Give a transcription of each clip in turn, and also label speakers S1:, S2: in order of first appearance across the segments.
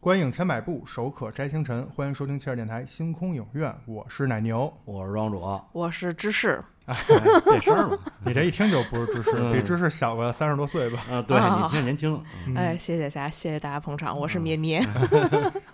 S1: 观影千百步，手可摘星辰。欢迎收听切尔电台星空影院，我是奶牛。哎
S2: 我是庄主，
S3: 我是芝士，
S2: 变声了
S1: 你这一听就不是芝士，
S2: 嗯
S1: 比芝士小个三十多岁吧？
S2: 啊！对
S3: 啊
S2: 你听着年轻，
S1: 嗯
S3: 哎，谢谢大家，谢谢大家捧场，我
S2: 嗯
S3: 是咩咩，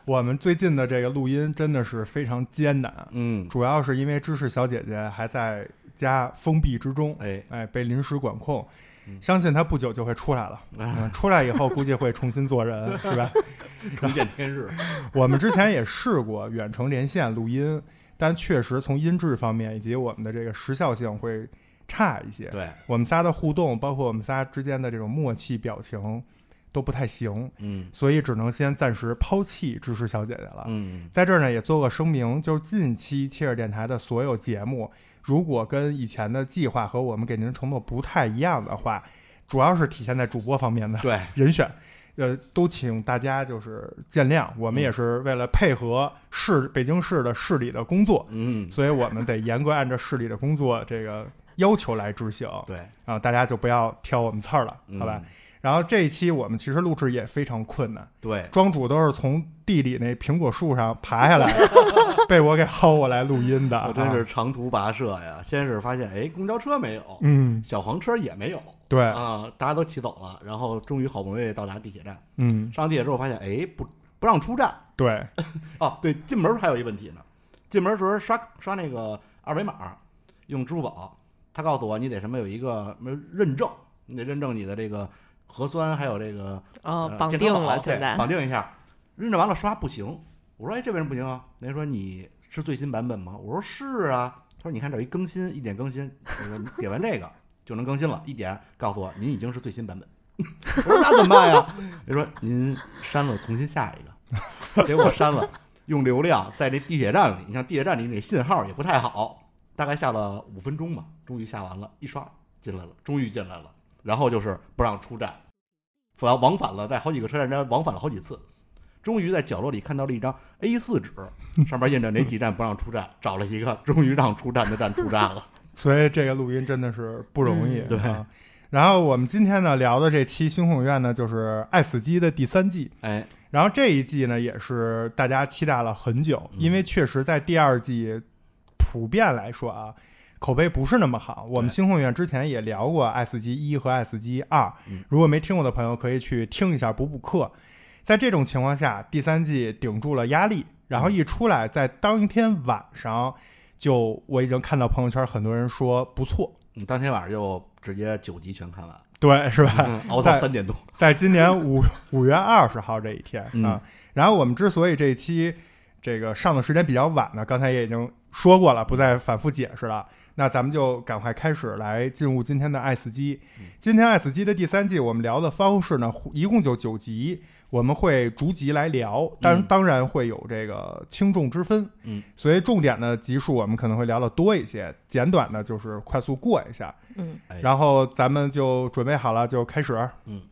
S1: 我们最近的这个录音真的是非常艰难，
S2: 嗯，
S1: 主要是因为芝士小姐姐还在家封闭之中，
S2: 哎，
S1: 哎，被临时管控。
S2: 嗯
S1: 相信她不久就会出 来了，嗯，出来以后估计会重新做人，是吧？
S2: 重见天日，
S1: 我们之前也试过远程连线录音，但确实从音质方面以及我们的这个时效性会差一些。
S2: 对，
S1: 我们仨的互动，包括我们仨之间的这种默契、表情都不太行，
S2: 嗯
S1: 所以只能先暂时抛弃芝士小姐姐了。
S2: 嗯，
S1: 在这儿呢，也做个声明，就是近期切尔电台的所有节目，如果跟以前的计划和我们给您的承诺不太一样的话，主要是体现在主播方面的
S2: 对，
S1: 人选，呃，都请大家就是见谅，我们也
S2: 嗯
S1: 是为了配合市北京市的市里的工作，
S2: 嗯
S1: 所以我们得严格按照市里的工作这个要求来执行啊、
S2: 对，
S1: 大家就不要挑我们刺儿了，好吧？
S2: 嗯？
S1: 然后这一期我们其实录制也非常困难，
S2: 对，
S1: 庄主都是从地里那苹果树上爬下来 的，被我给薅过来录音的，啊
S2: 我真是，长途跋涉呀，先是发现哎，公交车没有，
S1: 嗯，
S2: 小黄车也没有。
S1: 对，
S2: 啊，大家都骑走了，然后终于好不容易到达地铁站。
S1: 嗯，
S2: 上地铁之后发现，哎，不不让出站
S1: 对，
S2: 哦，对，进门还有一问题呢。进门时候刷刷那个二维码，用支付宝，他告诉我你得什么有一个什么认证，你得认证你的这个核酸还有这个
S3: 哦
S2: 呃，
S3: 绑
S2: 健
S3: 定
S2: 康宝
S3: 了，
S2: 对
S3: 现在
S2: 绑定一下，认证完了刷不行。我说哎，这为什么不行啊？人家说你是最新版本吗？我说是啊。他说你看这有一更新，一点更新，我说你点完这个就能更新了，一点告诉我您已经是最新版本。 我说那怎么办呀？人说您删了，重新下一个。结果删了，用流量在这地铁站里，你像地铁站里那信号也不太好，大概下了五分钟吧，终于下完了，一刷进来了，终于进来了，然后就是不让出站，反往返了，在好几个车站之间往返了好几次，终于在角落里看到了一张 A 4纸，上面印着哪几站不让出站，找了一个终于让出站的站出站 了。
S1: 所以这个录音真的是不容易。
S3: 嗯
S2: 对
S1: 啊然后我们今天呢聊的这期《星空影院》呢，就是《爱死机》的第三季。
S2: 哎，
S1: 然后这一季呢，也是大家期待了很久，
S2: 嗯
S1: 因为确实在第二季普遍来说啊，口碑不是那么好。我们
S2: 对
S1: 星空影院之前也聊过《爱死机一》和《爱死机二》
S2: 嗯，
S1: 如果没听过的朋友可以去听一下补补课。在这种情况下，第三季顶住了压力，然后一出来，在当天晚上就我已经看到朋友圈很多人说不错，
S2: 你嗯当天晚上就直接九集全看完，
S1: 对，是吧？
S2: 嗯熬到三点多。
S1: 在今年五五月二十号这一天
S2: 嗯
S1: 啊。然后我们之所以这一期这个上的时间比较晚呢，刚才也已经说过了，不再反复解释了。那咱们就赶快开始来进入今天的《爱死机》
S2: 嗯。
S1: 今天《爱死机》的第三季，我们聊的方式呢，一共就九集，我们会逐集来聊，当
S2: 嗯
S1: 当然会有这个轻重之分。
S2: 嗯，
S1: 所以重点的集数我们可能会聊的多一些，简短的就是快速过一下。
S3: 嗯，
S2: 哎
S1: 然后咱们就准备好了，就开始。
S2: 嗯。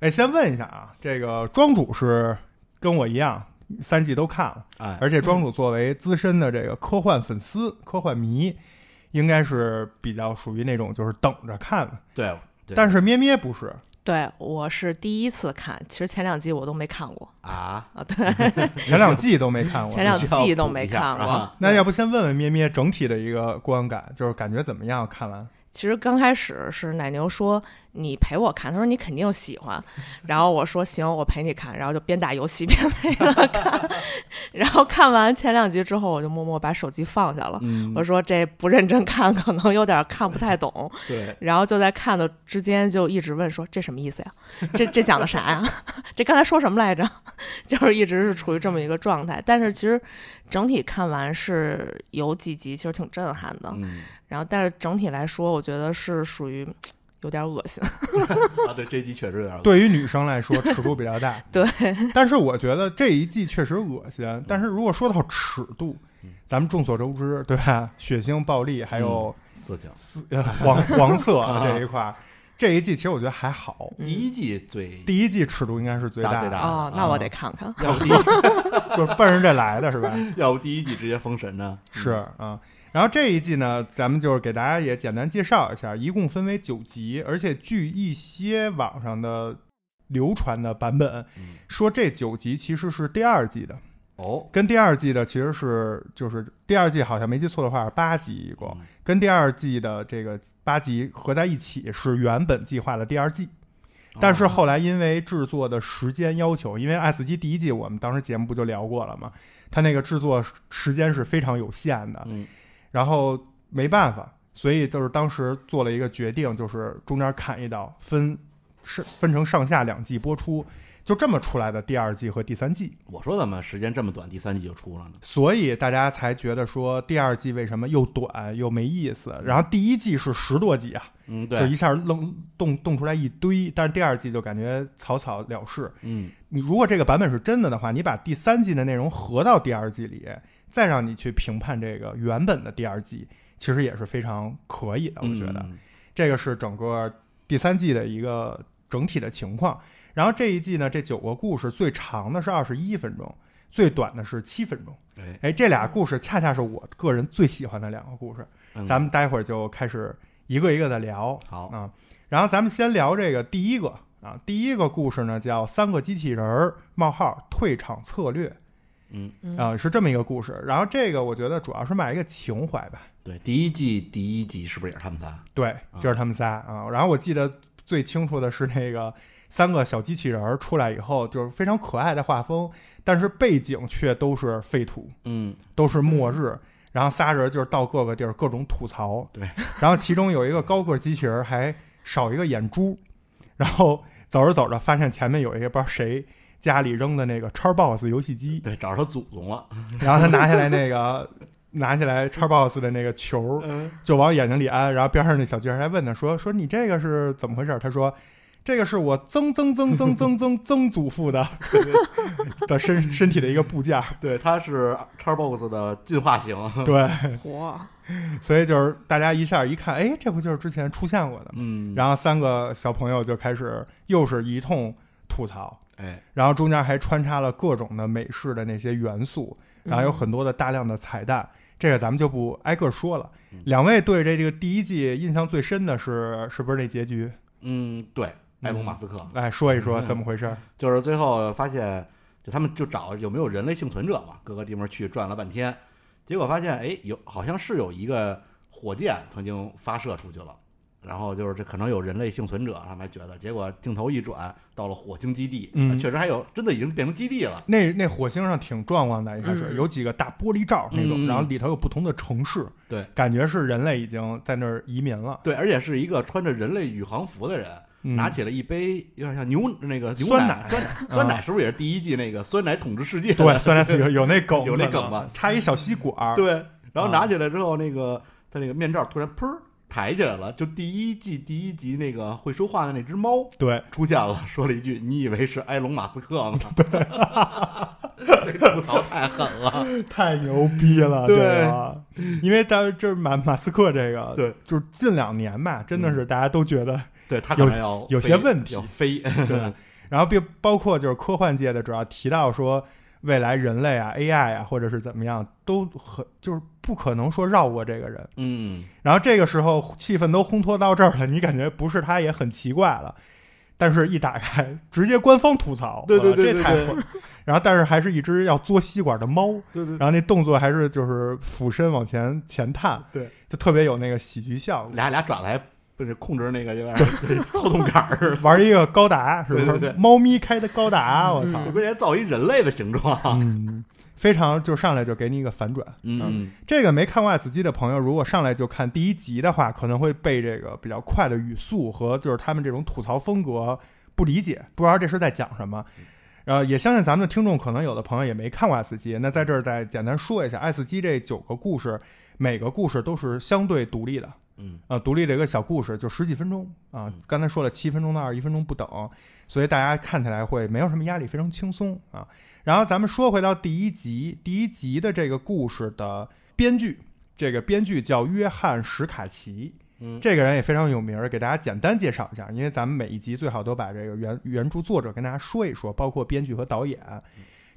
S1: 哎，先问一下啊，这个庄主是跟我一样三季都看了，
S2: 哎，
S1: 而且庄主作为资深的这个科幻粉丝、科幻迷，应该是比较属于那种就是等着看的。
S2: 对，对
S1: 但是咩咩不是，
S3: 对，我是第一次看，其实前两季我都没看过
S2: 啊，
S3: 啊，对，
S1: 前两季都没看过。
S3: 前两
S2: 你需要
S3: 季都
S2: 补一
S3: 没
S2: 下
S3: 看过
S2: 啊
S1: 那要不先问问咩咩整体的一个观感，就是感觉怎么样？看完，
S2: 呃
S3: 其实刚开始是奶牛说你陪我看，他说你肯定喜 欢，然后我说行，我陪你看，然后就边打游戏边陪他看，然后看完前两集之后，我就默默把手机放下了。
S2: 嗯
S3: 我，说这不认真看，可能有点看不太懂，
S2: 对，
S3: 然后就在看的之间就一直问说这什么意思呀？这这讲的啥呀？ 这刚才说什么来着？ 就是一直是处于这么一个状态。但是其实整体看完是有几集其实挺震撼的，
S2: 嗯，
S3: 然后但是整体来说，我觉得是属于有点恶心。
S2: 啊，对，这集确实有点，
S1: 对于女生来说尺度比较 大，
S3: 对。
S1: 但是我觉得这一季确实恶心，但是如果说到尺度
S2: 嗯，
S1: 咱们众所周知，对吧？血腥、暴力，还有
S2: 事情。
S1: 呃 黄黄色这一块儿，这一季其实我觉得还好，
S2: 第一季最
S1: 第一季尺度应该是最
S2: 大
S1: 大
S2: 最
S1: 的，
S2: 大的
S3: 嗯
S2: 啊
S3: 哦，那我得看看。
S2: 要不第一，
S1: 就是奔着这来的是吧？
S2: 要不第一季直接封神呢？嗯
S1: 是啊、然后这一季呢，咱们就是给大家也简单介绍一下，一共分为九集，而且据一些网上的流传的版本
S2: 嗯
S1: 说，这九集其实是第二季的，
S2: 哦，
S1: 跟第二季的其实是就是第二季好像没记错的话是八集一共，
S2: 嗯
S1: 跟第二季的这个八集合在一起是原本计划的第二
S2: 哦
S1: 季，但是后来因为制作的时间要求，因为《爱死机》第一季我们当时节目不就聊过了吗？它那个制作时间是非常有限的，
S2: 嗯
S1: 然后没办法，所以就是当时做了一个决定，就是中间砍一刀，分是分成上下两季播出，就这么出来的第二季和第三季。
S2: 我说怎么时间这么短，第三季就出了呢？
S1: 所以大家才觉得说第二季为什么又短又没意思，然后第一季是十多集啊，
S2: 嗯，
S1: 就
S2: 对，
S1: 一下愣动动出来一堆，但是第二季就感觉草草了事。
S2: 嗯，
S1: 你如果这个版本是真的的话，你把第三季的内容合到第二季里，再让你去评判这个原本的第二季，其实也是非常可以的。我觉得、
S2: 嗯
S1: 这个是整个第三季的一个整体的情况。然后这一季呢，这九个故事最长的是二十一分钟，最短的是七分钟。
S2: 哎，
S1: 哎，这俩故事恰恰是我个人最喜欢的两个故事。
S2: 嗯
S1: 咱们待会儿就开始一个一个的聊。
S2: 好，
S1: 啊。然后咱们先聊这个第一个啊，第一个故事呢叫《三个机器人儿：冒号退场策略》
S2: 嗯，
S3: 嗯
S1: 啊、是这么一个故事。然后这个我觉得主要是卖一个情怀吧，
S2: 对，第一季第一集是不是也是他们仨？
S1: 对，就是他们仨啊。然后我记得最清楚的是那个三个小机器人儿出来以后，就是非常可爱的画风，但是背景却都是废土，
S2: 嗯，
S1: 都是末日。然后仨人就是到各个地儿各种吐槽，
S2: 对。
S1: 然后其中有一个高个机器人还少一个眼珠，然后走着走着发现前面有一个不知道谁家里扔的那个叉 box 游戏 机，
S2: 对，找着他祖宗了。
S1: 然后他拿下来那个拿起来叉 box 的那个球
S2: 嗯，
S1: 就往眼睛里安，然后边上那小机器人还问他说说你这个是怎么回事？他说。这个是我曾曾曾曾曾曾曾祖父的 的身身体的一个部件，
S2: 对，他是 Xbox 的进化型。
S1: 对，
S3: 嚯，
S1: 所以就是大家一下一看，哎，这不就是之前出现过的吗？
S2: 嗯，
S1: 然后三个小朋友就开始又是一通吐槽，
S2: 哎，
S1: 然后中间还穿插了各种的美式的那些元素，然后有
S3: 嗯
S1: 很多的大量的彩蛋，这个咱们就不挨个说了
S2: 嗯。
S1: 两位对这个第一季印象最深的是是不是那结局？
S2: 嗯，对，埃隆·
S1: 嗯
S2: 马斯克
S1: 来说一
S2: 嗯
S1: 说怎么回事儿？
S2: 就是最后发现，就他们就找有没有人类幸存者嘛，各个地方去转了半天，结果发现，哎，有好像是有一个火箭曾经发射出去了，然后就是这可能有人类幸存者，他们还觉得，结果镜头一转到了火星基地，
S1: 嗯
S2: 啊确实还有真的已经变成基地了，
S1: 那那火星上挺壮观的，一开始、
S3: 嗯
S1: 有几个大玻璃罩那种，
S2: 嗯嗯
S1: 然后里头有不同的城市，
S2: 对，
S1: 感觉是人类已经在那儿移民了。
S2: 对，而且是一个穿着人类宇航服的人。
S1: 嗯、
S2: 拿起了一杯有点像牛那个牛
S1: 酸
S2: 奶， 酸奶，
S1: 嗯
S2: 酸奶是不是也是第一季那个酸奶统治世 界？
S1: 对，虽然有有那梗，
S2: 有那梗吧，
S1: 插一小吸管儿，
S2: 对，然后
S1: 啊
S2: 拿起来之后，那个他那个面罩突然砰儿抬起来了，就第一季第一集那个会说话的那只猫
S1: 对
S2: 出现了，说了一句：“你以为是埃隆·马斯克吗？” 这吐槽太狠了。
S1: 太牛逼了，
S2: 对
S1: 吧？因为当时就是马马斯克这个，
S2: 对，
S1: 就是近两年吧，真的是大家都觉 得，
S2: 对他
S1: 有
S2: 可能要
S1: 有
S2: 飞
S1: 些问题
S2: 要飞，
S1: 对，然后并包括就是科幻界的，主要提到说未来人类啊、AI 啊，或者是怎么样，都很就是不可能说绕过这个人。
S2: 嗯，
S1: 然后这个时候气氛都烘托到这儿了，你感觉不是他也很奇怪了。但是，一打开，直接官方吐槽，
S2: 对对
S1: 哇
S2: 对
S1: 这
S2: 对
S1: 太
S2: 对
S1: 火了。然后，但是还是一只要嘬吸管的 猫，
S2: 对对，
S1: 然后那动作还是就是俯身往前前探，
S2: 对，
S1: 就特别有那个喜剧效果。
S2: 俩俩爪子还不是控制那个有点儿对 操纵杆儿，
S1: 玩一个高达，是不是？
S2: 对对对
S1: 猫咪开的高达，我操
S2: 这！不也造一人类的 形状？
S1: 嗯，非常就上来就给你一个反转。
S2: 嗯，
S1: 这个没看过《爱死机》的朋友，如果上来就看第一集的话，可能会被这个比较快的语速和就是他们这种吐槽风格不理解，不知道这是在讲什么。呃，也相信咱们的听众可能有的朋友也没看过《爱死机》，那在这儿再简单说一下，《爱死机》这九个故事，每个故事都是相对独立的，
S2: 嗯，
S1: 呃，独立的一个小故事，就十几分钟啊
S2: 嗯。
S1: 刚才说了七分钟到二十一分钟不等，所以大家看起来会没有什么压力，非常轻松啊。然后咱们说回到第一集，第一集的这个故事的编剧这个编剧叫约翰·史卡奇，
S2: 嗯
S1: 这个人也非常有名儿，给大家简单介绍一下，因为咱们每一集最好都把这个原原著作者跟大家说一说，包括编剧和导演，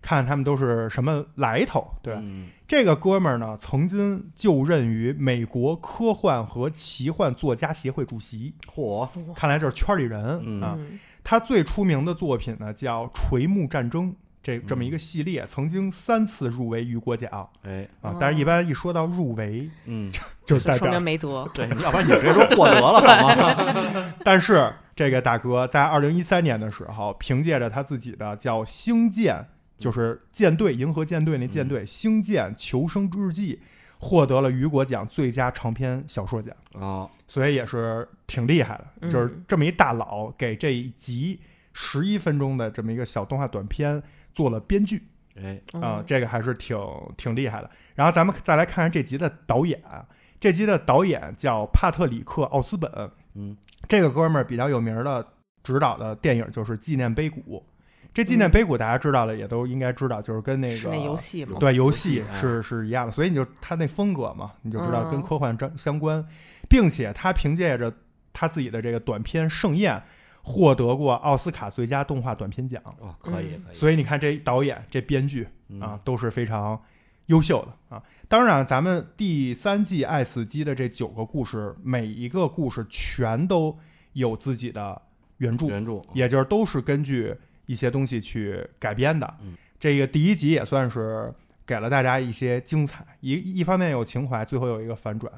S1: 看他们都是什么来头。对，
S2: 嗯
S1: 这个哥们儿呢，曾经就任于美国科幻和奇幻作家协会主席，
S2: 嚯，
S1: 看来这是圈里人、
S2: 嗯
S1: 啊。
S3: 嗯
S1: 他最出名的作品呢叫《垂暮战争》这这么一个系列，曾经三次入围雨果奖
S2: 哎，
S1: 啊
S3: 哦。
S1: 但是，一般一说到入围，
S2: 嗯，
S1: 就是代
S3: 说
S1: 表啊
S3: 明没得。
S2: 对，你要不然你直接说获得了 好吗？
S1: 但是这个大哥在二零一三年的时候，凭借着他自己的叫《星舰》，就是舰队银河舰队那舰
S3: 嗯
S1: 队《星舰求生日记》，获得了雨果奖最佳长篇小说奖，
S2: 哦，
S1: 所以也是挺厉害的。
S3: 嗯
S1: 就是这么一大佬给这一集十一分钟的这么一个小动画短片做了编剧
S2: 哎，
S1: 啊、
S3: 嗯
S1: 这个还是挺挺厉害的。然后咱们再来看看这集的导演啊，这集的导演叫帕特里克·奥斯本。
S2: 嗯
S1: 这个哥们儿比较有名儿的执导的电影就是《纪念碑谷》。这《纪念碑谷》大家知道的也都应该知道，就是跟那个
S3: 嗯是那游戏吗？
S1: 对游
S2: 游
S1: 戏
S2: 戏啊
S1: 是是一样的，所以你就他那风格嘛，你就知道跟
S3: 嗯
S1: 科幻相相关，并且他凭借着他自己的这个短片《盛宴》获得过奥斯卡最佳动画短片奖。
S2: 哦，可以
S3: 嗯
S2: 可以，
S1: 所以你看，这导演、这编剧
S2: 嗯
S1: 啊，都是非常优秀的啊。当然，咱们第三季《爱死机》的这九个故事，每一个故事全都有自己的原著，
S2: 原著
S1: 也就是都是根据一些东西去改编的。
S2: 嗯
S1: 这个第一集也算是给了大家一些精彩，一一方面有情怀，最后有一个反转。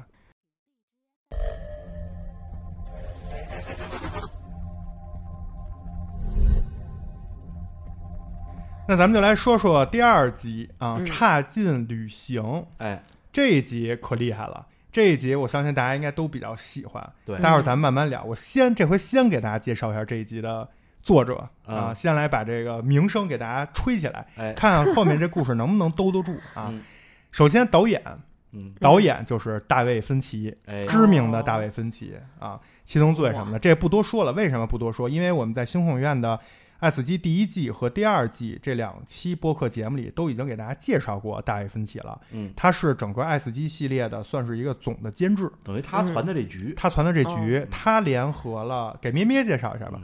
S1: 那咱们就来说说第二集啊，
S3: 嗯
S1: 差劲旅行
S2: 哎，
S1: 这一集可厉害了。这一集我相信大家应该都比较喜欢，
S2: 对，
S1: 待会儿咱们慢慢聊。我先这回先给大家介绍一下这一集的作者啊、
S2: 嗯
S1: 先来把这个名声给大家吹起来，
S2: 哎，
S1: 看看后面这故事能不能兜得 住啊。
S2: 嗯
S1: 首先，导演，
S2: 嗯，
S1: 导演就是大卫芬奇，
S2: 哎，
S1: 知名的大卫芬奇啊，《七宗罪》什么的，这不多说了。为什么不多说？因为我们在星空影院的《爱死机》第一季和第二季这两期播客节目里都已经给大家介绍过大卫芬奇了。
S2: 嗯，
S1: 他是整个《爱死机》系列的算是一个总的监制，
S2: 等于他传的这局，
S1: 他传的这局，他联合了给咩咩介绍一下吧，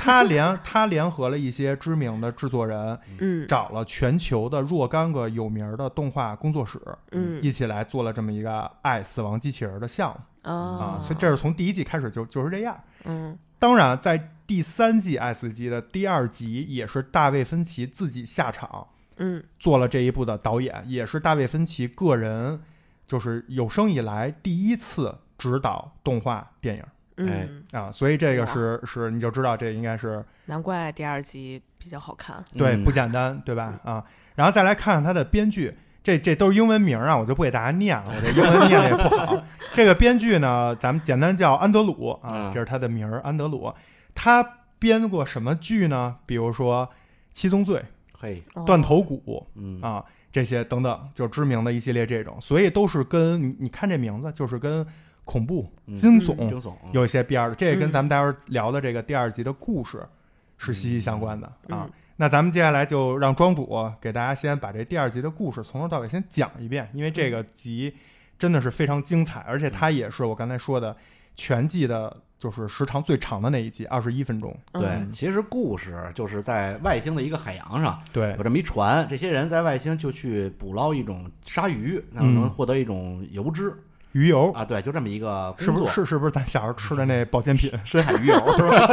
S1: 他联他联合了一些知名的制作人，
S3: 嗯
S1: 找了全球的若干个有名儿的动画工作室，
S3: 嗯
S1: 一起来做了这么一个爱死亡机器人的项目啊，
S3: 啊
S1: 所以这是从第一季开始就就是这样。
S3: 嗯
S1: 当然，在第三季《爱死机》的第二集也是大卫芬奇自己下场
S3: 嗯
S1: 做了这一部的导演，也是大卫芬奇个人就是有生以来第一次执导动画电影。
S2: 哎
S3: 嗯，
S1: 啊，所以这个是是你就知道这应该是
S3: 难怪第二集比较好看。
S1: 对
S2: 嗯
S1: 不简单，对吧？啊，然后再来看看他的编剧，这这都是英文名啊，我就不给大家念了，我这英文念的也不好。这个编剧呢，咱们简单叫安德鲁啊
S2: 嗯，
S1: 这是他的名儿，安德鲁。他编过什么剧呢？比如说《七宗罪》
S2: 嘿，
S1: 《
S3: 哦
S1: 断头谷
S2: 嗯》，
S1: 啊，这些等等，就知名的一系列这种，所以都是跟你你看这名字，就是跟恐怖、
S2: 嗯
S1: 惊
S3: 嗯
S1: 悚、
S2: 惊悚，嗯
S1: 有一些边儿的，这也跟
S3: 嗯
S1: 咱们待会儿聊的这个第二集的故事是息息相关的、啊
S3: 嗯。
S1: 那咱们接下来就让庄主给大家先把这第二集的故事从头到尾先讲一遍，因为这个集真的是非常精彩，而且它也是我刚才说的全季的，就是时长最长的那一集，二十一分钟。
S2: 对，
S3: 嗯
S2: 其实故事就是在外星的一个海洋上，
S1: 对
S2: 有，这么一船，这些人在外星就去捕捞一种鲨鱼，然后能
S1: 嗯
S2: 获得一种油脂
S1: 鱼油
S2: 啊，对，就这么一个
S1: 是
S2: 工
S1: 不
S2: 作，
S1: 是是是不是咱小时候吃的那保健品？
S2: 深海鱼油是吧？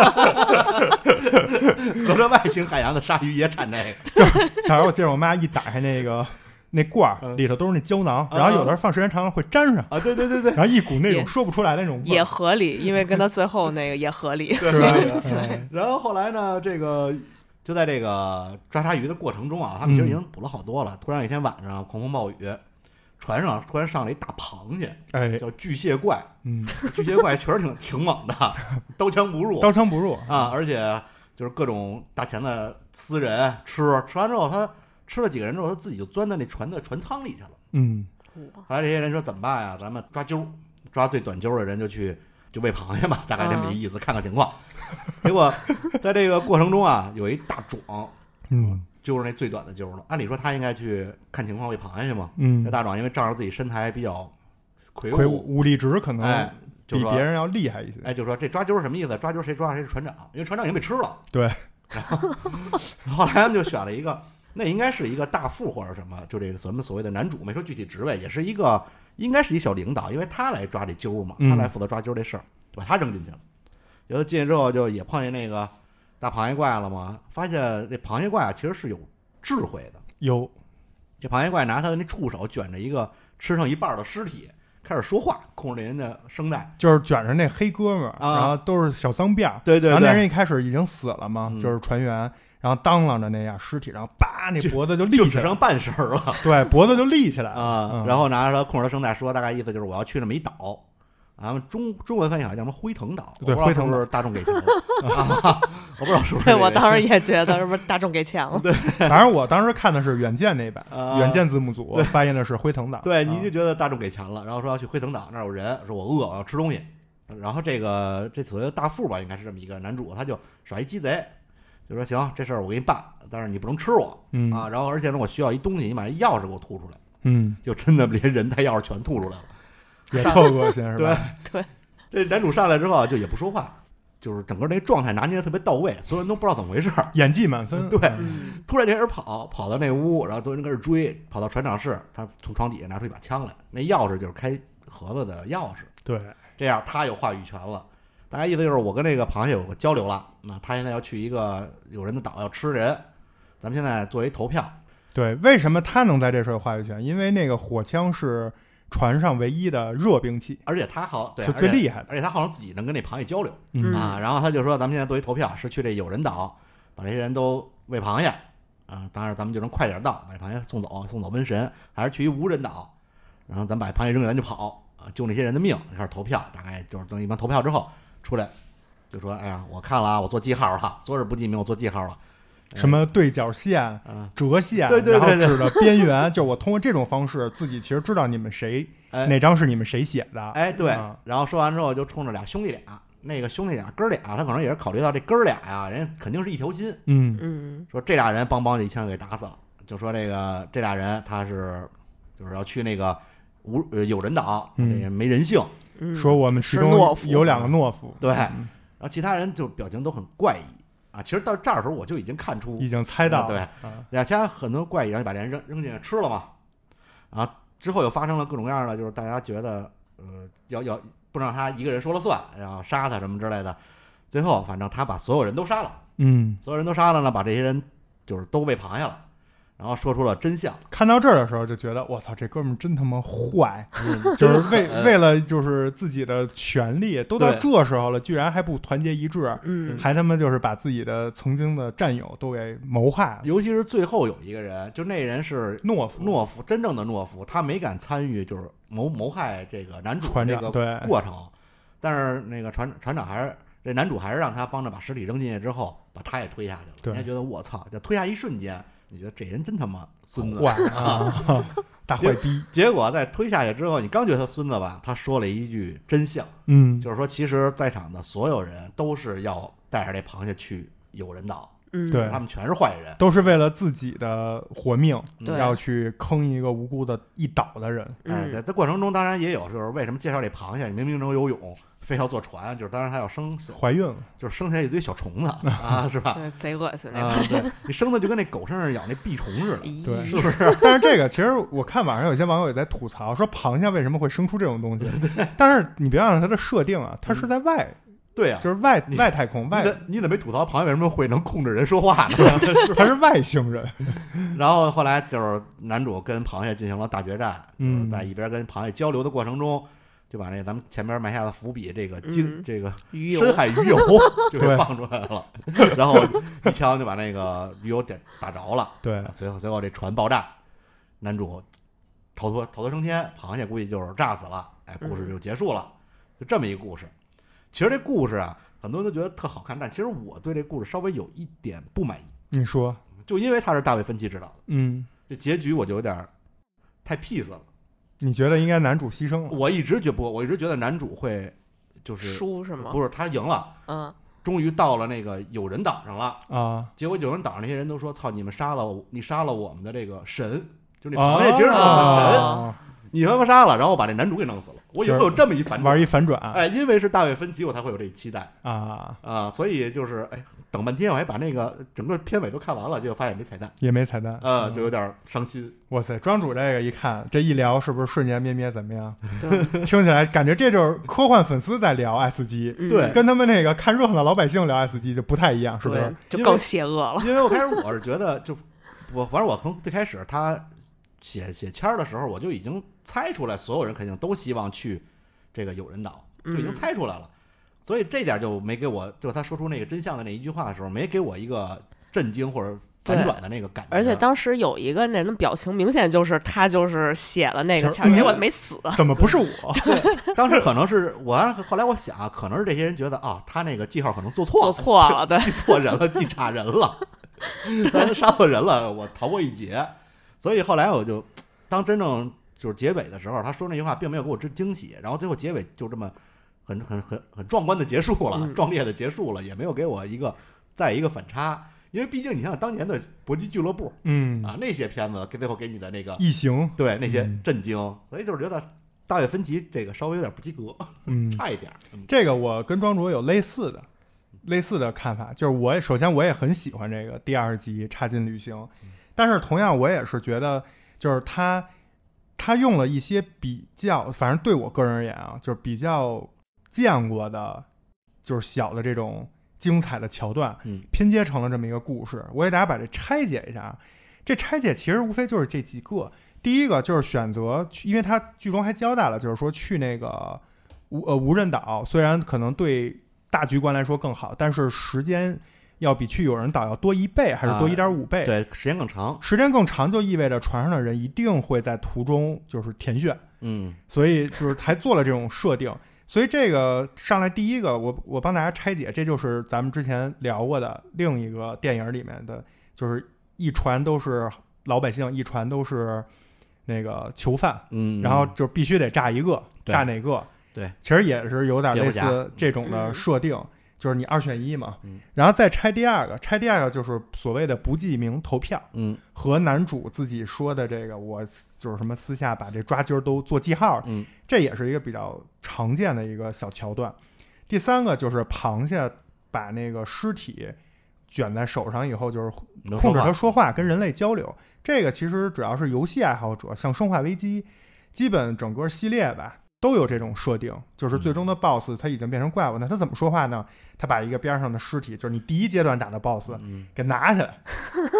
S2: 合着外星海洋的鲨鱼也产这个，
S1: 小时候我记得我妈一打开那个 那罐儿，
S2: 嗯
S1: 里头都是那胶囊，然后有的时候放时间长了会粘上，
S2: 啊，对对对对，
S1: 然后一股那种
S3: 也
S1: 说不出来的那种味
S3: 也
S1: 儿，
S3: 合理，因为跟他最后那个也 合理。
S1: 是吧
S2: 对？
S1: 嗯
S2: 然后后来呢，这个就在这个抓鲨鱼的过程中啊，他们其实
S1: 嗯
S2: 已经捕了好多了。突然有一天晚上，狂风暴雨，船上突然上来一大螃蟹，
S1: 哎，
S2: 叫巨蟹怪。
S1: 嗯，
S2: 巨蟹怪 确实挺挺猛 的，刀枪不入
S1: 刀枪不入，
S2: 啊，而且就是各种大钳子撕人吃，吃完之后他吃了几个人之后，他自己就钻到那船的船舱里去了。
S1: 嗯
S2: 后来这些人说怎么办呀？咱们抓阄，抓最短阄的人就去就喂螃蟹嘛，大概这么一意思，看看情况。结果在这个过程中啊，有一大壮
S1: 嗯
S2: 揪着那最短的阄了。按理说他应该去看情况喂螃蟹去嘛，那
S1: 嗯
S2: 大壮因为仗着自己身材比较魁
S1: 魁
S2: 梧，
S1: 梧武力值可能
S2: 哎，就
S1: 比
S2: 说
S1: 别人要厉害一些。
S2: 哎，就说这抓阄是什么意思？抓阄谁抓谁是船长，因为船长已经被吃了。
S1: 对
S2: 然后， 然后后来他们就选了一个，那应该是一个大副或者什么，就这个咱们所谓的男主，没说具体职位，也是一个应该是一小领导，因为他来抓这阄嘛，
S1: 嗯
S2: 他来负责抓阄这事儿，就把他扔进去了。然后进去之后就也碰见那个大螃蟹怪了嘛，发现这螃蟹怪啊其实是有智慧的。
S1: 有
S2: 这螃蟹怪拿他的那触手卷着一个吃剩一半儿的尸体，开始说话，控制人的声带。
S1: 就是卷着那黑哥们儿，
S2: 啊
S1: 然后都是小脏辫儿。
S2: 对对
S1: 然后那
S2: 对，
S1: 人一开始已经死了嘛，
S2: 嗯
S1: 就是船员，然后当啷着那样尸体，然后叭，那
S2: 就
S1: 脖子就立
S2: 就
S1: 起
S2: 只
S1: 来了，
S2: 剩半身儿了。
S1: 对，脖子就立起来了。
S2: 啊、
S1: 嗯
S2: 然后拿着控制他声带说，大概意思就是我要去那么一岛，啊咱们中中文翻译好像叫什么辉腾岛，
S1: 对
S2: 我不知道
S1: 辉腾
S2: 是不是大众给钱了 啊？我不知道是不是
S3: 对
S2: 这个
S3: 我当时也觉得，是不是大众给钱了？
S1: 反正我当时看的是远见那版，
S2: 啊
S1: 远见字幕组翻译的是辉腾岛。
S2: 对，
S1: 啊
S2: 你就觉得大众给钱了，然后说要去辉腾岛那儿有人，说我饿，我要吃东西。然后这个这所谓的大副吧，应该是这么一个男主，他就耍一鸡贼，就说行，这事儿我给你办，但是你不能吃我
S1: 嗯
S2: 啊。然后而且呢，我需要一东西，你把一钥匙给我吐出来，
S1: 嗯，
S2: 就真的连人带钥匙全吐出来了。
S1: 也特恶心是
S2: 对
S1: 吧？
S2: 这男主上来之后啊就也不说话，就是整个那状态拿捏的特别到位，所有人都不知道怎么回事儿。
S1: 演技满分。
S2: 对
S1: 嗯
S3: 嗯，
S2: 突然就开始跑，跑到那屋，然后所有人开始追，跑到船长室，他从床底下拿出一把枪来，那钥匙就是开盒子的钥匙，
S1: 对，
S2: 这样他有话语权了。大概意思就是我跟那个螃蟹有个交流了，那他现在要去一个有人的岛要吃人，咱们现在作为投票，
S1: 对，为什么他能在这时候有话语权？因为那个火枪是船上唯一的热兵器，
S2: 而且他好对
S1: 是最
S2: 而且哎
S1: 厉害的。
S2: 而且他好像自己能跟那螃蟹交流。
S3: 嗯
S2: 啊，然后他就说咱们现在作为投票是去这有人岛，把这些人都喂螃蟹啊，当然咱们就能快点到，把这螃蟹送走，送走瘟神，还是去一无人岛，然后咱把螃蟹扔给咱就跑啊，救那些人的命，开始投票，大概就是等一般投票之后出来就说，哎呀，我看了啊，我做记号了，说是不记名，我做记号了，
S1: 什么对角线、
S2: 啊，
S1: 折线，
S2: 对对对
S1: 然后指着 边缘，就我通过这种方式自己其实知道你们谁、
S2: 哎
S1: 哪张是你们谁写的。
S2: 哎，对
S1: 啊，
S2: 然后说完之后就冲着俩兄弟俩，那个兄弟俩哥俩，他可能也是考虑到这哥俩呀，人家肯定是一条心，
S1: 嗯
S3: 嗯
S2: 说这俩人邦邦就一枪给打死了，就说这个这俩人他是就是要去那个无呃有人岛，
S1: 嗯
S2: 这个没人性，
S3: 嗯，
S1: 说我们其
S3: 是懦
S1: 中
S3: 夫
S1: 有两个懦夫，
S2: 对，
S1: 嗯
S2: 然后其他人就表情都很怪异啊。其实到这儿的时候我就已经看出
S1: 已经猜到
S2: 嗯对
S1: 了。啊
S2: 两家很多怪异，然后就把这人扔扔进去吃了嘛，啊，之后又发生了各种各样的，就是大家觉得呃要要不让他一个人说了算，然后杀他什么之类的，最后反正他把所有人都杀了，
S1: 嗯，
S2: 所有人都杀了呢，把这些人就是都喂螃蟹了，然后说出了真相。
S1: 看到这儿的时候就觉得，我操，这哥们儿真他妈 坏，
S2: 嗯
S1: 就
S2: 真
S1: 是
S2: 狠
S1: 为为了就是自己的权利，都到
S2: 对
S1: 这时候了，居然还不团结一致，
S3: 嗯
S1: 还他妈就是把自己的曾经的战友都给谋害了，
S2: 尤其是最后有一个人，就那人是
S1: 懦夫，
S2: 懦夫，真正的懦夫，他没敢参与就是谋谋害这个男主
S1: 船
S2: 这
S1: 长
S2: 个
S1: 对，
S2: 过程，但是那个船船长还是这男主还是让他帮着把尸体扔进去之后，把他也推下去了。
S1: 对
S2: 人家觉得我操，就推下一瞬间，你觉得这人真他妈孙子。
S1: 坏啊，大坏逼，
S2: 结果在推下去之后，你刚觉得他孙子吧，他说了一句真相，
S1: 嗯，
S2: 就是说其实在场的所有人都是要带着这螃蟹去有人岛，
S3: 嗯
S1: 对
S2: 他们全是坏人。
S1: 都是为了自己的活命，
S3: 对
S1: 要去坑一个无辜的一岛的人，
S2: 哎，
S3: 嗯
S2: 在这过程中，当然也有就是为什么介绍这螃蟹，明明能游泳，非要坐船，就是当然它要生，
S1: 怀孕了，
S2: 就是生下一堆小虫子啊，是吧？
S3: 对贼恶心那
S2: 啊，对，你生的就跟那狗身上咬那壁虫似的，
S3: 个，
S1: 对
S2: 是不是？
S1: 但是这个其实我看网上有些网友也在吐槽，说螃蟹为什么会生出这种东 西，但是你别忘了它的设定啊，它是在外，
S2: 对呀、
S1: 就是外
S2: 嗯你
S1: 外太空
S2: 你
S1: 外，
S2: 怎你怎么没吐槽螃蟹为什么会能控制人说话呢？
S1: 它是外星人，
S2: 然后后来就是男主跟螃蟹进行了大决战，就是
S1: 嗯
S2: 在一边跟螃蟹交流的过程中，就把那咱们前面埋下的伏笔，这个鲸、
S3: 嗯
S2: 这个
S3: 鱼
S2: 深
S3: 油，
S2: 海鱼油 就给
S1: 对
S2: 放出来了， 然后一枪就把那个鱼油点打着了。
S1: 对，
S2: 随后随后这船爆炸，男主逃脱逃脱升天，螃蟹估计就是炸死了，哎，故
S3: 嗯
S2: 事就结束了，就这么一个故事。其实这故事啊，很多人都觉得特好看，但其实我对这故事稍微有一点不满意，
S1: 你说，
S2: 就因为他是大卫芬奇执导的，
S1: 嗯，
S2: 这结局我就有点儿太 peace
S3: 嗯
S2: 了。
S1: 你觉得应该男主牺牲了？
S2: 我一直觉不，我一直觉得男主会就是
S3: 书是吗？
S2: 不是他赢了，
S3: 嗯，
S2: 终于到了那个有人岛上了。
S1: 啊，
S2: 结果有人岛上那些人都说：“操，你们杀了我，你杀了我们的这个神，就那螃
S1: 啊，
S2: 蟹其实是我们的神。
S1: 啊
S2: 你他妈杀了，然后把这男主给弄死了。我以为会有这么一反转。
S1: 玩一反转啊
S2: 哎，因为是大卫芬奇，我才会有这期待
S1: 啊，
S2: 啊，所以就是哎，等半天我还把那个整个片尾都看完了，结果发现没彩蛋，
S1: 也没彩蛋
S2: 呃，就
S1: 嗯
S2: 有点伤心。
S1: 哇塞，庄主这个一看，这一聊是不是瞬间咩咩怎么样？听起来感觉这就是科幻粉丝在聊 S 级，
S3: 嗯
S2: 对
S1: 跟他们那个看热闹的老百姓聊 S 级就不太一样，是不
S3: 对
S1: 是？，
S3: 就
S2: 因为
S3: 更邪恶了。
S2: 因为我开始我是觉得就，我反正我从最开始他写写签儿的时候，我就已经猜出来，所有人肯定都希望去这个有人岛，就已经
S3: 嗯
S2: 猜出来了。所以这点就没给我，就他说出那个真相的那一句话的时候，没给我一个震惊或者反
S3: 对
S2: 转的那个感觉。
S3: 而且当时有一个那人的表情，明显就是他就是写了那个
S1: 其实
S3: 签儿，结果
S2: 嗯
S3: 没死。
S1: 怎么不是 我？
S2: 当时可能是我，后来我想啊，可能是这些人觉得啊，他那个记号可能做错了，
S3: 做错 了，对，
S2: 记错人了，记差人 了，杀错人了，我逃过一劫。所以后来我就，当真正就是结尾的时候，他说那句话并没有给我之惊喜，然后最后结尾就这么很很很很壮观的结束了，
S3: 嗯
S2: 壮烈的结束了，也没有给我一个再一个反差，因为毕竟你像当年的搏击俱乐部
S1: 嗯，
S2: 啊那些片子，给最后给你的那个
S1: 异形，
S2: 对那些
S1: 嗯
S2: 震惊，所以就是觉得大卫芬奇这个稍微有点不及格，
S1: 嗯，
S2: 差一点儿。嗯
S1: 这个我跟庄主有类似的类似的看法，就是我也首先我也很喜欢这个第二集《插进旅行》，但是同样我也是觉得，就是他他用了一些比较，反正对我个人而言啊，就是比较见过的，就是小的这种精彩的桥段，
S2: 嗯
S1: 拼接成了这么一个故事。我给大家把这拆解一下啊，这拆解其实无非就是这几个。第一个就是选择去，因为他剧中还交代了，就是说去那个无呃无人岛，虽然可能对大局观来说更好，但是时间要比去有人岛要多一倍还是多
S2: 啊
S1: 一点五倍、
S2: 对，时间更长。
S1: 时间更长就意味着船上的人一定会在途中就是填血，
S2: 嗯
S1: 所以就是还做了这种设定。所以这个上来第一个，我我帮大家拆解，这就是咱们之前聊过的另一个电影里面的，就是一船都是老百姓，一船都是那个囚犯，
S2: 嗯，
S1: 然后就必须得炸一个，
S2: 对
S1: 炸哪个？
S2: 对，
S1: 其实也是有点类
S2: 蝙蝠
S1: 似这种的设定，就是你二选一嘛。
S2: 嗯
S1: 然后再拆第二个，拆第二个就是所谓的不记名投票
S2: 嗯
S1: 和男主自己说的这个，我就是什么私下把这抓阄儿都做记号，
S2: 嗯
S1: 这也是一个比较常见的一个小桥段。第三个就是螃蟹把那个尸体卷在手上以后，就是
S2: 能
S1: 控制
S2: 说话
S1: 它说话，跟人类交流。这个其实主要是游戏爱好者，像《生化危机》，基本整个系列吧都有这种设定，就是最终的
S2: 嗯
S1: BOSS 它已经变成怪物，那它怎么说话呢？它把一个边上的尸体，就是你第一阶段打的 BOSS，
S2: 嗯
S1: 给拿起来，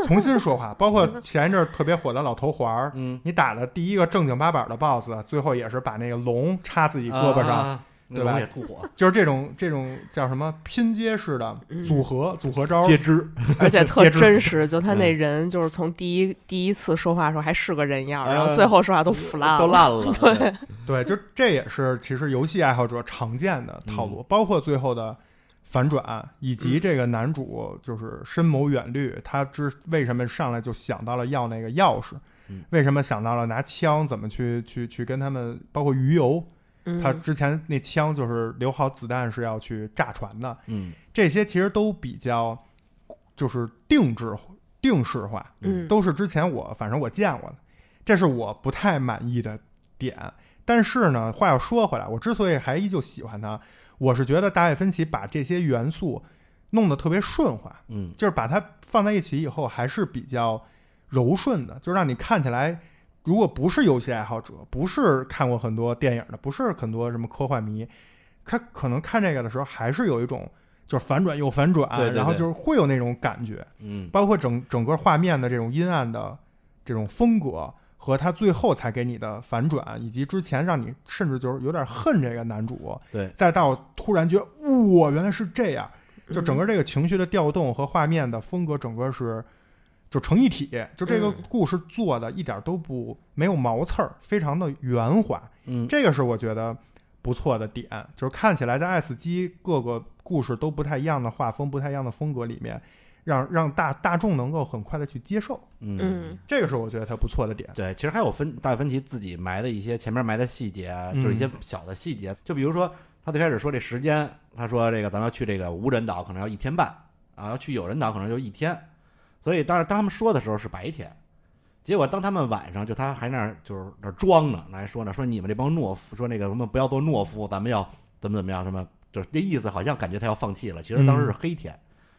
S1: 重新说话。包括前一阵儿特别火的老头环儿，
S2: 嗯，
S1: 你打的第一个正经八百的 BOSS，最后也是把那个龙插自己胳膊上，
S2: 啊，
S1: 对吧
S2: 也吐火，
S1: 就是这种这种叫什么拼接式的
S3: 嗯
S1: 组合、组合招儿。
S2: 肢，
S3: 而且特
S1: 截肢
S3: 真实，就他那人就是从第一第一次说话的时候还是个人样儿，然后
S2: 嗯
S3: 最后说话都腐烂
S2: 都
S3: 了。
S2: 烂了。对，
S1: 对，就这也是其实游戏爱好者常见的套
S2: 嗯
S1: 路，包括最后的反转，以及这个男主就是深谋远虑，他之为什么上来就想到了要那个钥匙
S2: 嗯，
S1: 为什么想到了拿枪怎么去去去跟他们，包括鱼油，
S3: 嗯
S1: 他之前那枪就是留好子弹是要去炸船的，
S2: 嗯
S1: 这些其实都比较就是定制定式化，
S3: 嗯，
S1: 都是之前我反正我见过的，这是我不太满意的点。但是呢，话又说回来，我之所以还依旧喜欢它，我是觉得大卫芬奇把这些元素弄得特别顺滑，
S2: 嗯
S1: 就是把它放在一起以后还是比较柔顺的，就让你看起来，如果不是游戏爱好者，不是看过很多电影的，不是很多什么科幻迷，他可能看这个的时候还是有一种就是反转又反转，
S2: 对对对
S1: 然后就是会有那种感觉。
S2: 嗯
S1: 包括整整个画面的这种阴暗的这种风格，和他最后才给你的反转，以及之前让你甚至就是有点恨这个男主，
S2: 对
S1: 再到突然觉得哇、原来是这样，就
S3: 嗯
S1: 整个这个情绪的调动和画面的风格，整个是就成一体，就这个
S3: 嗯
S1: 故事做的一点都不没有毛刺儿，非常的圆滑，
S2: 嗯，
S1: 这个是我觉得不错的点，就是看起来在 S 机各个故事都不太一样的画风、不太一样的风格里面，让让大大众能够很快的去接受，
S3: 嗯，
S1: 这个是我觉得它不错的点。
S2: 对，其实还有分大卫芬奇自己埋的一些前面埋的细节，啊就是一些小的细节，就比如说他最开始说这时间，他说这个咱们要去这个无人岛可能要一天半啊，要去有人岛可能就一天，所以当时当他们说的时候是白天，结果当他们晚上就他还那儿就是那儿装呢，那还说呢，说你们这帮懦夫，说那个什么不要做懦夫，咱们要怎么怎么样，什么就是这意思，好像感觉他要放弃了。其实当时是黑天，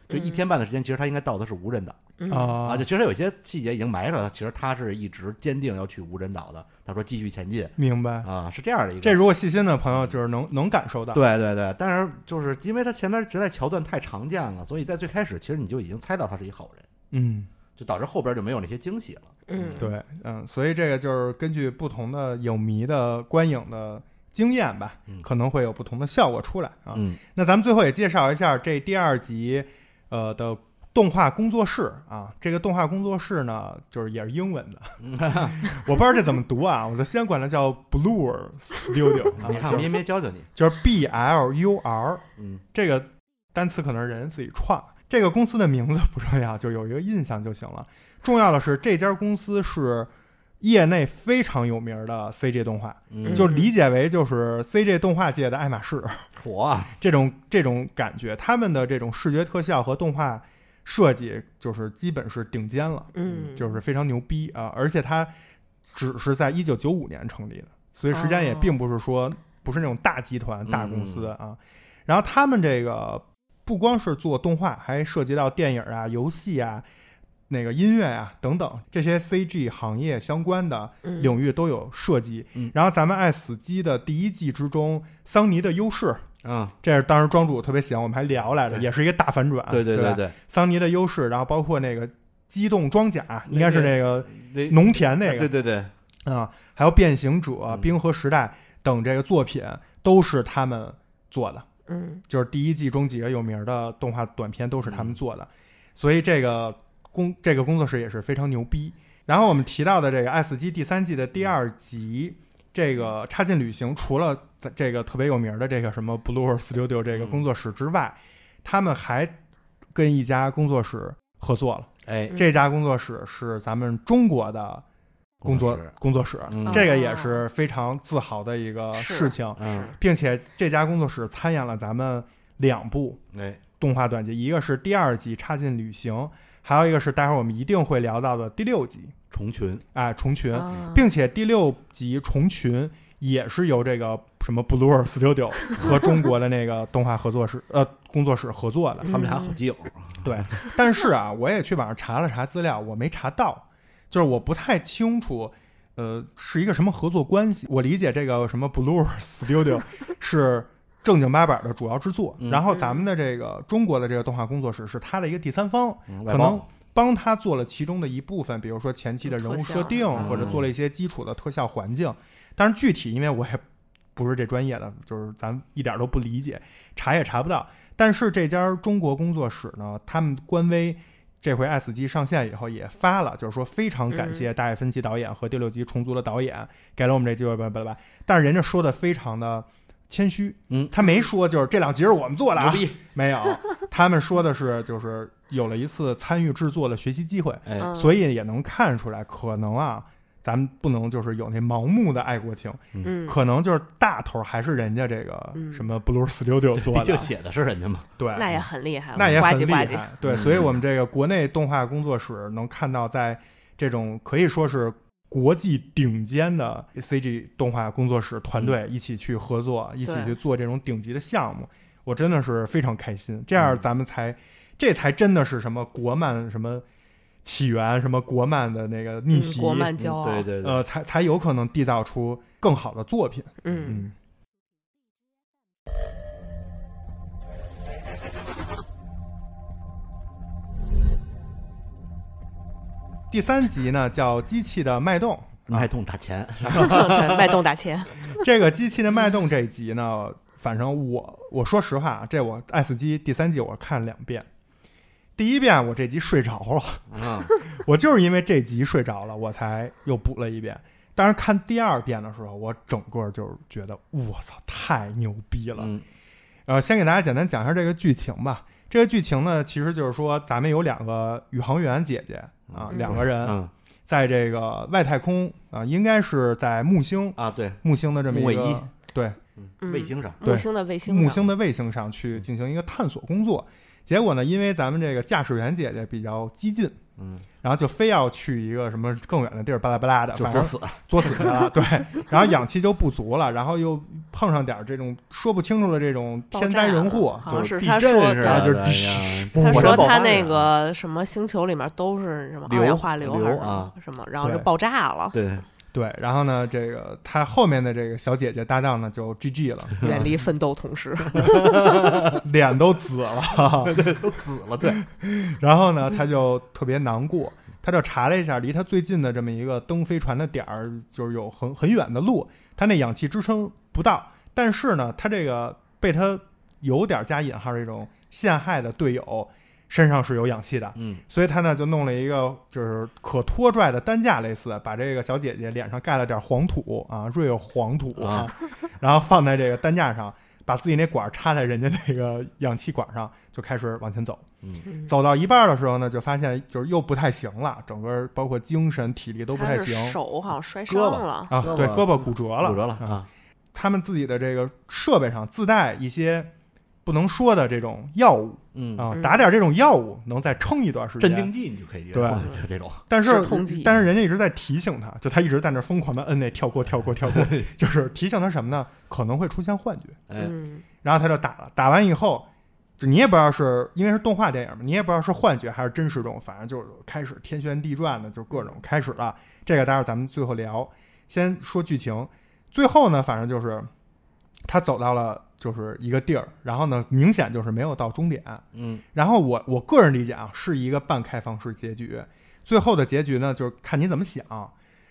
S2: 就一天半的时间，其实他应该到的是无人岛、
S3: 嗯
S1: 啊
S2: 啊。就其实有些细节已经埋着了，其实他是一直坚定要去无人岛的。他说继续前进
S1: 明白。
S2: 啊，是这样的一个。
S1: 这如果细心的朋友就是能能感受到，
S2: 对对对，但是就是因为他前面实在桥段太常见了，所以在最开始其实你就已经猜到他是一好人，
S1: 嗯，
S2: 就导致后边就没有那些惊喜了。
S3: 嗯，
S1: 对，嗯，所以这个就是根据不同的影迷的观影的经验吧，
S2: 嗯
S1: 可能会有不同的效果出来啊。
S2: 嗯
S1: 那咱们最后也介绍一下这第二集，呃的动画工作室啊。这个动画工作室呢，就是也是英文 的，我不知道这怎么读啊，我就先管它叫 Blur Studio，、啊、
S2: 你看
S1: 就
S2: 我
S1: 是
S2: 咩咩教教你，
S1: 就是 B L U R
S2: 嗯
S1: 这个单词可能是人自己创。这个公司的名字不重要，就有一个印象就行了。重要的是这家公司是业内非常有名的 CG 动画，
S2: 嗯，
S1: 就理解为就是 CG 动画界的爱马仕。
S2: 火啊，
S1: 这种这种感觉，他们的这种视觉特效和动画设计就是基本是顶尖了，
S3: 嗯，
S1: 就是非常牛逼啊！而且它只是在一九九五年成立的，所以时间也
S3: 哦
S1: 并不是说不是那种大集团、大公司
S2: 嗯
S1: 啊。然后他们这个不光是做动画，还涉及到电影啊、游戏啊、那个音乐啊等等这些 CG 行业相关的
S3: 嗯
S1: 领域都有涉及。
S2: 嗯
S1: 然后咱们《爱死机》的第一季之中，桑尼的优势。
S2: 嗯，
S1: 这是当时庄主特别喜欢，我们还聊来着，
S2: 对
S1: 也是一个大反转。
S2: 对
S1: 啊对
S2: 对
S1: 吧，
S2: 对，
S1: 桑尼的优势，然后包括那个机动装甲，应该是那个
S2: 那
S1: 农田那
S2: 对
S1: 个
S2: 对对，
S1: 啊，还有变形者、
S2: 嗯
S1: 冰河时代等这个作品都是他们做的，
S3: 嗯
S1: 就是第一季中几个有名的动画短片都是他们做的，所以这个工这个工作室也是非常牛逼。然后我们提到的这个《爱死机》第三季的第二集。这个插进旅行，除了在这个特别有名的这个什么 Blur Studio 这个
S2: 嗯
S1: 工作室之外，他们还跟一家工作室合作了。
S2: 哎，
S3: 嗯
S1: 这家工作室是咱们中国的工作
S2: 室
S1: 工作室，
S2: 嗯
S1: 这个也是非常自豪的一个
S3: 是
S1: 事情，
S2: 嗯，
S1: 并且这家工作室参演了咱们两部
S2: 哎，
S1: 动画短剧，一个是第二集《插进旅行》，还有一个是待会儿我们一定会聊到的第六集，
S2: 虫群，
S1: 哎，虫群，
S3: 啊
S1: 并且第六集虫群也是由这个什么 Blur Studio 和中国的那个动画合作室呃工作室合作的。
S2: 他们俩好基友，
S1: 但是啊，我也去网上查了查资料，我没查到，就是我不太清楚。呃，是一个什么合作关系？我理解这个什么 Blur Studio 是正经八百的主要制作，
S2: 嗯
S1: 然后咱们的这个中国的这个动画工作室是它的一个第三方，
S2: 嗯
S1: 可能帮他做了其中的一部分，比如说前期的人物设定
S3: 特效，啊
S1: 或者做了一些基础的特效环境。但是具体，因为我也不是这专业的，就是咱一点都不理解，查也查不到。但是这家中国工作室呢，他们官微这回《爱死机》上线以后也发了，就是说非常感谢大野芬奇导演和第六集重族的导演给了我们这机会，叭叭叭。但是人家说的非常的谦虚，
S2: 嗯
S1: 他没说就是这两集是我们做的
S2: 牛
S1: 啊，
S2: 逼，
S1: 没有，他们说的是就是有了一次参与制作的学习机会，
S2: 哎，
S3: 嗯
S1: 所以也能看出来，可能啊，咱们不能就是有那盲目的爱国情，
S3: 嗯
S1: 可能就是大头还是人家这个
S3: 嗯
S1: 什么 Blue Studio 做
S2: 毕竟
S1: 的，
S2: 写的是人家嘛，
S1: 对，
S3: 那也很厉害了，
S1: 那也
S3: 啊呱
S1: 很
S3: 唧
S1: 厉
S3: 呱唧，
S1: 害，对，所以我们这个国内动画工作室能看到，在这种可以说是国际顶尖的 CG 动画工作室团
S3: 嗯
S1: 队一起去合作，一起去做这种顶级的项目，我真的是非常开心。这样咱们才，这才真的是什么国漫什么起源，什么国漫的那个逆袭，
S3: 嗯国漫骄傲，
S2: 对对对，
S1: 呃，才才有可能缔造出更好的作品。
S3: 嗯，
S1: 第三集呢，叫《机器的脉动》啊
S2: 脉动打钱，
S1: 嗯
S3: 对脉动打钱，
S1: 这个机器的脉动这一集呢，反正我我说实话啊，这我《爱死机》第三季我看两遍，第一遍我这集睡着了，
S2: 嗯，
S1: 我就是因为这集睡着了，我才又补了一遍。但是看第二遍的时候，我整个就是觉得我操太牛逼了。
S2: 嗯
S1: 呃，先给大家简单讲一下这个剧情吧。这个剧情呢，其实就是说咱们有两个宇航员姐姐啊，
S3: 嗯
S1: 两个人
S2: 嗯
S1: 在这个外太空啊、应该是在木星
S2: 啊，对，
S1: 木星的这么一
S2: 木卫一
S1: 个对
S2: 嗯
S3: 嗯
S2: 卫星上，
S1: 对
S3: 木星的卫星，
S1: 木星的卫星上去进行一个探索工作。结果呢，因为咱们这个驾驶员姐姐比较激进，
S2: 嗯，
S1: 然后就非要去一个什么更远的地儿，巴拉巴拉的，
S2: 就
S1: 反
S2: 作
S1: 正
S2: 死，
S1: 作死去了，对，然后氧气就不足了，然后又碰上点儿这种说不清楚的这种天灾人祸，
S2: 啊
S3: 爆炸
S1: 就
S3: 好像是
S1: 地
S3: 他
S1: 震
S3: 说
S1: 似
S3: 的
S1: 的，就是
S2: 哎呀
S1: 地
S3: 他
S2: 火
S3: 说
S2: 山爆
S3: 他
S2: 发
S3: 那
S2: 呀
S3: 个什么星球里面都是什么
S2: 硫
S3: 二氧化硫
S2: 硫
S3: 还是什么
S2: 啊
S3: 什么，然后就
S1: 对
S3: 爆炸了，
S2: 对，
S1: 对，然后呢，这个他后面的这个小姐姐搭档呢就 GG 了，
S3: 远离奋斗同 事。
S1: 脸都紫了，
S2: 都紫了，对，
S1: 然后呢，他就特别难过，他就查了一下，离他最近的这么一个登飞船的点儿，就是有很很远的路，他那氧气支撑不到，但是呢，他这个被他有点加引号这种陷害的队友身上是有氧气的，
S2: 嗯，
S1: 所以他呢就弄了一个就是可拖拽的担架类似，把这个小姐姐脸上盖了点黄土啊，瑞有黄土
S2: 啊，
S1: 然后放在这个担架上，把自己那管儿插在人家那个氧气管上，就开始往前走。
S3: 嗯
S1: 走到一半的时候呢，就发现就是又不太行了，整个包括精神体力都不
S3: 他
S1: 太
S3: 是
S1: 行
S3: 手好像摔
S2: 胳
S3: 伤
S2: 膊
S3: 了，
S1: 啊，
S2: 胳膊
S1: 对，胳膊骨折了，
S2: 骨折了
S1: 啊。
S2: 啊，
S1: 他们自己的这个设备上自带一些不能说的这种药物
S2: 嗯
S1: 啊
S3: 嗯，
S1: 打点这种药物能再撑一段时间，
S2: 镇定剂你就可以用
S1: 对
S2: 了就这种，
S1: 但是
S3: 止痛剂
S1: 但是人家一直在提醒他，就他一直在那儿疯狂的摁那跳过跳过跳过，就是提醒他什么呢？可能会出现幻觉。
S2: 哎，
S3: 嗯，
S1: 然后他就打了，打完以后，就你也不知道是因为是动画电影嘛，你也不知道是幻觉还是真实中，反正就是开始天旋地转的，就各种开始了。这个待会儿咱们最后聊，先说剧情。最后呢，反正就是他走到了就是一个地儿，然后呢，明显就是没有到终点，
S2: 嗯，
S1: 然后我我个人理解啊，是一个半开放式结局。最后的结局呢，就是看你怎么想。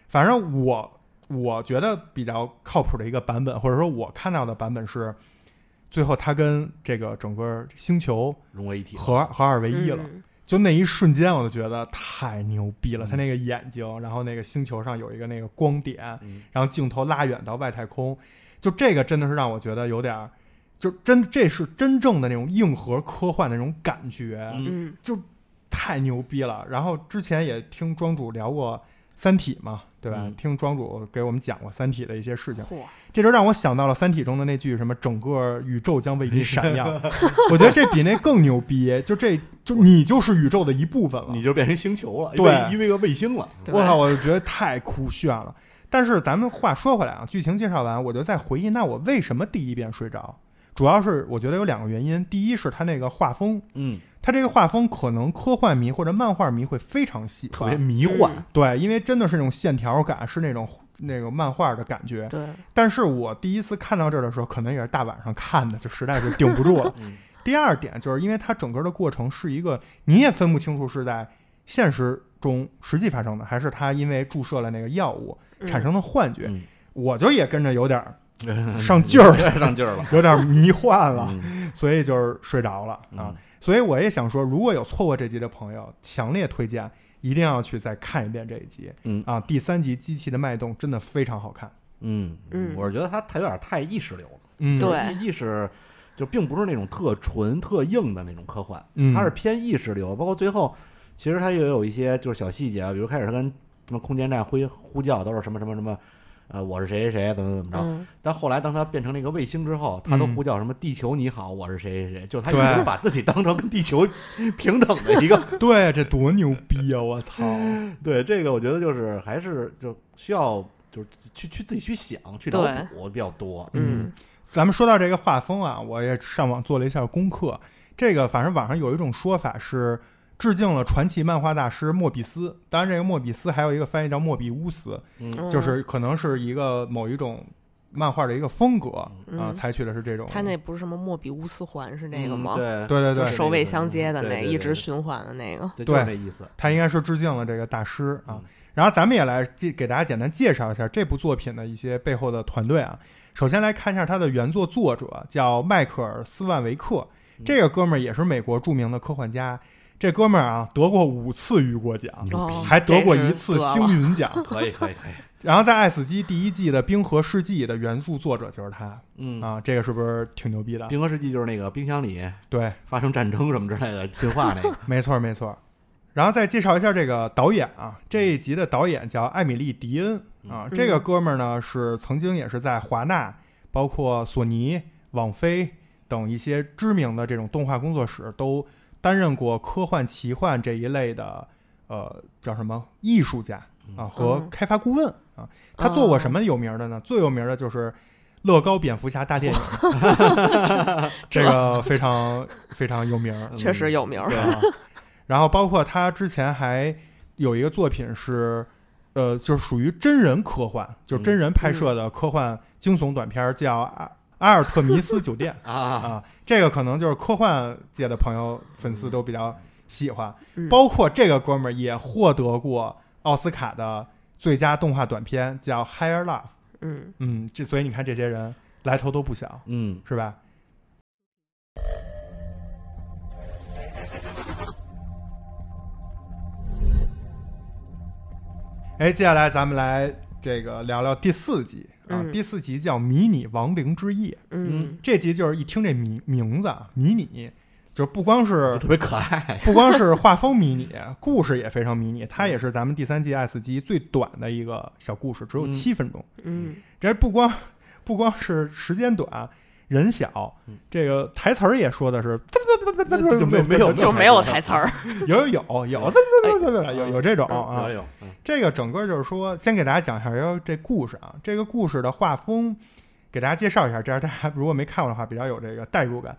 S1: 反正我我觉得比较靠谱的一个版本，或者说我看到的版本是，最后他跟这个整个星球
S2: 融为一体了，
S1: 合合二为一了。
S3: 嗯
S1: 就那一瞬间，我就觉得太牛逼了。
S2: 嗯
S1: 他那个眼睛，然后那个星球上有一个那个光点，
S2: 嗯，
S1: 然后镜头拉远到外太空，就这个真的是让我觉得有点儿，就真这是真正的那种硬核科幻的那种感觉。
S2: 嗯
S3: 嗯，
S1: 太牛逼了。然后之前也听庄主聊过《三体》嘛，对吧？
S2: 嗯
S1: 听庄主给我们讲过《三体》的一些事情，
S3: 嗯嚯，
S1: 这就让我想到了《三体》中的那句什么“整个宇宙将为你闪耀”， 我觉得这比那更牛逼。就这就你就是宇宙的一部分了。
S2: 你就变成星球了，因
S1: 对
S2: 为因为一个卫星了，
S3: 对
S1: 我
S3: 吧
S1: 靠，我就觉得太酷炫了。但是咱们话说回来啊，剧情介绍完，我就在回忆，那我为什么第一遍睡着？主要是我觉得有两个原因，第一是他那个画风，
S2: 嗯，
S1: 他这个画风可能科幻迷或者漫画迷会非常喜
S2: 特
S1: 欢，
S2: 别迷幻，。
S1: 对，因为真的是那种线条感，是那种那个漫画的感觉。
S3: 嗯对，
S1: 但是我第一次看到这儿的时候，可能也是大晚上看的，就实在是顶不住了
S2: 嗯
S1: 第二点就是因为它整个的过程是一个你也分不清楚是在现实中实际发生的，还是他因为注射了那个药物产生的幻觉。
S2: 嗯
S1: 我就也跟着有点儿
S2: 嗯
S1: 上劲儿
S2: 上劲儿 了，
S1: 有点儿迷幻了，
S2: 嗯
S1: 所以就是睡着了啊。，所以我也想说，如果有错过这集的朋友，强烈推荐一定要去再看一遍这一集。
S2: 嗯
S1: 啊，第三集《机器的脉动》真的非常好看。
S2: 嗯
S3: 嗯
S2: 我是觉得它它有点太意识流了，
S1: 嗯，
S3: 对
S2: 意意识就并不是那种特纯特硬的那种科幻，
S1: 嗯
S2: 它是偏意识流，包括最后其实它也有一些就是小细节，比如开始它跟什么空间站呼呼叫都是什么什么什么。呃，我是谁谁谁，怎么怎么着？
S3: 嗯，
S2: 但后来当它变成了一个卫星之后，它都
S1: 嗯
S2: 呼叫什么“地球你好，我是谁谁谁”，就它已
S1: 对
S2: 经把自己当成跟地球平等的一个
S1: 对，这多牛逼啊！我操，
S3: 嗯
S2: 对这个，我觉得就是还是就需要就是去去自己去想去脑
S3: 对
S2: 补比较多。
S1: 嗯
S3: 嗯，
S1: 咱们说到这个画风啊，我也上网做了一下功课。这个反正网上有一种说法是致敬了传奇漫画大师莫比斯，当然这个莫比斯还有一个翻译叫莫比乌斯，
S2: 嗯
S3: 嗯
S1: 就是可能是一个某一种漫画的一个风格啊、
S3: 嗯
S1: 采取的是这种。
S3: 他那不是什么莫比乌斯环是那个
S2: 嗯
S3: 吗？
S2: 对
S1: 对对
S3: 就
S1: 对，
S3: 首尾相接的
S2: 对对
S3: 那
S2: 对
S3: 一
S2: 对
S3: 直循环的那个。
S2: 对，就是
S1: 对
S2: 这意思。
S1: 他应该是致敬了这个大师啊
S2: 嗯。
S1: 然后咱们也来介给大家简单介绍一下这部作品的一些背后的团队啊。首先来看一下它的原作作者叫迈克尔·斯万维克，
S2: 嗯
S1: 这个哥们儿也是美国著名的科幻家。这哥们儿啊，得过五次雨果奖，
S2: 牛逼
S3: 哦
S1: 还得过
S3: 真
S1: 一
S3: 是
S1: 次
S3: 得了
S1: 星云奖。
S2: 可以可以可以，
S1: 然后在《爱死机》第一季的《冰河世纪》的原著作者就是他
S2: 嗯，
S1: 啊，这个是不是挺牛逼的？
S2: 冰河世纪就是那个冰箱里
S1: 对，
S2: 发生战争什么之类的进化那个，
S1: 没错，没错。然后再介绍一下这个导演啊，这一集的导演叫艾米丽·迪恩啊，这个哥们儿呢是曾经也是在华纳、包括索尼、网飞等一些知名的这种动画工作室都担任过科幻、奇幻这一类的呃叫什么艺术家啊
S2: 嗯
S1: 和
S3: 嗯
S1: 开发顾问啊。他做过什么有名的呢？最有名的就是乐高蝙蝠侠大电影，这个非常非常有名儿。
S2: 嗯
S3: 确实有名儿。
S1: 对、啊， 然后包括他之前还有一个作品是，呃，就是属于真人科幻，就是真人拍摄的科幻惊悚短片儿，叫阿《阿尔特弥斯酒店》
S2: 啊，
S1: 啊。这个可能就是科幻界的朋友粉丝都比较喜欢，
S3: 嗯
S1: 包括这个哥们儿也获得过奥斯卡的最佳动画短片，叫《Higher Love》。
S3: 嗯，
S1: 嗯，这所以你看这些人来头都不小，
S2: 嗯，
S1: 是吧？哎，接下来咱们来这个聊聊第四集啊，
S3: 嗯
S1: 第四集叫《迷你亡灵之夜》。
S3: 嗯
S1: 这集就是一听这名名字啊，迷你，就是不光
S2: 就是特别可爱
S1: 不光是画风迷你，故事也非常迷你。它也是咱们第三季 S 集最短的一个小故事，只有
S2: 嗯
S1: 七分钟。
S3: 嗯
S1: 这不光不光是时间短，人小
S2: 嗯，
S1: 这个台词儿也说的是，
S2: 就没有
S1: 嗯
S2: 没哎有
S3: 就没有台词儿，
S1: 有有有有有有有这种啊
S2: 有。有，嗯
S1: 这个整个就是说，先给大家讲一下这故事啊，这个故事的画风，给大家介绍一下，这样大家如果没看过的话，比较有这个代入感。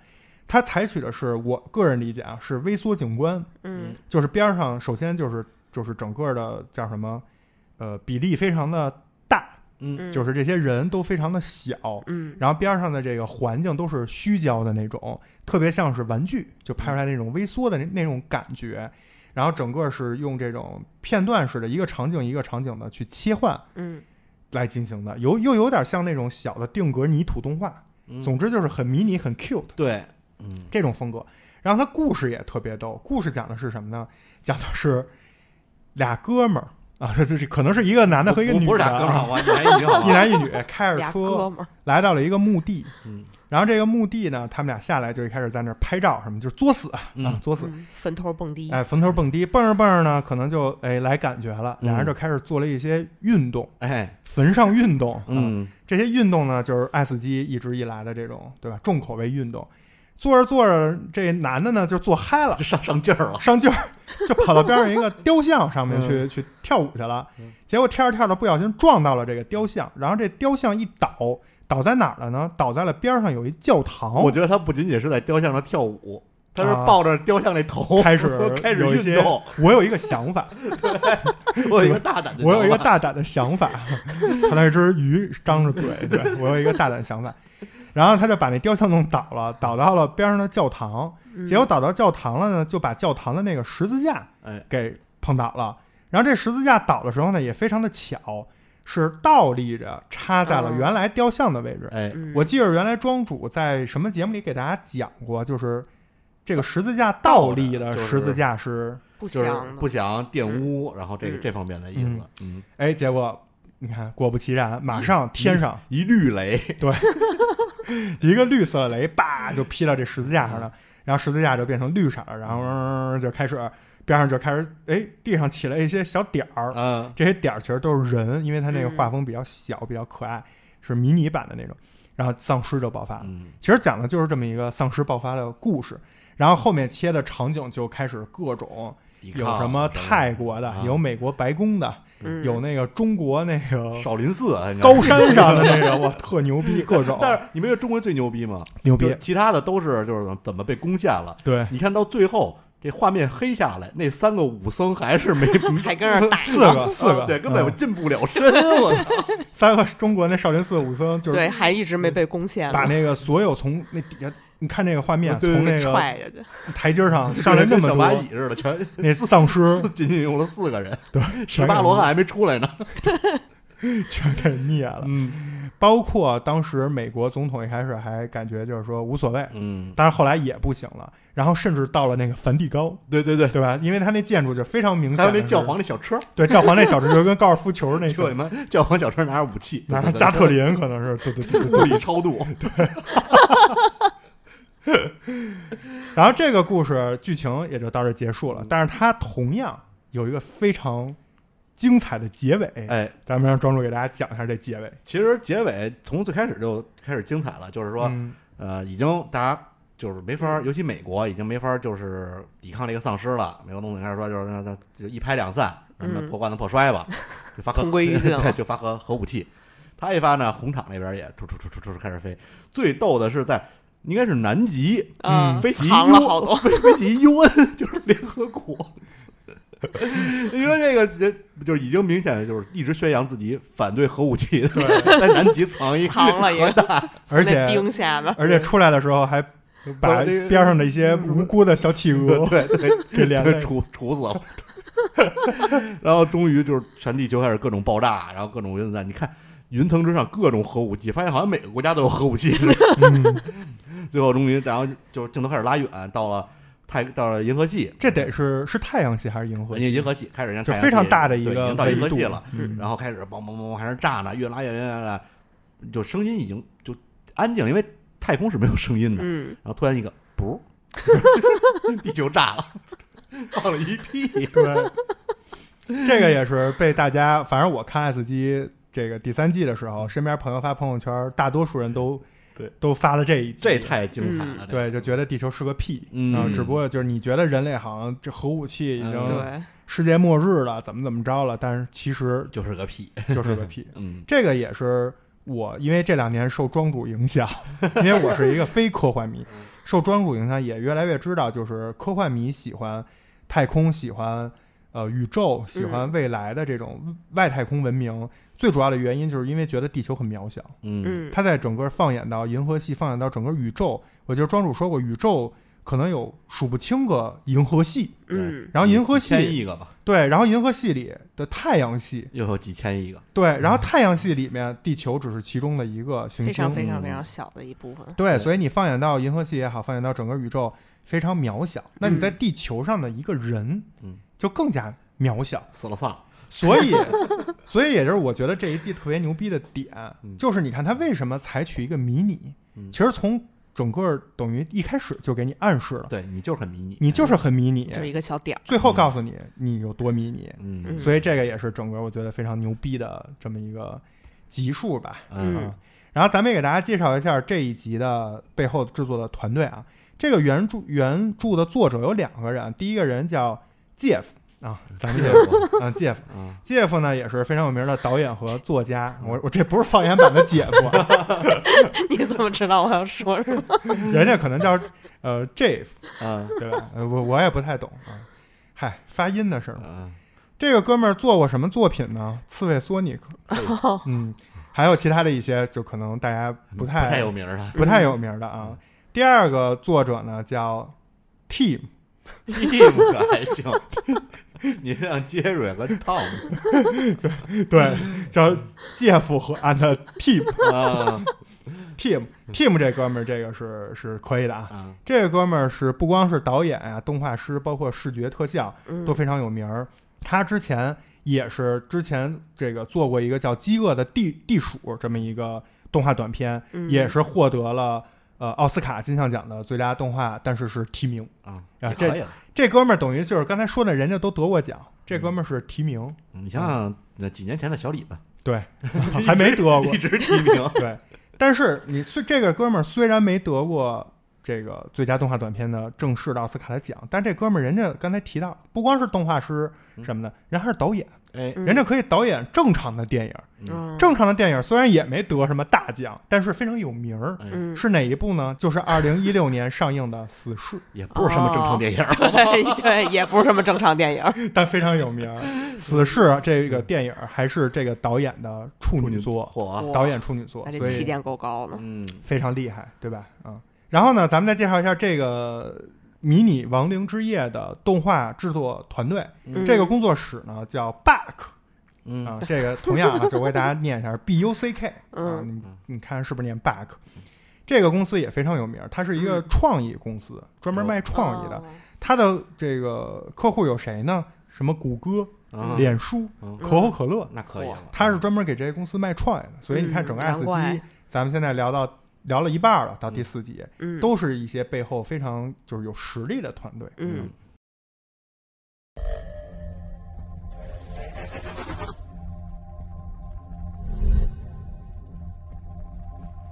S1: 它采取的是我个人理解啊，是微缩景观，
S3: 嗯
S1: 就是边儿上首先就是就是整个的叫什么，呃，比例非常的大，
S2: 嗯
S3: 嗯，
S1: 就是这些人都非常的小，
S3: 嗯
S1: 然后边上的这个环境都是虚焦的那种，特别像是玩具，就拍出来那种微缩的那那种感觉。然后整个是用这种片段式的一个场景一个场景的去切换
S3: 嗯
S1: 来进行的，有又有点像那种小的定格泥土动画。
S2: 嗯
S1: 总之就是很迷你、很 cute
S2: 对，嗯
S1: 这种风格。然后它故事也特别逗，故事讲的是什么呢？讲的是俩哥们儿啊，这这这可能是一个男的和一个
S2: 不
S1: 女
S2: 不是
S1: 的
S2: 俩哥们儿，
S1: 啊，
S2: 我一男一女好 吧
S1: 一男一女开着
S3: 俩
S1: 车
S3: 哥们儿，
S1: 来到了一个墓地，
S2: 嗯
S1: 然后这个墓地呢，他们俩下来就一开始在那儿拍照，什么就是作死啊，
S2: 嗯
S1: 啊作死，
S3: 嗯坟头蹦迪，
S1: 哎，坟头蹦迪，蹦着蹦着呢，可能就哎来感觉了，
S2: 嗯
S1: 俩人就开始做了一些运动，
S2: 哎
S1: 坟上运动，啊，
S2: 嗯
S1: 这些运动呢，就是爱斯基一直以来的这种对吧，重口味运动，做着做着，这男的呢就做嗨了
S2: 就。上上劲儿了，
S1: 上劲儿，就跑到边上一个雕像上面去、去跳舞去了
S2: 嗯。
S1: 结果跳着跳着不小心撞到了这个雕像，然后这雕像一倒，倒在哪儿了呢？倒在了边上有一教堂。
S2: 我觉得他不仅仅是在雕像上跳舞，他是
S1: 哦啊
S2: 抱着雕像那头
S1: 开始
S2: 开始
S1: 有一些
S2: 运动。
S1: 我有一个想 法，
S2: 我有一个大胆的，
S1: 我有一个，大胆的想法。 他那只鱼张着嘴，对我有一个大胆的想法。然后他就把那雕像弄倒了，倒到了边上的教堂。
S3: 嗯
S1: 结果倒到教堂了呢，就把教堂的那个十字架
S2: 哎，
S1: 给碰倒了。然后这十字架倒的时候呢，也非常的巧，是倒立着插在了
S3: 哦
S1: 原来雕像的 位置。
S2: 哎，
S3: 嗯
S1: 我记着原来庄主在什么节目里给大家讲过，就是这个十字架倒立的
S2: 就是
S1: 十字架是
S3: 不
S2: 就是
S3: 香的
S2: 不想玷污，然后这个
S3: 嗯
S2: 这方面的意思，嗯，
S1: 哎，结果你看，果不其然，马上天上
S2: 一绿雷，
S3: 嗯
S1: 一个绿色雷，叭就劈到这十字架上了，然后十字架就变成绿色了，然后、
S3: 嗯
S1: 呃就开始边上就开始，哎，地上起了一些小点儿，
S2: 嗯，
S1: 这些点儿其实都是人，因为它那个
S3: 嗯
S1: 画风比较小，比较可爱，是迷你版的那种，然后丧尸就爆发了。
S2: 嗯
S1: 其实讲的就是这么一个丧尸爆发的故事，然后后面切的场景就开始各种，
S2: 抵
S1: 有
S2: 抗
S1: 什么泰国的
S2: 啊，
S1: 有美国白宫的，
S3: 嗯
S1: 有那个中国那个
S2: 少林寺啊，应该
S1: 高山上的那个，哇，特牛逼，各 种
S2: 但是你们觉得中国最牛逼吗？
S1: 哦牛
S2: 就
S1: 逼
S2: 是，其他的都是就是怎么被攻陷了。
S1: 对，
S2: 你看到最后这画面黑下来，那三个武僧还是没 啊
S3: 还跟 那儿打
S1: 四个四个，
S2: 对，根本我
S1: 嗯
S2: 进不了身，我操！
S1: 三个中国那少林寺武僧就是
S3: 对，还一直没被攻陷
S1: 把
S3: 了，
S1: 那个所有从那底下，你看那个画面，
S2: 对对
S1: 从那个
S3: 踹下去，
S1: 台阶上 上来那
S2: 跟
S1: 么
S2: 小蚂
S1: 多
S2: 蚁似的，全
S1: 那丧 尸
S2: 四仅仅用了四个人，
S1: 对，
S2: 十八罗汉还没出来呢。
S1: 全给灭了，
S2: 嗯
S1: 包括当时美国总统一开始还感觉就是说无所谓，
S2: 嗯，
S1: 但是后来也不行了，然后甚至到了那个梵蒂冈，
S2: 对对对，
S1: 对吧？因为他那建筑就非常明显，
S2: 还有那教，皇那小车，
S1: 对教皇那小车就跟高尔夫球 那
S2: 就你
S1: 小，
S2: 们教皇小车拿着武器，
S1: 拿着
S2: 对对对
S1: 加特林可能是，对对对 对对。
S2: 物理超度，
S1: 然后这个故事剧情也就到这结束
S2: 嗯
S1: 了，但是它同样有一个非常精彩的结尾。
S2: 哎，
S1: 咱们让庄主给大家讲一下这结尾。
S2: 其实结尾从最开始就开始精彩了，就是说，
S1: 嗯
S2: 呃，已经大家就是没法儿，
S3: 嗯
S2: 尤其美国已经没法儿就是抵抗这个丧尸了。美国总统开始说就是那那就一拍两散，什么
S3: 嗯
S2: 破罐子破摔 吧，就发核
S3: 同归于尽了
S2: 对，就发核核武器。他一发呢，红场那边也突突突突突开始飞。最逗的是在应该是南极，
S1: 嗯
S3: 啊，
S2: 飞起一 U，
S3: 藏了好多，
S2: 飞 飞起一 UN 就是联合国。 你说这个人就是已经明显就是一直宣扬自己反对核武器的，在南极藏一
S3: 藏了一个
S2: 核弹，
S1: 而且
S3: 从那冰下面，
S1: 而且出来的时 候还把
S2: 把这个
S1: 边上的一些无辜的小企鹅
S2: 对对，
S1: 给连累
S2: 对，。处处死了。 然后终于就是全地球开始各种爆炸，然后各种原子弹。你看云层之上各种核武器，发现好像每个国家都有核武器似的。
S1: 嗯，
S2: 最后终于，然后就是镜头开始拉远，到了太到了银河系，
S1: 这得是是太阳系还是银河
S2: 人家银
S1: 系？
S2: 河系开始人家
S1: 就
S2: 太阳
S1: 非常
S2: 系
S1: 大的一
S2: 对已
S1: 个
S2: 经到银河
S1: 维度
S2: 系了，。
S1: 嗯
S2: 然后开始嘣嘣嘣嘣还是炸呢，越拉越远越拉越远，就声音已经就安静了，因为太空是没有声音的。
S3: 嗯，
S2: 然后突然一个噗， 地球炸了，放了一屁。
S1: 对，这个也是被大家，反正我看 S 机这个第三季的时候，身边朋友发朋友圈，大多数人都
S2: 对
S1: 都发了这一集
S2: 这太精彩
S3: 嗯
S2: 了，这
S1: 对，就觉得地球是个屁。
S2: 嗯
S1: 然后只不过就是你觉得人类好像这核武器已
S2: 嗯
S1: 经
S3: 对，
S1: 世界末日了，怎么怎么着了，但是其实
S2: 就是个屁，
S1: 就是个屁。
S2: 嗯，
S1: 这个也是我因为这两年受庄主影响，因为我是一个非科幻 迷，
S2: 嗯
S1: 受庄主影响也越来越知道，就是科幻迷喜欢太空，喜欢呃宇宙，喜
S2: 嗯
S1: 欢未来的这种外太空文明。最主要的原因就是因为觉得地球很渺小，
S2: 嗯
S3: 嗯，
S1: 它在整个放眼到银河系，放眼到整个宇宙，我觉得庄主说过，宇宙可能有数不清个银河系。
S3: 嗯，
S1: 然后银河
S2: 几千
S1: 系
S2: 亿个吧，
S1: 对，然后银河系里的太阳系
S2: 又有几千亿个，
S1: 对，然后太阳系里面地球只是其中的一个行
S3: 非
S1: 星
S3: 常，非常非
S2: 嗯
S3: 常小的一部分，
S1: 对，
S2: 对
S1: 所以你放眼到银河系也好，放眼到整个宇宙，非常渺小。那你在地球上的一个人，
S2: 嗯，
S1: 就更加渺小。
S2: 死了算了，
S1: 所 以，所以也就是我觉得这一季特别牛逼的点，
S2: 嗯
S1: 就是你看它为什么采取一个迷你，
S2: 嗯
S1: 其实从整个等于一开始就给你暗示了，
S2: 对你就是很迷你，
S1: 你就是很迷你，
S3: 就是一个小点儿，
S1: 最后告诉你你有多迷你。
S2: 嗯
S1: 所以这个也是整个我觉得非常牛逼的这么一个集数吧。
S2: 嗯
S1: 啊然后咱们也给大家介绍一下这一集的背后制作的团队啊。这个原著原著的作者有两个人，啊第一个人叫 Jeff 啊，咱们
S2: 这
S1: 这
S2: 个
S1: 啊 Jeff
S2: 啊，
S1: Jeff 呢也是非常有名的导演和作家。我我这不是方言版的姐夫 啊，
S3: 你怎么知道我要说 什么？
S1: 人家可能叫呃 Jeff
S2: 嗯
S1: 对吧？呃我我也不太懂啊。嗨，发音的事儿嘛。
S2: 嗯，
S1: 这个哥们儿做过什么作品呢？刺猬索尼克，
S2: 哦
S1: 嗯，还有其他的一些，就可能大家不太
S2: 不太有名儿了，
S1: 不太有名的
S3: 嗯
S1: 啊。第二个作者呢叫 Team，
S2: Tim 可还行， 你像 Jerry 和 Tom
S1: 对，
S3: 嗯
S1: 叫杰夫和 and Team
S2: 啊
S1: Team
S3: 嗯
S1: Team 这哥们儿，这个是是可以的啊。
S2: 啊，
S1: 这个哥们儿是不光是导演啊、动画师，包括视觉特效
S3: 嗯
S1: 都非常有名儿。他之前也是之前这个做过一个叫《饥饿的地地鼠》这么一个动画短片，
S3: 嗯
S1: 也是获得了呃奥斯卡金像奖的最佳动画，但是是提名。
S2: 啊，
S1: 啊
S2: 也
S1: 这
S2: 可以了。
S1: 这哥们儿等于就是刚才说的，人家都得过奖，这哥们儿是提名，
S2: 你想
S1: 嗯
S2: 想那几年前的小李 子，
S1: 对，还没得过
S2: 一，直提名，
S1: 对。但是你虽这个哥们儿虽然没得过这个最佳动画短片的正式的奥斯卡的奖，但这哥们儿人家刚才提到，不光是动画师什么的，人还是导演，
S2: 哎，
S3: 嗯
S1: 人家可以导演正常的电影，
S3: 嗯
S1: 正常的电影虽然也没得什么大奖，但是非常有名儿。
S2: 哎
S3: 嗯
S1: 是哪一部呢？就是二零一六年上映的《死侍
S2: 也不是什么正
S3: 哦
S2: 常电影儿，
S3: 对 对，也不是什么正常电影儿，》，
S1: 但非常有名儿。《死侍》这个电影还是这个导演的处女作，
S2: 火，
S1: 导演处女作
S3: 那，这
S1: 所
S3: 起
S1: 以
S3: 点够高呢。
S2: 嗯，
S1: 非常厉害，对吧？啊、然后呢，咱们再介绍一下这个迷你亡灵之夜的动画制作团队，
S2: 嗯
S1: 这个工作室呢叫 Buck
S2: 嗯
S1: 啊、这个同 样啊，就我给大家念一下 B U C K 啊，
S3: 嗯
S1: 你你看是不是念 Buck？这个公司也非常有名，它是一个创意公司，专门卖创意的。
S3: 嗯哦
S1: 它的这个客户有谁呢？什么谷歌、
S2: 啊
S1: 脸书、
S2: 嗯
S1: 可口可乐，
S2: 那可以了，
S1: 他是专门给这些公司卖创意的，所以你看整个
S3: 嗯
S1: S
S3: 难怪
S1: 机，咱们现在聊到聊了一半儿了，到第四集、
S3: 嗯，
S1: 都是一些背后非常就是有实力的团队。
S3: 嗯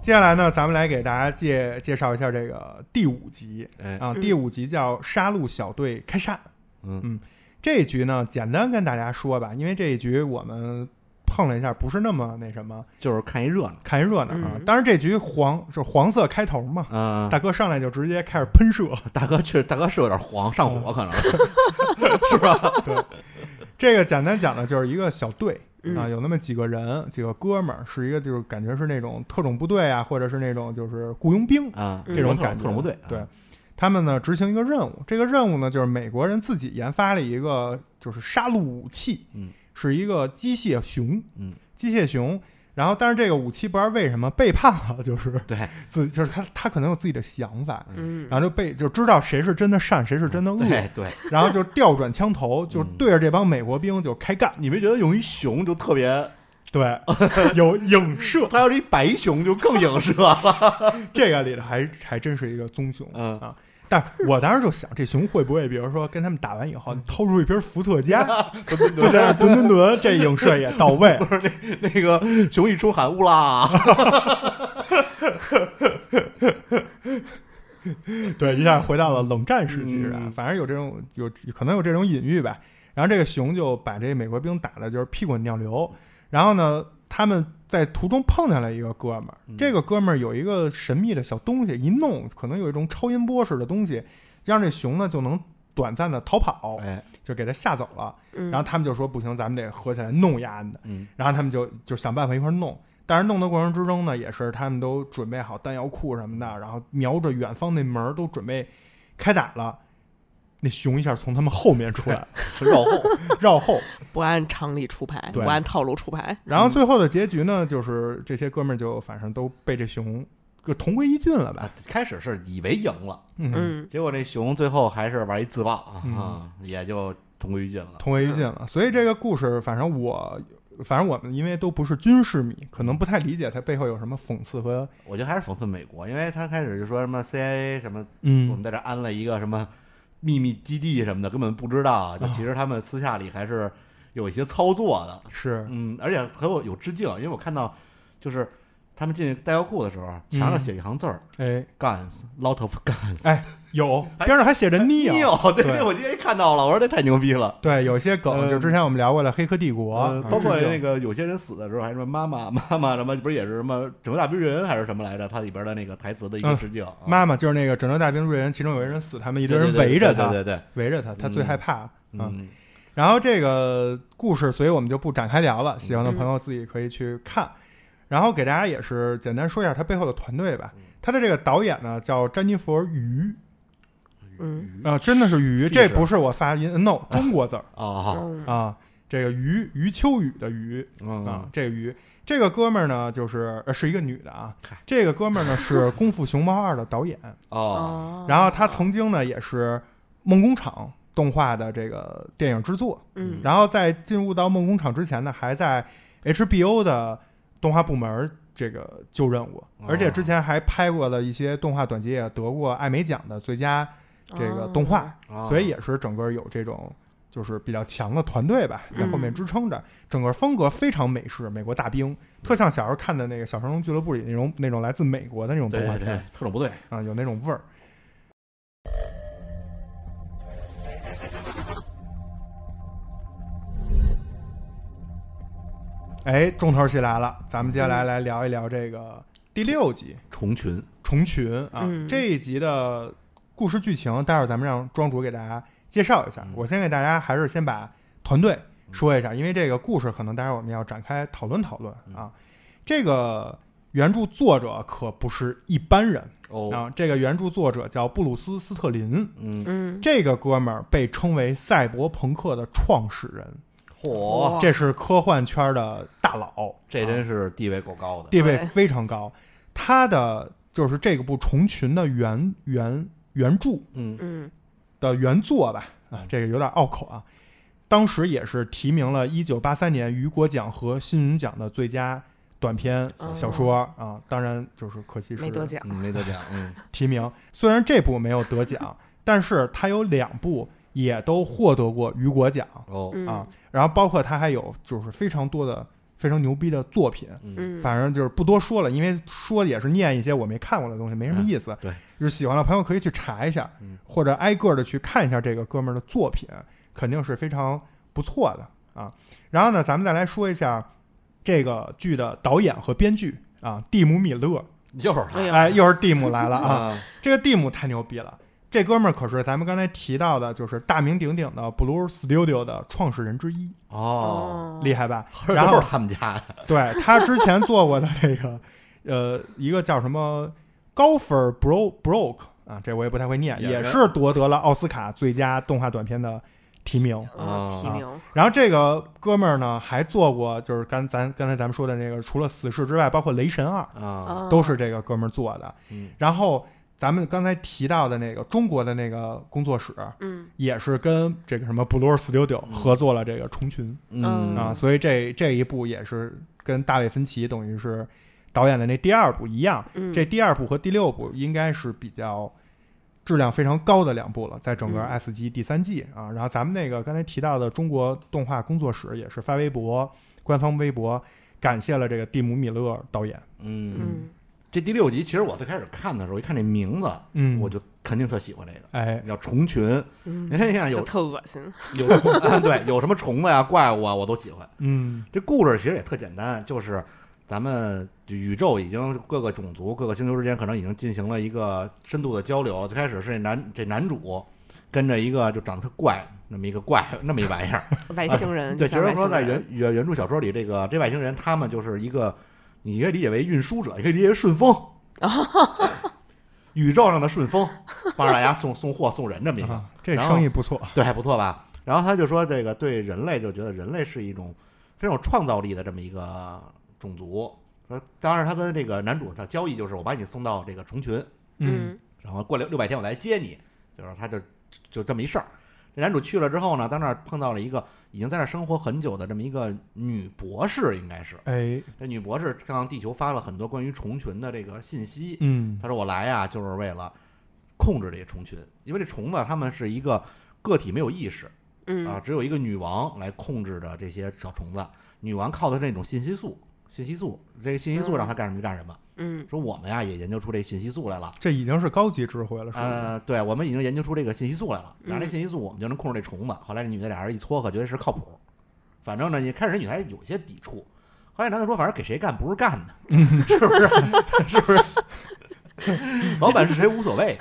S1: 接下来呢，咱们来给大家介介绍一下这个第五集
S2: 哎，
S1: 啊，
S3: 嗯
S1: 第五集叫《杀戮小队开杀》。
S2: 嗯
S1: 这一局呢，简单跟大家说吧，因为这一局我们碰了一下，不是那么那什么，
S2: 就是看一热闹。
S1: 看热闹啊。
S3: 嗯
S1: 当然，这局黄是黄色开头嘛，
S2: 嗯，
S1: 大哥上来就直接开始喷射，
S2: 大哥确大哥是有点黄，上火可能是吧？
S1: 这个简单讲的就是一个小队
S3: 嗯
S1: 啊，有那么几个人，几个哥们儿，是一个就是感觉是那种特种部队啊，或者是那种就是雇佣兵，
S2: 啊，
S3: 嗯
S1: 这种感觉
S2: 特种部队，啊
S1: 对，他们呢执行一个任务，这个任务呢就是美国人自己研发了一个就是杀戮武器，
S2: 嗯，
S1: 是一个机械熊，
S2: 嗯，
S1: 机械熊。然后，但是这个武器不知道为什么背叛了，就是
S2: 对啊
S1: 自就是他他可能有自己的想法，
S3: 嗯
S1: 然后就被就知道谁是真的善，谁是真的恶，
S2: 对对，
S1: 然后就调转枪头，就对着这帮美国兵就开干。
S2: 你没觉得用一熊就特别，
S1: 对， 有 影射，
S2: 他要是一白熊就更影射了。
S1: 这个里头还还真是一个棕熊。
S2: 嗯
S1: 但我当时就想，这熊会不会，比如说跟他们打完以后，掏出一瓶伏特加，就在那吨吨吨，这影射也到位。
S2: 那个熊一出喊乌啦，
S1: 对，一下回到了冷战时期，是吧
S2: 嗯？
S1: 反正有这种有可能有这种隐喻吧。然后这个熊就把这美国兵打的就是屁滚尿流。然后呢，他们在途中碰见了一个哥们儿，
S2: 嗯
S1: 这个哥们儿有一个神秘的小东西，一弄可能有一种超音波似的东西，让这熊呢就能短暂的逃跑，
S2: 哎，
S1: 就给他吓走了。
S3: 嗯
S1: 然后他们就说不行，咱们得合起来弄丫的。
S2: 嗯
S1: 然后他们就就想办法一块儿弄。但是弄的过程之中呢，也是他们都准备好弹药库什么的，然后瞄着远方那门儿都准备开打了。那熊一下从他们后面出 来，
S2: 绕后，
S1: 绕后。
S3: 不按常理出牌，不
S1: 对
S3: 按套路出牌，
S1: 然后最后的结局呢，就是这些哥们儿就反正都被这熊就同归于尽了吧
S2: 啊。开始是以为赢了，
S1: 嗯，
S3: 嗯
S2: 结果这熊最后还是玩一自爆啊，
S1: 嗯
S2: 啊也就同归于尽了。
S1: 同归于尽了。所以这个故事，反正我，反正我们因为都不是军事迷，可能不太理解它背后有什么讽刺和
S2: 我觉得还是讽刺美国，因为他开始就说什么 CIA 什么，我们
S1: 嗯
S2: 在这安了一个什么秘密基地什么的，根本不知道，就
S1: 啊
S2: 其实他们私下里还是有一些操作的。
S1: 是
S2: 嗯，而且很有有致敬，因为我看到就是他们进弹药库的时候，墙上写一行字儿
S1: 哎
S2: ，guns lot of guns。
S1: 哎有边上还写着 neo，
S2: Neo，对
S1: 哎对
S2: 对，我今天看到了，我说这太牛逼了。
S1: 对，有些梗
S2: 呃
S1: 就之前我们聊过的《黑客帝国》
S2: 呃
S1: 啊，
S2: 包括
S1: 致敬
S2: 那个有些人死的时候还什么妈妈妈妈什么，不是也是什么拯救大兵瑞恩还是什么来着？它里边的那个台词的一个
S1: 嗯
S2: 致敬啊。
S1: 妈妈，就是那个《拯救大兵瑞恩》，其中有一人死，他们一
S2: 一
S1: 堆人围着他，
S2: 对对对，
S1: 围着他，他最害怕。嗯，
S2: 嗯，
S1: 然后这个故事，所以我们就不展开聊了，喜欢的朋友自己可以去看。然后给大家也是简单说一下他背后的团队吧。
S2: 嗯
S1: 他的这个导演呢叫詹妮弗·鱼
S3: 嗯
S2: 鱼
S1: 啊、真的是鱼，
S2: 是
S1: 这不是我发音，no，中国字儿
S2: 啊，
S3: 嗯
S1: 啊，这个余余秋雨的余，啊
S2: 嗯，，
S1: 这个鱼，这个哥们儿呢，就是呃是一个女的啊
S2: 嗨。
S1: 这个哥们儿呢是《功夫熊猫二》的导演，
S2: 哦，
S3: 哦，
S1: 然后他曾经呢也是梦工厂动画的这个电影制作，
S3: 嗯
S1: 然后在进入到梦工厂之前呢，还在 HBO 的动画部门儿这个就任务，而且
S2: 哦
S1: 之前还拍过了一些动画短剧，也得过艾美奖的最佳
S3: 哦
S1: 这个动画，
S2: 啊
S1: 所以也是整个有这种就是比较强的团队吧，在后面
S3: 嗯
S1: 支撑着，整个风格非常美式，美国大兵，特像小时候看的那个《小神龙俱乐部》里那种那种来自美国的那种
S2: 对
S1: 动画
S2: 对对
S1: 片
S2: 特种部队，
S1: 啊，有那种味儿。哎，重头戏来了，咱们接下来
S3: 嗯
S1: 来聊一聊这个第六集
S2: 虫群，
S1: 虫群啊、
S3: 嗯
S1: 这一集的故事剧情，待会儿咱们让庄主给大家介绍一下。
S2: 嗯
S1: 我先给大家还是先把团队说一下，因为这个故事可能待会儿我们要展开讨论讨论
S2: 嗯
S1: 啊。这个原著作者可不是一般人
S2: 哦，
S1: 啊，这个原著作者叫布鲁斯·斯特林，
S2: 嗯，
S3: 嗯
S1: 这个哥们儿被称为赛博朋克的创始人，
S2: 嚯，
S3: 哇
S1: 这是科幻圈的大佬，
S2: 这
S1: 哦啊
S2: 真是地位够高的，
S1: 地位
S3: 对
S1: 非常高。他的就是这个部《虫群》的原原原著
S2: 嗯
S3: 嗯
S1: 的原作吧，啊，这个有点拗口啊。当时也是提名了1983年雨果奖和新云奖的最佳短篇小说、啊，当然就是可惜是
S3: 哦没得奖，
S2: 嗯，没得奖，嗯，
S1: 提名。虽然这部没有得 奖，但是他有两部也都获得过雨果奖
S2: 哦，
S3: 嗯
S1: 啊，然后包括他还有就是非常多的非常牛逼的作品。
S2: 嗯，
S3: 嗯，
S1: 反正就是不多说了，因为说也是念一些我没看过的东西，没什么意思。
S2: 嗯对，
S1: 就是喜欢的朋友可以去查一下，
S2: 嗯
S1: 或者挨个的去看一下这个哥们儿的作品，肯定是非常不错的啊。然后呢，咱们再来说一下这个剧的导演和编剧啊，蒂姆·米勒。
S2: 又是
S3: 哎
S2: 他
S3: 呦
S1: 哎，又是蒂姆来了啊！
S2: 啊，
S1: 这个蒂姆太牛逼了，这哥们儿可是咱们刚才提到的，就是大名鼎鼎的 Blue Studio 的创始人之一，
S2: 哦，
S1: 厉害吧？
S2: 合着
S1: 然后
S2: 都是他们家的，
S1: 对他之前做过的那个，呃，一个叫什么高分 Bro Broke 啊，这我也不太会念，
S2: 也
S1: 也
S2: 是
S1: 是夺得了奥斯卡最佳动画短片的提名。
S3: 呃提
S1: 啊
S3: 名，
S1: 然后这个哥们儿呢，还做过就是刚咱刚才咱们说的那个，除了《死侍》之外，包括《雷神二》
S2: 啊，
S3: 啊
S1: 都是这个哥们儿做的。
S2: 嗯
S1: 然后咱们刚才提到的那个中国的那个工作室，
S3: 嗯
S1: 也是跟这个什么 Blur Studio
S2: 嗯
S1: 合作了这个《虫群》
S3: 嗯
S1: 啊，所以这这一部也是跟大卫芬奇等于是导演的那第二部一样，
S3: 嗯，
S1: 这第二部和第六部应该是比较质量非常高的两部了，在整个
S3: 嗯
S1: S 级第三季啊。然后咱们那个刚才提到的中国动画工作室也是发微博，官方微博感谢了这个蒂姆·米勒导演，
S2: 嗯，
S3: 嗯
S2: 这第六集其实我最开始看的时候，一看这名字，
S1: 嗯，
S2: 我就肯定特喜欢这个。
S1: 哎，
S2: 叫虫群，
S3: 嗯，
S2: 你看像
S3: 就
S2: 有
S3: 特恶心，
S2: 有 对有什么虫子呀、怪物啊，我都喜欢。
S1: 嗯
S2: 这故事其实也特简单，就是咱们宇宙已经各个种族、各个星球之间可能已经进行了一个深度的交流了。最开始是这男这男主跟着一个就长得特怪那么一个怪那么一玩意儿，
S3: 外星人，
S2: 对，其
S3: 就像
S2: 实
S3: 嗯外
S2: 说
S3: 星
S2: 在
S3: 人
S2: 原原原著小说里，这个这外星人他们就是一个，你可以理解为运输者，也可以理解为顺丰，
S3: 哦
S2: 宇宙上的顺丰，帮着大家送送货送人这么一个，
S1: 啊，这
S2: 然后
S1: 生意不错，
S2: 对，还不错吧？然后他就说这个对人类就觉得人类是一种非常有创造力的这么一个种族。呃，当然他跟这个男主的交易就是我把你送到这个虫群，
S1: 嗯
S3: 嗯
S2: 然后过六六百天我来接你，就是他就就这么一事儿。这男主去了之后呢，到那儿碰到了一个已经在那儿生活很久的这么一个女博士，应该是
S1: 哎，
S2: 这女博士向地球发了很多关于虫群的这个信息。
S1: 嗯
S2: 她说我来呀，就是为了控制这些虫群，因为这虫子它们是一个个体没有意识啊，
S3: 嗯
S2: 只有一个女王来控制着这些小虫子。女王靠的是那种信息素，信息素，这个信息素让她干什么就干什么。
S3: 嗯
S2: 说我们呀也研究出这信息素来了。
S1: 这已经是高级智慧了，是吧？
S2: 呃，对，我们已经研究出这个信息素来了，拿这
S3: 嗯
S2: 信息素我们就能控制这虫子。后来这女的俩人一撮合，觉得是靠谱。反正呢，一开始这女的还有些抵触，后来男的说，反正给谁干不是干的， 是不是？ 是不是？老板是谁无所谓，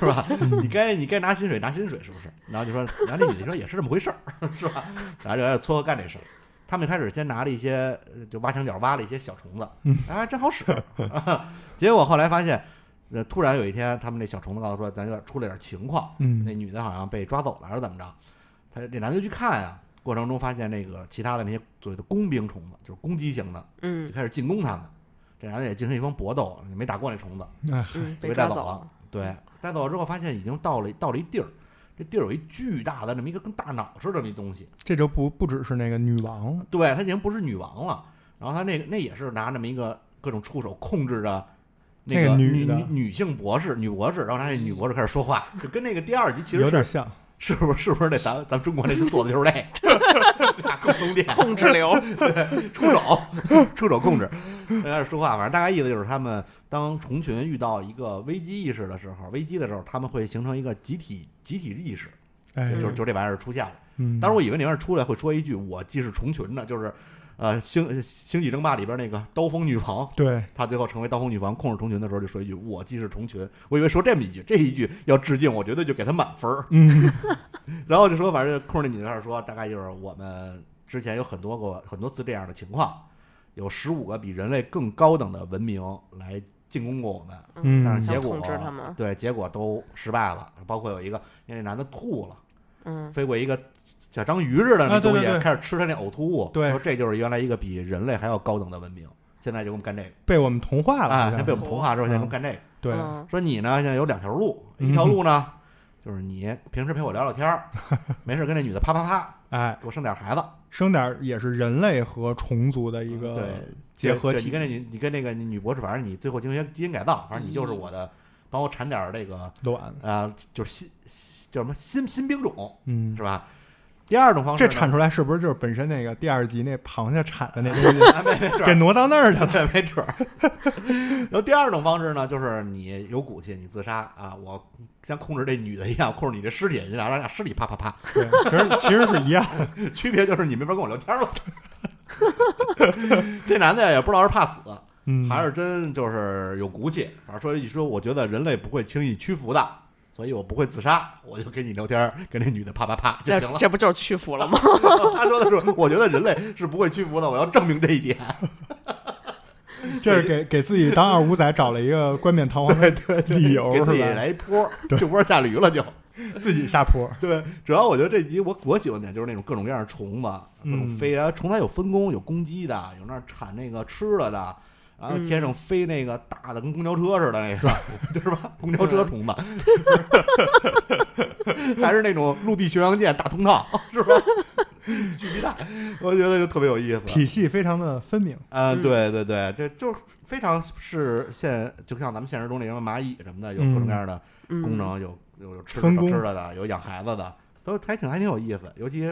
S2: 是吧？
S1: 嗯
S2: 你该你该拿薪水拿薪水，是不是？然后就说，然后这女的说也是这么回事儿， 是吧？然后就要撮合干这事儿。他们一开始先拿了一些，呃就挖墙角挖了一些小虫子，
S1: 嗯
S2: 啊，真好使。啊 结果后来发现，呃，突然有一天，他们这小虫子告诉说，咱有点出了点情况，那
S1: 嗯
S2: 女的好像被抓走了，还是怎么着？他这男的就去看呀、过程中发现那个其他的那些所谓的工兵虫子，就是攻击型的，就
S3: 嗯
S2: 开始进攻他们。这男的也进行一番搏斗，也没打过那虫子，
S1: 哎
S3: 嗯，
S2: 就
S3: 被
S2: 带
S3: 抓
S2: 走
S3: 走
S2: 了，。对，带走了之后发现已经到了到了一地儿，这地儿有一巨大的那么一个跟大脑似的那东西，
S1: 这就不不只是那个女王，
S2: 对，她已经不是女王了。然后她那个那也是拿那么一个各种触手控制着那
S1: 那
S2: 个
S1: 个
S2: 女
S1: 女的
S2: 女女性博士，女博士，然后拿那女博士开始说话，就跟那个第二集其实
S1: 有
S2: 是
S1: 点像。
S2: 是不是是不是那咱咱们中国那次做的就是那 俩沟通点
S3: 控制 流，嗯
S2: 出手出手控制，开始说话，反正大概意思就是他们当虫群遇到一个危机意识的时候，危机的时候他们会形成一个集体集体意识，
S1: 哎
S2: 就，
S3: 嗯
S2: 就就这玩意儿出现了。
S1: 嗯，
S2: 当时我以为那玩意儿出来会说一句“我既是虫群的”，就是，呃，星星际争霸里边那个刀锋女王，
S1: 对，
S2: 她最后成为刀锋女王控制虫群的时候就说一句“我既是虫群”，我以为说这么一句，这一句要致敬，我绝对就给她满分儿。
S1: 嗯，
S2: 然后就说，反正控制那女的开始说，大概就是我们之前有很多个很多次这样的情况，有十五个比人类更高等的文明来进攻过我们，
S1: 嗯
S2: 但是
S3: 想
S2: 结果
S3: 控制他们，
S2: 对结果都失败了，包括有一个那男的吐了。
S3: 嗯
S2: 飞过一个小章鱼似的那
S1: 啊对
S2: 东西，
S1: 对对
S2: 开始吃它那呕吐物，
S1: 对
S2: 说这就是原来一个比人类还要高等的文明，现在就给我们干这个
S1: 被我们同化了，
S2: 啊，
S1: 好
S2: 他
S1: 像
S2: 被我们同化之
S1: 嗯
S2: 后，现在给我们干这个。
S1: 对，
S3: 嗯
S2: 说你呢，现在有两条路，
S1: 嗯
S2: 一条路呢， 就是你平时陪我聊聊 天儿，没事跟那女的啪啪啪，
S1: 哎，
S2: 给我生点孩子，
S1: 生点儿也是人类和虫族的一
S2: 嗯对
S1: 个结合
S2: 对对你
S1: 体
S2: 跟，那女，你跟那个女博士，反正你最后进行基因改造，反正你就是我的，帮我产点儿这个啊
S1: 卵，
S2: 呃，就是新叫什么新新兵种
S1: 嗯，
S2: 是吧？第二种方式
S1: 这
S2: 呢，
S1: 产出来是不是就是本身那个第二集那螃蟹产的那 东西
S2: 哎没没准
S1: 给
S2: 儿，
S1: 挪到那儿去了？
S2: 对，没准儿。 然后第二种方式呢，就是你有骨气，你自杀啊，我像控制这女的一样，控制你这尸体，你俩让俩尸体啪啪啪，
S1: 对，其实其实是一样，
S2: 区别就是你没法跟我聊天了。 这男的也不知道是怕死，
S1: 嗯，
S2: 还是真就是有骨气。反正说一说，我觉得人类不会轻易屈服的，所以我不会自杀，我就跟你聊天儿，跟那女的啪啪啪就
S3: 这
S2: 行了。
S3: 这不就是屈服了吗？
S2: 他说的是，我觉得人类是不会屈服的，我要证明这一点。
S1: 这是给给自己当二五仔找了一个冠冕堂皇的 理由，
S2: 给自己
S1: 是吧？
S2: 来一波，这波下驴了就。
S1: 自己下坡，
S2: 对，主要我觉得这集我我喜欢点就是那种各种各样的虫子，各种
S1: 嗯
S2: 飞啊，虫它有分工，有攻击的，有那儿产那个吃的的，然后天上飞那个大的跟公交车似的那 个，就是吧？公交车虫子，还是那种陆地巡洋舰大通道，是吧？巨皮蛋，我觉得就特别有意思。
S1: 体系非常的分明。
S2: 啊，
S3: 嗯
S2: 对对对，这就是非常是现，就像咱们现实中那什么蚂蚁什么的，有各种各样的功能，有有有吃的
S1: 嗯分
S2: 找
S1: 工
S2: 吃的的，有养孩子的，都还挺还挺有意思。尤其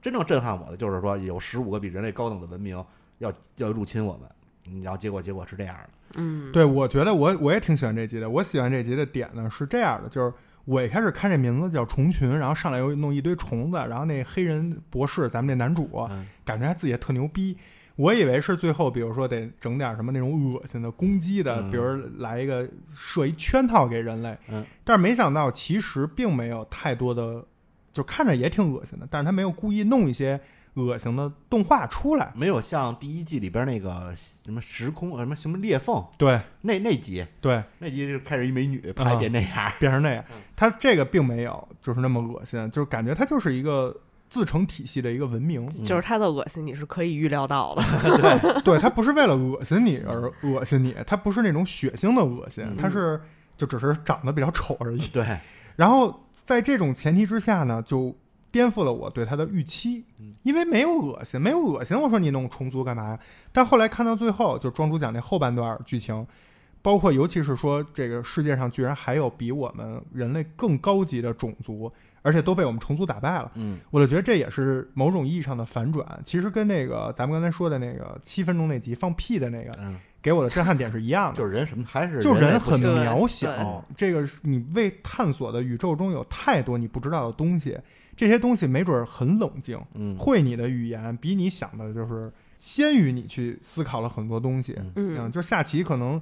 S2: 真正震撼我的就是说，有十五个比人类高等的文明要要入侵我们，嗯然后结果结果是这样的，
S3: 嗯，
S1: 对，我觉得我我也挺喜欢这集的。我喜欢这集的点呢是这样的，就是我一开始看这名字叫虫群，然后上来又弄一堆虫子，然后那黑人博士，咱们这男主，
S2: 嗯
S1: 感觉他自己也特牛逼。我以为是最后，比如说得整点什么那种恶心的攻击的，
S2: 嗯
S1: 比如来一个设一圈套给人类，
S2: 嗯
S1: 但是没想到其实并没有太多的，就看着也挺恶心的，但是他没有故意弄一些恶心的动画出来。
S2: 没有像第一季里边那个什么时空呃什么什么裂缝
S1: 对
S2: 那那集
S1: 对，
S2: 那集就开始一美
S1: 啊
S2: 女拍变那样，
S1: 变成那样
S2: 嗯，
S1: 他这个并没有就是那么恶心，就是感觉它就是一个自成体系的一个文明。
S3: 就是他的恶心你是可以预料到的。
S1: 对，它不是为了恶心你而恶心你，它不是那种血腥的恶心
S2: 嗯，
S1: 它是就只是长得比较丑而已。
S2: 对，
S1: 然后在这种前提之下呢，就颠覆了我对他的预期
S2: 嗯，
S1: 因为没有恶心，没有恶心，我说你弄虫族干嘛呀？但后来看到最后，就庄主讲那后半段剧情，包括尤其是说这个世界上居然还有比我们人类更高级的种族，而且都被我们虫族打败了，
S2: 嗯
S1: 我就觉得这也是某种意义上的反转。其实跟那个咱们刚才说的那个七分钟那集放屁的那个，
S2: 嗯，
S1: 给我的震撼点是一样的，
S2: 就是人什么还是
S1: 就
S2: 类
S1: 人
S2: 不
S1: 很
S2: 行
S3: 对
S1: 渺
S3: 对
S1: 小，这个是你未探索的宇宙中有太多你不知道的东西，这些东西没准儿很冷静，
S2: 嗯
S1: 会你的语言比你想的就是先于你去思考了很多东西，
S2: 嗯
S3: 嗯，
S1: 就是下棋可能，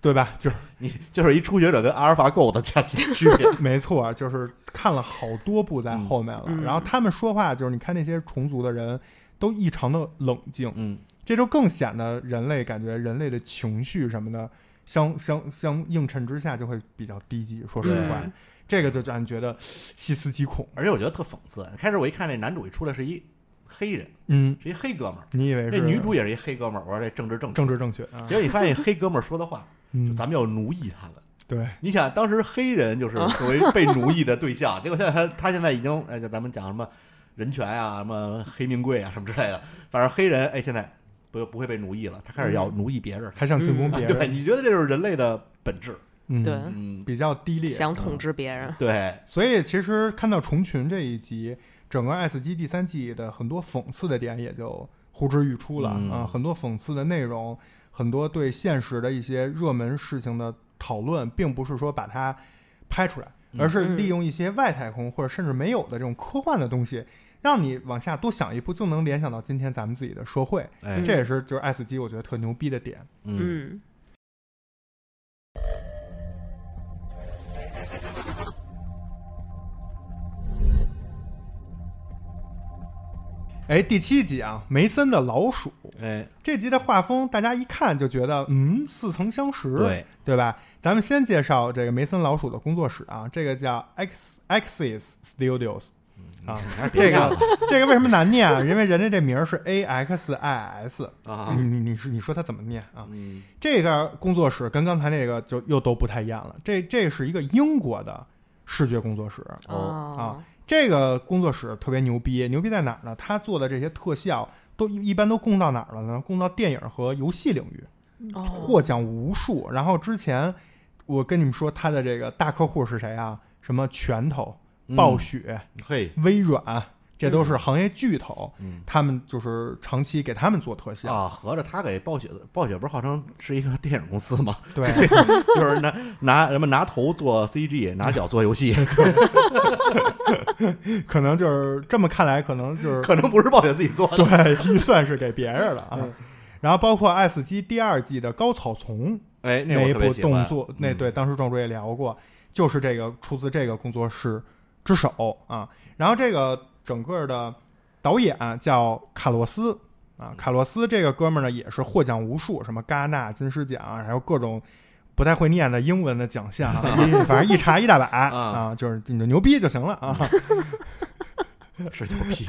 S1: 对吧？就是
S2: 你就是一初学者跟阿尔法狗的价值区别。
S1: 没错，就是看了好多部在后面了，
S3: 嗯嗯
S1: 然后他们说话就是你看那些虫族的人都异常的冷静，
S2: 嗯，
S1: 这就更显得人类感觉人类的情绪什么的。相相相映衬之下就会比较低级，说实话，
S3: 嗯
S1: 这个就让你觉得细思极恐。
S2: 而且我觉得特讽刺。开始我一看这男主一出来是一黑人，
S1: 嗯，
S2: 是一黑哥们儿，
S1: 你以为
S2: 这
S1: 是
S2: 女主也是一黑哥们儿。我说这政治正确，
S1: 政治正确啊
S2: 结？果你发现黑哥们儿说的话，就
S1: 嗯，
S2: 咱们要奴役他们。
S1: 对，
S2: 你想，当时黑人 就是作为被奴役的对象，结果现在他他现在已经哎，就咱们讲什么人权啊，什么黑命贵啊，什么之类的。反正黑人哎，现在不不会被奴役了，他开始要嗯奴役别人。
S1: 还想进攻别
S2: 嗯对，
S1: 人，
S2: 你觉得这就是人类的本质？
S1: 嗯，
S3: 对
S2: 嗯，
S1: 比较低劣。
S3: 想统治别人，
S2: 对，
S1: 所以其实看到虫群这一集，整个《爱死机》第三季的很多讽刺的点也就呼之欲出了、
S2: 嗯
S1: 啊，很多讽刺的内容，很多对现实的一些热门事情的讨论，并不是说把它拍出来，
S2: 嗯
S1: 而是利用一些外太空或者甚至没有的这种科幻的东西，让你往下多想一步，就能联想到今天咱们自己的社会。
S2: 哎，
S1: 这也是就是《爱死机》我觉得特牛逼的点。
S2: 嗯
S3: 嗯，
S1: 哎，第七集啊，梅森的老鼠
S2: 哎，
S1: 这集的画风，大家一看就觉得，嗯，似曾相识。
S2: 对，
S1: 对吧？咱们先介绍这个梅森老鼠的工作室啊，这个叫 X Axis Studios
S2: 嗯
S1: 啊。
S2: 还是
S1: 这
S2: 别干
S1: 个
S2: 了
S1: 这个为什么难念啊？因为人家这名儿是 A X I S，
S2: 啊
S1: 你，你你说你说它怎么念啊？
S2: 嗯
S1: 这个工作室跟刚才那个就又都不太一样了。这这是一个英国的视觉工作室，
S2: 啊
S3: 哦，
S1: 这个工作室特别牛逼，牛逼在哪儿呢？他做的这些特效都一一般都供到哪儿了呢？供到电影和游戏领域。
S3: 哦
S1: 获奖无数。然后之前我跟你们说他的这个大客户是谁啊？什么拳头、暴雪、
S2: 嗯嘿，
S1: 微软、这都是行业巨头，
S2: 嗯
S1: 他们就是长期给他们做特效。
S2: 啊，合着他给暴雪，暴雪不是号称是一个电影公司吗？
S1: 对，
S2: 就是拿拿什么拿头做 CG，拿脚做 游戏，
S1: 可能就是这么看来，可能 就是
S2: 可能不是暴雪自己做的。
S1: 对预算是给别人了啊。
S2: 嗯
S1: 然后包括《爱死机》第二季的高草丛
S2: 哎，那
S1: 那
S2: 我
S1: 一
S2: 特别
S1: 部
S2: 喜欢
S1: 动作，那
S2: 嗯
S1: 对当时壮主也聊过，就是这个出自这个工作室之手啊。然后这个整个的导演叫卡洛斯啊，卡洛斯这个哥们儿呢也是获奖无数，什么戛纳金狮奖，啊还有各种不太会念的英文的奖项 啊，一反正一查一大把啊，就是你就牛逼就行了 啊。
S2: 是牛 逼，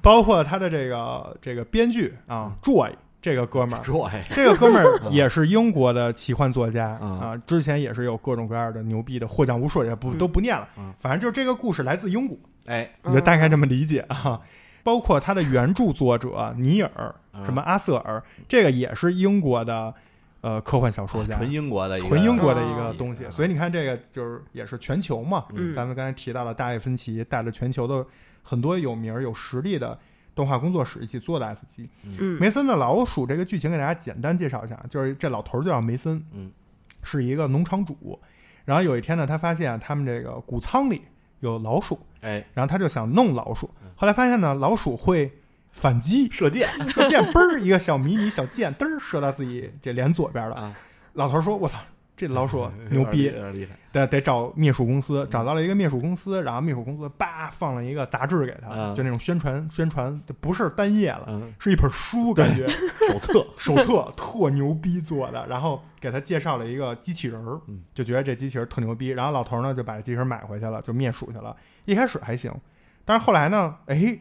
S1: 包括他的这个这个编剧
S2: 嗯
S1: 啊，Joy 这个哥们儿，
S2: 说哎，
S1: 这个哥们儿也是英国的奇幻作家
S2: 嗯
S1: 啊，之前也是有各种各样的牛逼的获奖无数，也不
S3: 嗯
S1: 都不念了
S2: 嗯。
S1: 反正就是这个故事来自英国，
S2: 哎，
S1: 你就大概这么
S3: 么
S1: 理解啊。包括他的原著作者尼尔，
S2: 嗯
S1: 什么阿瑟尔，这个也是英国的呃科幻小说家，
S2: 啊纯英国的一个，啊
S1: 纯英国的一
S3: 哦
S1: 个东西。所以你看，这个就是也是全球嘛，
S3: 嗯
S1: 咱们刚才提到了大卫芬奇带着全球的很多有名儿、有实力的动画工作室一起做的 S 级。
S3: 嗯
S1: 梅森的老鼠这个剧情给大家简单介绍一下，就是这老头儿就叫梅森，
S2: 嗯，
S1: 是一个农场主。然后有一天呢，他发现他们这个谷仓里有老鼠，
S2: 哎，
S1: 然后他就想弄老鼠。
S2: 嗯
S1: 后来发现呢，老鼠会反 击，
S2: 射箭
S1: 射箭，嘣儿一个小迷你小箭，嘚儿射到自己这脸左边了。
S2: 啊，
S1: 老头儿说：“我操，这老鼠牛逼
S2: 有，点厉害嗯
S1: 得得找灭鼠公司，找到了一个灭鼠公司，然后灭鼠公司叭放了一个杂志给他，
S2: 嗯
S1: 就那种宣传宣传，就不是单页了，
S2: 嗯，
S1: 是一本书，感觉
S2: 手册，
S1: 手 册特牛逼做的，然后给他介绍了一个机器人儿
S2: 嗯，
S1: 就觉得这机器人儿特牛逼，然后老头儿呢就把机器人儿买回去了，就灭鼠去了，一开始还行，但是后来呢，哎，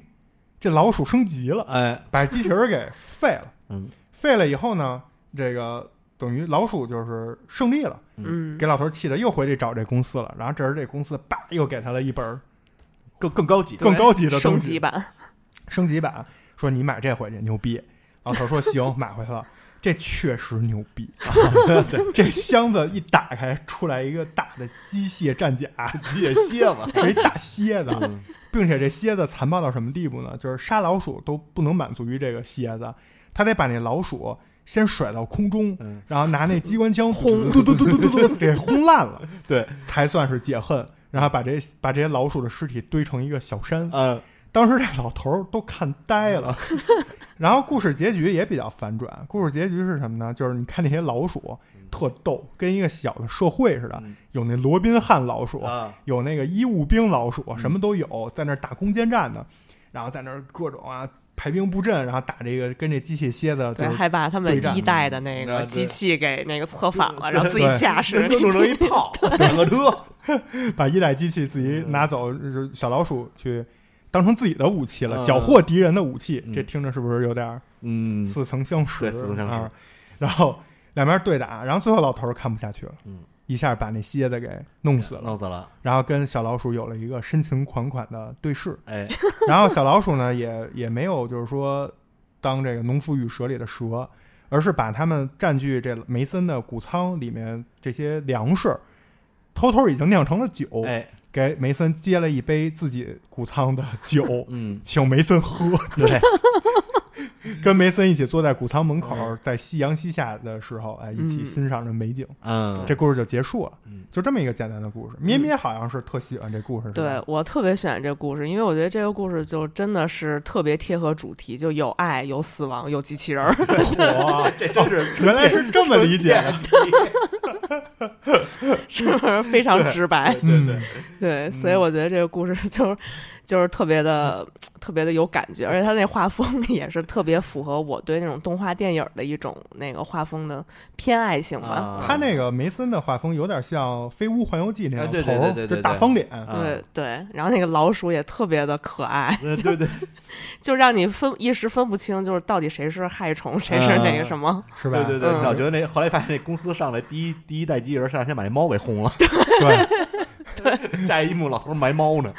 S1: 这老鼠升级 了，
S2: 哎，
S1: 把机器人儿给废了，
S2: 嗯，
S1: 废了以后呢，这个等于老鼠就是胜利了。
S3: 嗯
S1: 给老头儿气的又回去找这公司了，然后这时这公司叭又给他了一本儿
S2: 更更高级，
S1: 更高级的
S3: 升
S1: 东
S3: 级
S1: 西，
S3: 版，
S1: 升级版，说你买这回去牛逼。老头儿说行， 买回去了，这确实牛逼。这箱子一打开，出来一个大的机械战甲，
S2: 机械蝎子，
S1: 是一大蝎子，
S2: 嗯
S1: 并且这蝎子残暴到什么地步呢？就是杀老鼠都不能满足于这个蝎子，他得把那老鼠先甩到空中，
S2: 嗯
S1: 然后拿那机关枪
S3: 轰
S1: 嘟嘟嘟嘟嘟嘟给轰烂了，
S2: 对，
S1: 才算是解恨。然后把这把这些老鼠的尸体堆成一个小山，
S2: 嗯，
S1: 当时这老头儿都看呆了。 然后故事结局也比较反转，故事结局是什么呢？就是你看那些老鼠特逗，跟一个小的社会似的
S2: 嗯，
S1: 有那罗宾汉老鼠，
S2: 啊，嗯
S1: 有那个医务兵老鼠，什么都有，在那儿打攻坚战呢，然后在那儿各种啊排兵布阵，然后打这个跟这机械蝎子就
S3: 对，
S1: 是
S3: 还把他们
S1: 对战
S3: 一代的那
S2: 啊
S3: 个
S2: 对
S3: 机器给那个策反了，
S2: 对
S3: 然后自己驾驶，
S2: 弄成一炮，两个 车，
S1: 把一代机器自
S2: 嗯
S1: 己拿走，就是小老鼠去当成自己的武器了，
S2: 嗯
S1: 缴获敌人的武器，
S2: 嗯
S1: 这听着是不是有点
S2: 嗯，
S1: 似曾相识？
S2: 对似曾相识
S1: 啊然后两边对打，然后最后老头儿看不下去了，
S2: 嗯
S1: 一下把那蝎子给弄死了，
S2: 弄死了，
S1: 然后跟小老鼠有了一个深情款款的对 视。
S2: 哎，
S1: 然后小老鼠呢，也也没有就是说当这个农夫与蛇里的蛇，而是把他们占据这梅森的谷仓里面这些粮食，偷偷已经酿成了酒，
S2: 哎，，
S1: 给梅森接了一杯自己谷仓的酒
S2: 嗯，
S1: 请梅森喝，
S2: 对，
S1: 跟梅森一起坐在谷仓门口
S2: 嗯，
S1: 在夕阳西下的时候，哎，一起
S3: 嗯
S1: 欣赏着美景。
S2: 嗯，
S1: 这故事就结束了
S2: 嗯，
S1: 就这么一个简单的故事。
S3: 嗯
S1: 咩咩好像是特喜欢这故事，是吧
S3: 对我特别喜欢这故事，因为我觉得这个故事就真的是特别贴合主题，就有爱、有死亡、有机器人儿。
S1: 哇，
S2: 这真是
S1: 原来是这么理解的。
S3: 是不是非常直白？
S1: 嗯
S2: 对对，
S3: 对，所以我觉得这个故事就是 就是特别的特别的有感觉，而且它那画风 也是特别符合我对那种动画电影的一种那个画风的偏爱性吧。
S2: 啊
S1: 他那个梅森的画风有点像《飞屋环游记》那
S2: 哎
S1: 种
S2: 对
S1: 头
S2: 对
S1: 儿，
S2: 对对
S1: 就
S2: 对
S1: 大
S2: 对
S1: 方脸。
S2: 啊
S3: 对对，然后那个老鼠也特别的可爱，
S2: 对对对，
S3: 就让你分一时分不清，就是到底谁是害虫，谁是那个什么。
S1: 是吧？
S2: 对对对，
S3: 嗯
S2: 老觉得那后来发现那公司上来第一第一代机器人上来先把那猫给轰了，
S1: 对
S2: 下一幕老头埋猫呢，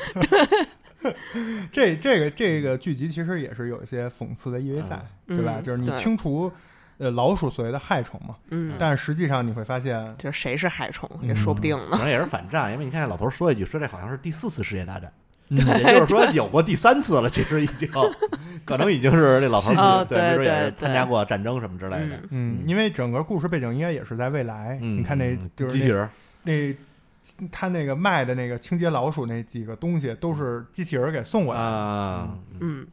S1: 这这个这个剧集其实也是有一些讽刺的意味在，对吧？
S3: 嗯
S1: 就是你
S3: 对
S1: 清除呃老鼠所谓的害虫嘛，
S3: 嗯，
S1: 但实际上你会发现，
S3: 就是谁是害虫也说不定呢。
S2: 反正也是反战，因为你看这老头说一句，说这好像是第四次世界大战，也就是说有过第三次了，其实已经可能已经是这老头
S3: 哦
S2: 儿对，没
S3: 对
S2: 准也是
S3: 对
S2: 参加过战争什么之类的。
S3: 嗯
S1: 嗯，因为整个故事背景应该也是在未来。
S2: 嗯，
S1: 你看那
S2: 嗯
S1: 就是
S2: 机器
S1: 那
S2: 人儿，
S1: 那他那个卖的那个清洁老鼠那几个东西，都是机器人儿给送过来的。
S2: 啊，
S3: 嗯，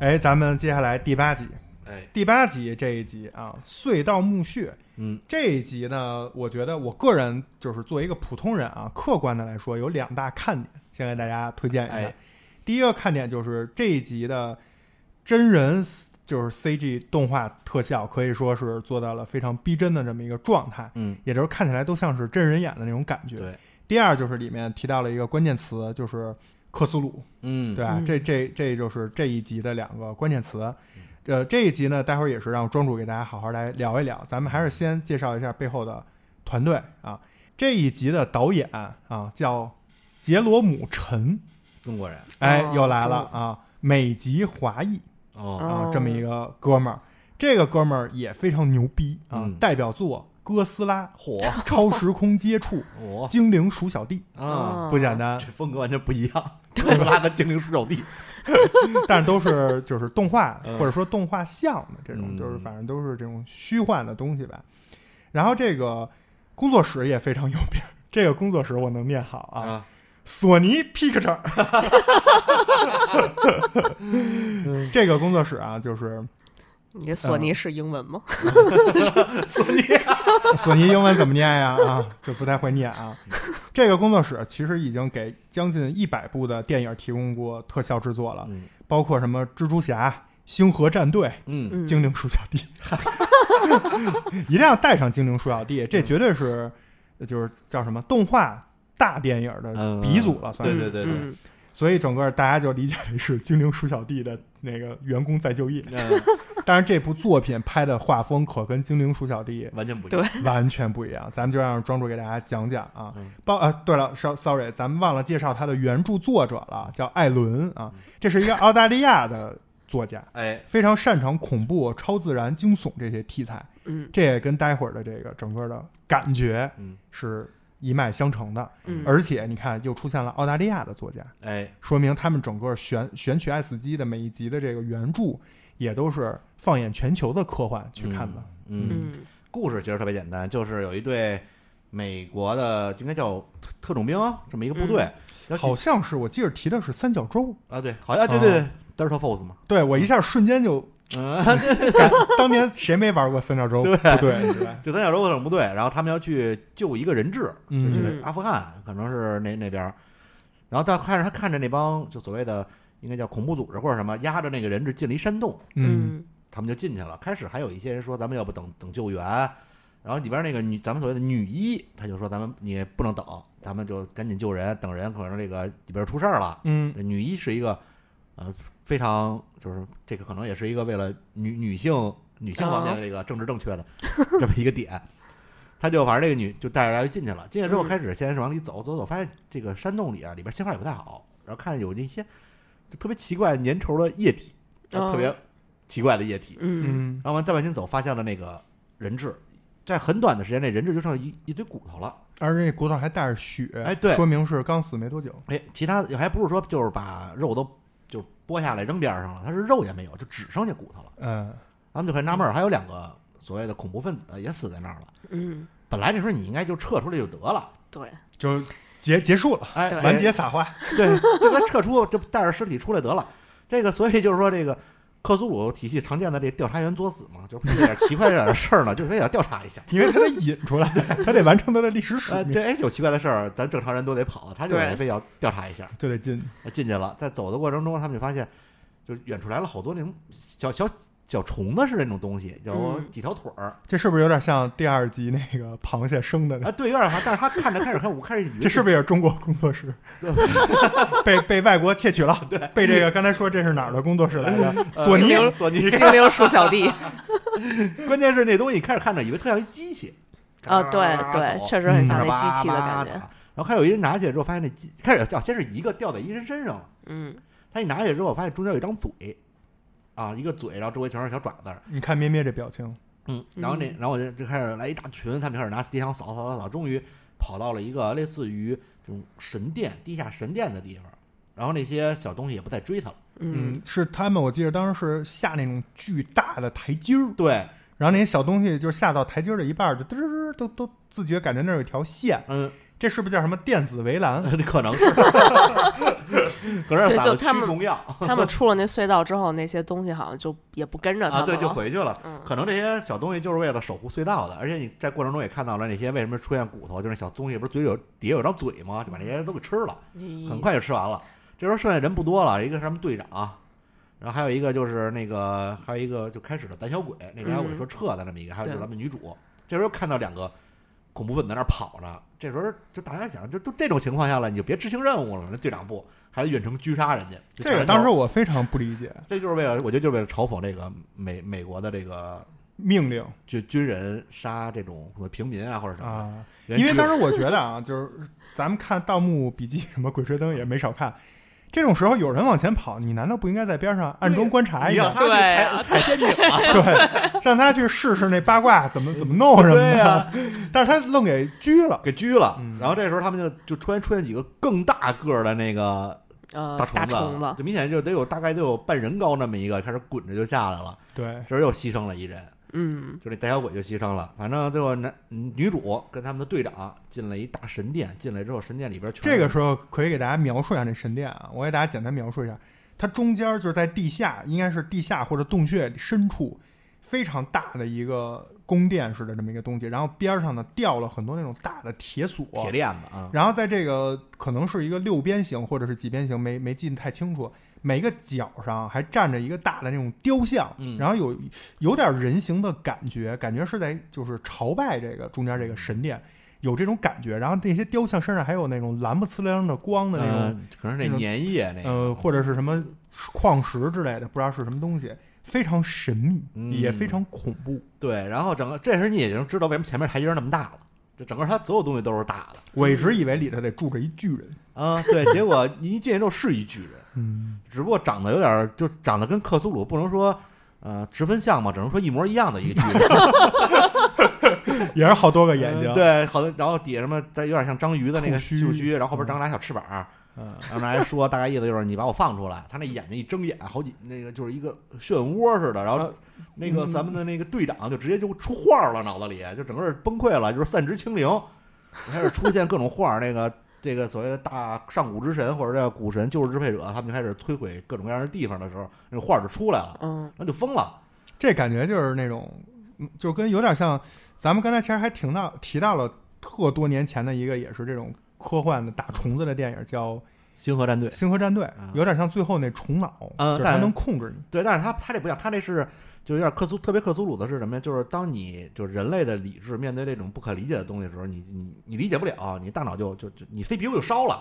S1: 哎，咱们接下来第八集，
S2: 哎，
S1: 第八集这一集啊，隧道墓穴
S2: 嗯
S1: 这一集呢，我觉得我个人就是作为一个普通人啊，客观的来说有两大看点，先给大家推荐一下。
S2: 哎
S1: 第一个看点就是这一集的真人 s- 就是 CG 动画特效，可以说是做到了非常逼真的这么一个状态，
S2: 嗯，
S1: 也就是看起来都像是真人演的那种感觉。
S2: 对，
S1: 第二就是里面提到了一个关键词，就是克苏鲁，
S2: 嗯
S1: 对吧？
S3: 嗯
S1: 这这这就是这一集的两个关键词。
S2: 嗯
S1: 呃，这一集呢，待会儿也是让庄主给大家好好来聊一聊。咱们还是先介绍一下背后的团队啊。这一集的导演啊叫杰罗姆·陈，
S2: 中国人
S1: 哎，
S3: 哦
S1: 又来了
S3: 中
S1: 啊！美籍华裔
S2: 哦，
S1: 啊
S3: 哦，
S1: 这么一个哥们儿，这个哥们儿也非常牛逼啊！
S2: 嗯
S1: 代表作《哥斯拉》
S2: 火
S1: 《超时空接触》
S2: 我
S1: 《精灵鼠小弟
S2: 啊，》，
S1: 不简单
S3: 哦
S2: 这，风格完全不一样，哥 斯拉跟精灵鼠手弟，
S1: 但是都 是就是动画
S2: 嗯
S1: 或者说动画像的这种，
S2: 嗯
S1: 就是反正都是这种虚幻的东西吧。然后这个工作室也非常有名，这个工作室我能念好啊，
S2: 啊，
S1: 索尼 Picture，这个工作室啊，就是
S3: 你这索尼
S2: 嗯
S3: 是英文吗？
S1: 索尼英文怎么念呀？啊，就不太会念啊。这个工作室其实已经给将近一百部的电影提供过特效制作了，
S2: 嗯
S1: 包括什么蜘蛛侠、星河战队、
S2: 嗯，
S3: 嗯，
S1: 精灵鼠小弟， 一定要带上精灵鼠小弟，这绝对是就是叫什么动画大电影的
S2: 嗯
S1: 鼻祖了，算
S2: 对
S1: 是。
S2: 对对对，
S3: 嗯
S1: 所以整个大家就理解为是精灵鼠小弟的那个员工再就业。
S2: 那
S1: 当然，这部作品拍的画风可跟精灵鼠小弟
S2: 完全不一样，
S1: 完全不一样，咱们就让庄主给大家讲讲啊
S2: 嗯。
S1: 包啊，对了，so-，sorry，咱们忘了介绍他的原著作者了，叫艾伦啊，
S2: 嗯
S1: 这是一个澳大利亚的作家。
S2: 哎，
S1: 非常擅长恐怖、超自然、惊悚这些题材，
S3: 嗯
S1: 这也跟待会儿的这个整个的感觉
S2: 嗯
S1: 是一脉相承的。
S3: 嗯，
S1: 而且你看，又出现了澳大利亚的作家，
S2: 哎，
S1: 说明他们整个选选取爱死机的每一集的这个原著，也都是放眼全球的科幻去看的。
S2: 嗯，嗯。
S3: 嗯
S2: 故事其实特别简单，就是有一队美国的应该叫特特种兵这么一个部队，要去
S1: 好哦像是我记得提的是三角洲，
S2: 啊，对，好像、啊、对对对 d i r t Force 嘛，
S1: 对我一下瞬间就
S2: 嗯，
S1: 感，当年谁没玩过三角洲？
S2: 对
S1: 不对，是吧
S2: 就三角洲特种部队，然后他们要去救一个人质， 就
S1: 嗯
S2: 是阿富汗，可能是那那边儿，然后他看着他看着那帮就所谓的应该叫恐怖组织或者什么，压着那个人质进了一山洞，
S1: 嗯
S3: 嗯
S2: 他们就进去了。开始还有一些人说咱们要不等等救援，然后里边那个女咱们所谓的女一，她就说咱们你不能等，咱们就赶紧救人，等人可能这个里边出事儿了。
S1: 嗯
S2: 那女一是一个呃非常就是这个可能也是一个为了女女性女性方面的这个政治正确的这么一个点。他就反正这个女就带着大家就进去了，进去之后
S3: 嗯
S2: 开始先是往里走走走，发现这个山洞里啊里边信号也不太好，然后看见有那些就特别奇怪粘稠的液体，啊
S3: 哦
S2: 特别奇怪的液体。
S3: 嗯
S1: 嗯
S2: 然后完再往前走，发现了那个人质，在很短的时间内，人质就剩一一堆骨头了。
S1: 而且那骨头还带着血，
S2: 哎对
S1: 说明是刚死没多久。
S2: 哎，其他的还不是说就是把肉都就剥下来扔边上了，它是肉也没有，就只剩下骨头了。
S1: 嗯
S2: 咱们就很纳闷儿，还有两个所谓的恐怖分子也死在那儿了。
S3: 嗯，
S2: 本来这时候你应该就撤出来就得了，
S3: 对，，
S1: 就结结束了，
S2: 哎，
S3: 对
S1: 完结撒花。
S2: 对，就该撤出，就带着尸体出来得了。这个，所以就是说，这个克苏鲁体系常见的这调查员作死嘛，就是碰见点奇怪点的事儿呢，就非得要调查一下。
S1: 因为他得引 出来，他得完成他的历 史使
S2: 呃，
S1: 命，
S2: 这哎有奇怪的事儿，咱正常人都得跑，他就
S3: 对
S2: 非要调查一下。
S1: 就得进。
S2: 进去了，在走的过程中，他们就发现，就远处来了好多那种小小小虫子似的那种东西，有
S3: 嗯
S2: 几条腿儿、
S1: 这是不是有点像第二集那个螃蟹生的那
S2: 啊，？对，有点像。但是他看着开始看，我开始以为呃
S1: 这是不是也是中国工作 室
S2: 对
S1: 被被外国窃取了？ 对，被这个刚才说这是哪儿的工作室来的？
S2: 呃
S1: 索尼
S3: 精灵
S2: 索尼？
S3: 精灵鼠小弟
S2: 关键是那东西开始看着以为特像一机器
S3: 啊，对
S2: 嘎
S3: 对，
S2: 走
S3: 确实很
S1: 嗯
S3: 像
S2: 在那儿
S3: 那机器的
S2: 叭叭
S3: 感觉
S2: 打。然后还有一人拿起来之后，发现那机开始叫哦先是一个掉在一人身上了，
S3: 嗯，
S2: 他一拿起来之后，发现中间有一张嘴，啊，一个嘴，然后周围全是小爪子，
S1: 你看咩咩这表情，
S2: 嗯，然后那然后我就就开始来一大群，他们就开始拿碟枪扫扫扫扫，终于跑到了一个类似于这种神殿、地下神殿的地方，然后那些小东西也不再追他了。
S3: 嗯，，
S1: 是他们，我记得当时是下那种巨大的台阶儿，
S2: 对，
S1: 然后那些小东西就下到台阶儿的一半儿，就嘚嘚嘚嘚都都自觉感觉那儿有一条线，
S2: 嗯，
S1: 这是不是叫什么电子围 栏？
S2: 可能是， 可能是
S3: 对
S2: 撒
S3: 就
S2: 了驱
S3: 他们
S2: 虫药
S3: 他们出了那隧道之后，那些东西好像就也不跟着他
S2: 啊，
S3: 们了。
S2: 对，就回去了。
S3: 嗯，
S2: 可能这些小东西就是为了守护隧道的，而且你在过程中也看到了那些为什么出现骨头，就是小东西不是嘴里有底下有张嘴吗？就把这些都给吃了，很快就吃完了。这时候剩下人不多了，一个什么队长，然后还有一个就是那个还有一个就开始的胆小鬼，那个胆小鬼
S3: 嗯
S2: 说撤的那么一个，还有就是
S3: 对
S2: 咱们女主。这时候看到两个恐怖分子在那儿跑呢，这时候就大家想，就都这种情况下了，你就别执行任务了。那队长不还远程狙杀人家，就
S1: 这个
S2: 抢人头
S1: 当时我非常不理解，
S2: 这就是为了，我觉得就是为了嘲讽这个美美国的这个
S1: 命令
S2: 就军人杀这种可能平民啊或者什么
S1: 啊，
S2: 的，
S1: 因为当
S2: 时
S1: 时我觉得啊，就是咱们看《盗墓笔记》什么《鬼吹灯》也没少看，这种时候有人往前跑，你难道不应该在边上暗中观察一
S2: 你
S1: 下
S2: 让？他去
S3: 对
S2: 踩
S3: 啊
S2: 踩陷阱啊，
S1: 对，让他去试试那八卦怎么怎么弄什么
S2: 对啊
S1: 的。
S2: 呀，
S1: 但是他愣给拘了。
S2: 给拘了
S1: 嗯。
S2: 然后这时候他们就就突然出现几个更大个儿的那个
S3: 呃
S2: 大
S3: 大
S2: 虫啊
S3: 子，
S2: 就明显就得有大概得有半人高那么一个，开始滚着就下来了。
S1: 对，
S2: 这时候又牺牲了一人，
S3: 嗯，
S2: 就那胆小鬼就牺牲了。反正最后男嗯女主跟他们的队长进了一大神殿，进来之后神殿里边全
S1: 这个时候可以给大家描述一下那神殿啊，我给大家简单描述一下，它中间就是在地下，应该是地下或者洞穴深处非常大的一个宫殿似的这么一个东西，然后边上呢吊了很多那种大的铁锁，
S2: 铁链子啊，
S1: 然后在这个可能是一个六边形或者是几边形，没没记得太清楚。每个角上还站着一个大的那种雕像，
S2: 嗯
S1: 然后有有点人形的感觉，感觉是在就是朝拜这个中间这个神殿，有这种感觉。然后那些雕像身上还有那种蓝不呲亮的光的那种，
S2: 嗯，可能是那粘液那个，
S1: 呃，或者是什么矿石之类的，不知道是什么东西，非常神秘，
S2: 嗯
S1: 也非常恐怖。
S2: 对。然后整个这时候你也能知道为什么前面台阶儿那么大了，这整个它所有东西都是大的。
S1: 我一直以为里头得住着一巨人，
S2: 啊，对，结果你一进去之后是一巨人，
S1: 嗯，
S2: 只不过长得有点儿，就长得跟克苏鲁不能说呃十分像嘛，只能说一模一样的 一个巨人。
S1: 也是好多个眼睛，
S2: 嗯，对，好多，然后底下什么，再有点像章鱼的那个
S1: 触须
S2: 触须，然后后边长俩小翅膀，
S1: 嗯，
S2: 然后来说大概意思就是你把我放出来，他那眼睛一睁眼，好几那个就是一个漩涡似的，然后
S1: 啊
S2: 那个
S1: 嗯
S2: 咱们的那个队长就直接就出画儿了，脑子里就整个崩溃了，就是散值清零，开始出现各种画儿，那个这个所谓的大上古之神或者叫古神救世支配者，他们就开始摧毁各种各样的地方的时候，那个画儿就出来了，
S3: 嗯，
S2: 然后就疯了，
S1: 这感觉就是那种，嗯就跟有点像，咱们刚才其实还提到提到了特多年前的一个也是这种科幻的打虫子的电影，叫《
S2: 星河战队。
S1: 星河战队》
S2: 啊，
S1: 有点像最后那虫脑，
S2: 啊
S1: 就是
S2: 但
S1: 它
S2: 是
S1: 能控制你。
S2: 对，但是他他这不一样，他这是就有点克苏，特别克苏鲁的是什么呀？就是当你就是人类的理智面对这种不可理解的东西的时候，你你你理解不了，啊你大脑就就就你飞皮股就烧 了，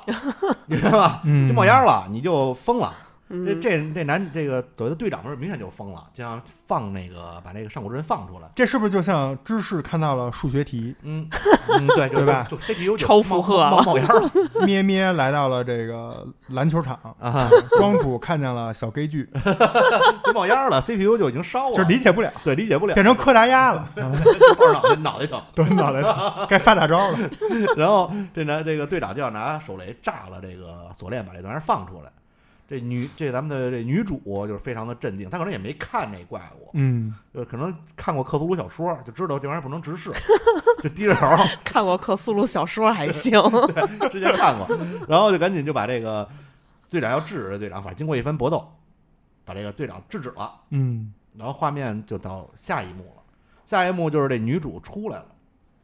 S2: 你知道吧？
S1: 嗯
S2: 就冒烟了，你就疯了。
S3: 嗯
S2: 这这这男这个所谓的队长不是明显就疯了，就像放那个把那个上古之人放出来，
S1: 这是不是就像芝士看到了数学题，
S2: 嗯嗯，对，就
S1: 对吧
S2: 就飞皮股就
S3: 超
S2: 冒
S3: 负荷啊
S2: 冒冒烟了
S1: 咩咩来到了这个篮球场，
S2: 啊，
S1: 庄主看见了小悲剧，
S2: 就冒烟了，CPU 就已经烧了，
S1: 就是理解不了，
S2: 对理解不了，
S1: 变成柯达鸭了，
S2: 就抱着脑袋脑袋疼。
S1: 对，脑袋 疼该发大招了。
S2: 然后这男这个队长就要拿手雷炸了这个锁链，把这玩意儿放出来。这女这咱们的这女主就是非常的镇定，她可能也没看那怪物，
S1: 嗯，
S2: 呃，可能看过克苏鲁小说，就知道这玩意儿不能直视，就低着头儿
S3: 看过克苏鲁小说 还行，
S2: 之前看过，然后就赶紧就把这个队长要制止队长，反正经过一番搏斗，把这个队长制止了。
S1: 嗯，
S2: 然后画面就到下一幕了，下一幕就是这女主出来了，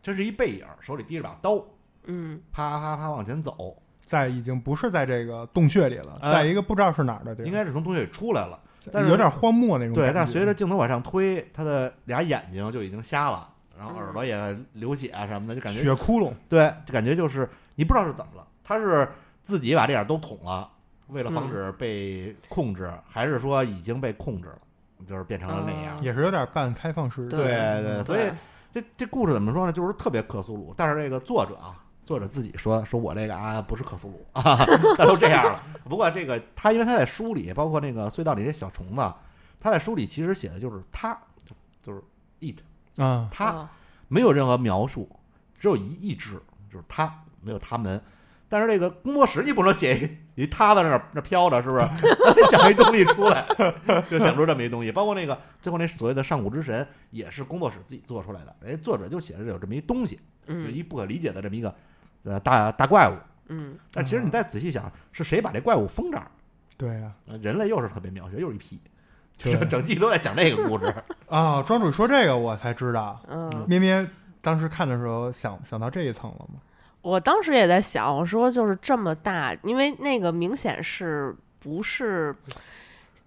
S2: 这是一背影，手里提着把刀，
S3: 嗯，
S2: 啪啪啪往前走，
S1: 在已经不是在这个洞穴里了，
S2: 啊
S1: 在一个不知道是哪儿的地
S2: 应
S1: 方，
S2: 该是从洞穴里出来了。但是
S1: 有点荒漠那种感
S2: 对
S1: 觉。，
S2: 但随着镜头往上推，他的俩眼睛就已经瞎了，然后耳朵也流血啊什么的，就感觉
S1: 血窟窿，
S2: 对，就感觉就是你不知道是怎么了，他是自己把这眼都捅了，为了防止被控制，还是说已经被控制了，就是变成了那样？
S3: 啊
S1: 也是有点半开放式。
S3: 对嗯
S2: 对对，呃所以
S3: 对
S2: 这这故事怎么说呢？就是特别克苏鲁，但是这个作者啊，作者自己说说我这个啊不是克苏鲁啊， 他都这样了。不过这个他因为他在书里，包括那个隧道里那小虫子，他在书里其实写的就是他，就是 it，
S1: 啊，
S2: 他
S3: 哦
S2: 没有任何描述，只有一一只，就是他，没有他们。但是这个工作室你不能写一一他在那儿那飘着，是不是？ 想一东西出来，就想出这么一东西。包括那个最后那所谓的上古之神，也是工作室自己做出来的。人家作者就写着有这么一东西，就
S3: 嗯
S2: 一不可理解的这么一个呃大大怪物。
S3: 嗯
S2: 但其实你再仔细想，是谁把这怪物封这儿？
S1: 对呀、
S2: 呃人类又是特别渺小，又是一屁，
S1: 对
S2: 整整季都在讲这个故 事。
S1: 啊，庄主说这个我才知道，
S3: 嗯，
S1: 咩咩当时看的时候想想到这一层了吗？
S3: 我当时也在想，我说就是这么大，因为那个明显是不是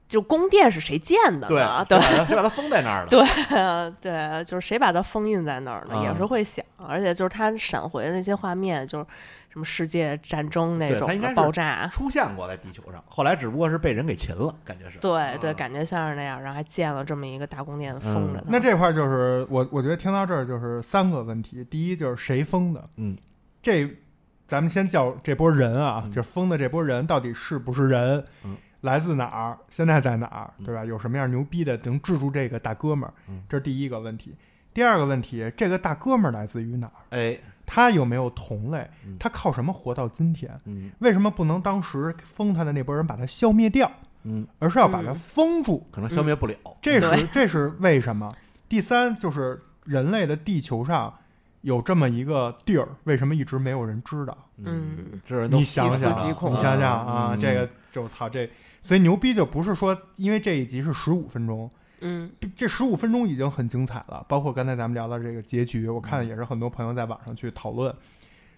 S3: 就宫殿是谁建的
S2: 对
S3: 呢？，
S2: 谁
S3: 啊对
S2: 把它谁把它封在那儿了？
S3: 对对，就是谁把它封印在那儿呢？
S2: 啊
S3: 也是会想，而且就是它闪回的那些画面，就是什么世界战争那
S2: 对
S3: 种
S2: 它应该
S3: 的
S2: 是
S3: 爆炸，
S2: 出现过在地球上，后来只不过是被人给擒了，感觉是。
S1: 啊
S3: 对对，
S2: 嗯
S3: 感觉像是那样，然后还建了这么一个大宫殿封着它。
S1: 那这块儿就是我，我觉得听到这儿就是三个问题。第一就是谁封的？
S2: 嗯，
S1: 这咱们先叫这波人啊，
S2: 嗯
S1: 就是封的这波人到底是不是人？
S2: 嗯
S1: 来自哪儿？现在在哪儿？
S2: 嗯
S1: 对吧？有什么样牛逼的能制住这个大哥们儿
S2: 嗯？
S1: 这是第一个问题。第二个问题，这个大哥们儿来自于哪儿？
S2: 哎，
S1: 他有没有同类
S2: 嗯？
S1: 他靠什么活到今天？
S2: 嗯
S1: 为什么不能当时封他的那波人把他消灭掉，
S2: 嗯，
S1: 而是要把他
S3: 嗯
S1: 封住？
S2: 可能消灭不了。
S1: 这是
S3: 对
S1: 这是为什么？第三就是人类的地球上有这么一个地儿，为什么一直没有人知道？
S3: 嗯，
S2: 这人都
S1: 你想想
S3: 细
S1: 啊，
S3: 思极恐
S1: 你想想啊，
S2: 嗯
S1: 这个这我操这，所以牛逼就不是说因为这一集是十五分钟，
S3: 嗯
S1: 这十五分钟已经很精彩了，包括刚才咱们聊到这个结局，我
S2: 嗯
S1: 看也是很多朋友在网上去讨论。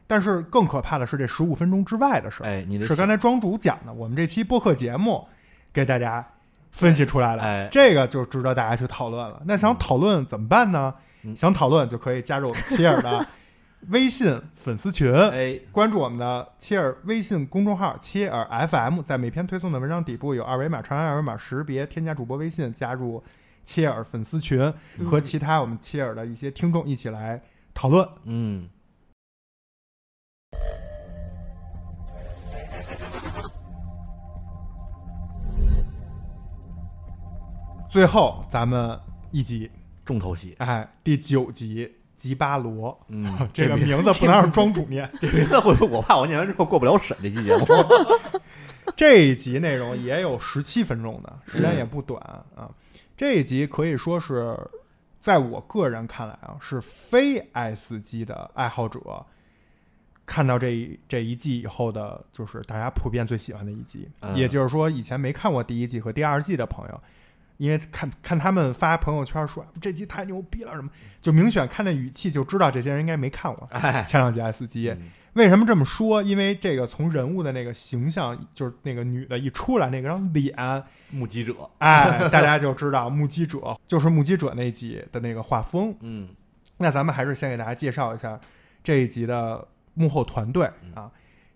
S1: 但是更可怕的是这十五分钟之外的事儿，
S2: 哎，你的
S1: 是刚才庄主讲的，我们这期播客节目给大家分析出来的。
S2: 哎，
S1: 这个就值得大家去讨论了。那想讨论怎么办呢？
S2: 嗯
S1: 想讨论就可以加入我们切尔的 微信粉丝群，
S2: 哎，
S1: 关注我们的切尔微信公众号“切尔 FM”，在每篇推送的文章底部有二维码，长按二维码识别，添加主播微信，加入切尔粉丝群，
S3: 嗯
S1: 和其他我们切尔的一些听众一起来讨论。
S2: 嗯，
S1: 最后，咱们一集，
S2: 重头戏。
S1: 哎，第九集。吉巴罗，
S2: 嗯，
S1: 这个
S2: 名
S1: 名字不能让庄主念。
S2: 这 名字会不会我怕我念完之后过不了审这期节目。
S1: 这一集内容也有十七分钟的，
S2: 嗯
S1: 时间也不短啊。这一集可以说是，在我个人看来啊，是非爱斯基的爱好者看到这一这一季以后的，就是大家普遍最喜欢的一集。
S2: 嗯
S1: 也就是说，以前没看过第一季和第二季的朋友，因为看看他们发朋友圈说这集太牛逼了什么，就明显看那语气就知道这些人应该没看过
S2: 哎，
S1: 前两集爱斯基。
S2: 嗯
S1: 为什么这么说？因为这个从人物的那个形象，就是那个女的一出来那张脸，
S2: 目击者。
S1: 哎，大家就知道目击者就是目击者那集的那个画风。
S2: 嗯
S1: 那咱们还是先给大家介绍一下这一集的幕后团队啊。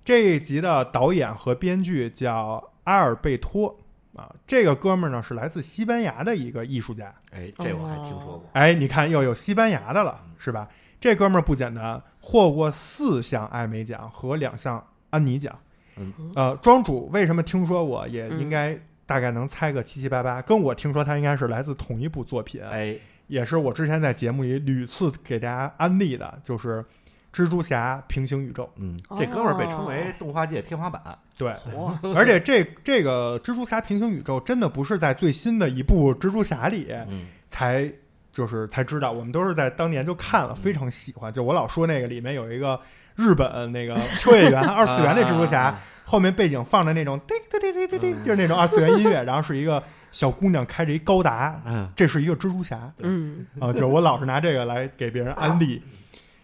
S1: 这一集的导演和编剧叫阿尔贝托啊，这个哥们儿呢是来自西班牙的一个艺术家。
S2: 哎，这我还听说过。
S1: 哎，你看又有西班牙的了，是吧？这哥们儿不简单，获过四项艾美奖和两项安妮奖。
S2: 嗯
S1: 呃，庄主为什么听说我也
S3: 嗯
S1: 应该大概能猜个七七八八？跟我听说他应该是来自同一部作品，
S2: 哎，
S1: 也是我之前在节目里屡次给大家安利的，就是《蜘蛛侠：平行宇宙》。
S2: 嗯，
S3: 哦
S2: 这哥们儿被称为动画界天花板。
S1: 对，
S3: 哇
S1: 而且这这个《蜘蛛侠：平行宇宙》真的不是在最新的一部《蜘蛛侠》里，
S2: 嗯
S1: 才就是才知道，我们都是在当年就看
S2: 嗯
S1: 了，非常喜欢。就我老说那个里面有一个日本 那个秋叶原二次元那蜘蛛侠，
S2: 啊嗯
S1: 后面背景放着那种滴滴滴滴滴滴，就是那种二次元音乐，然后是一个小姑娘开着一高达，
S2: 嗯
S1: 这是一个蜘蛛 侠
S3: 嗯
S1: 啊，就是我老是拿这个来给别人安利。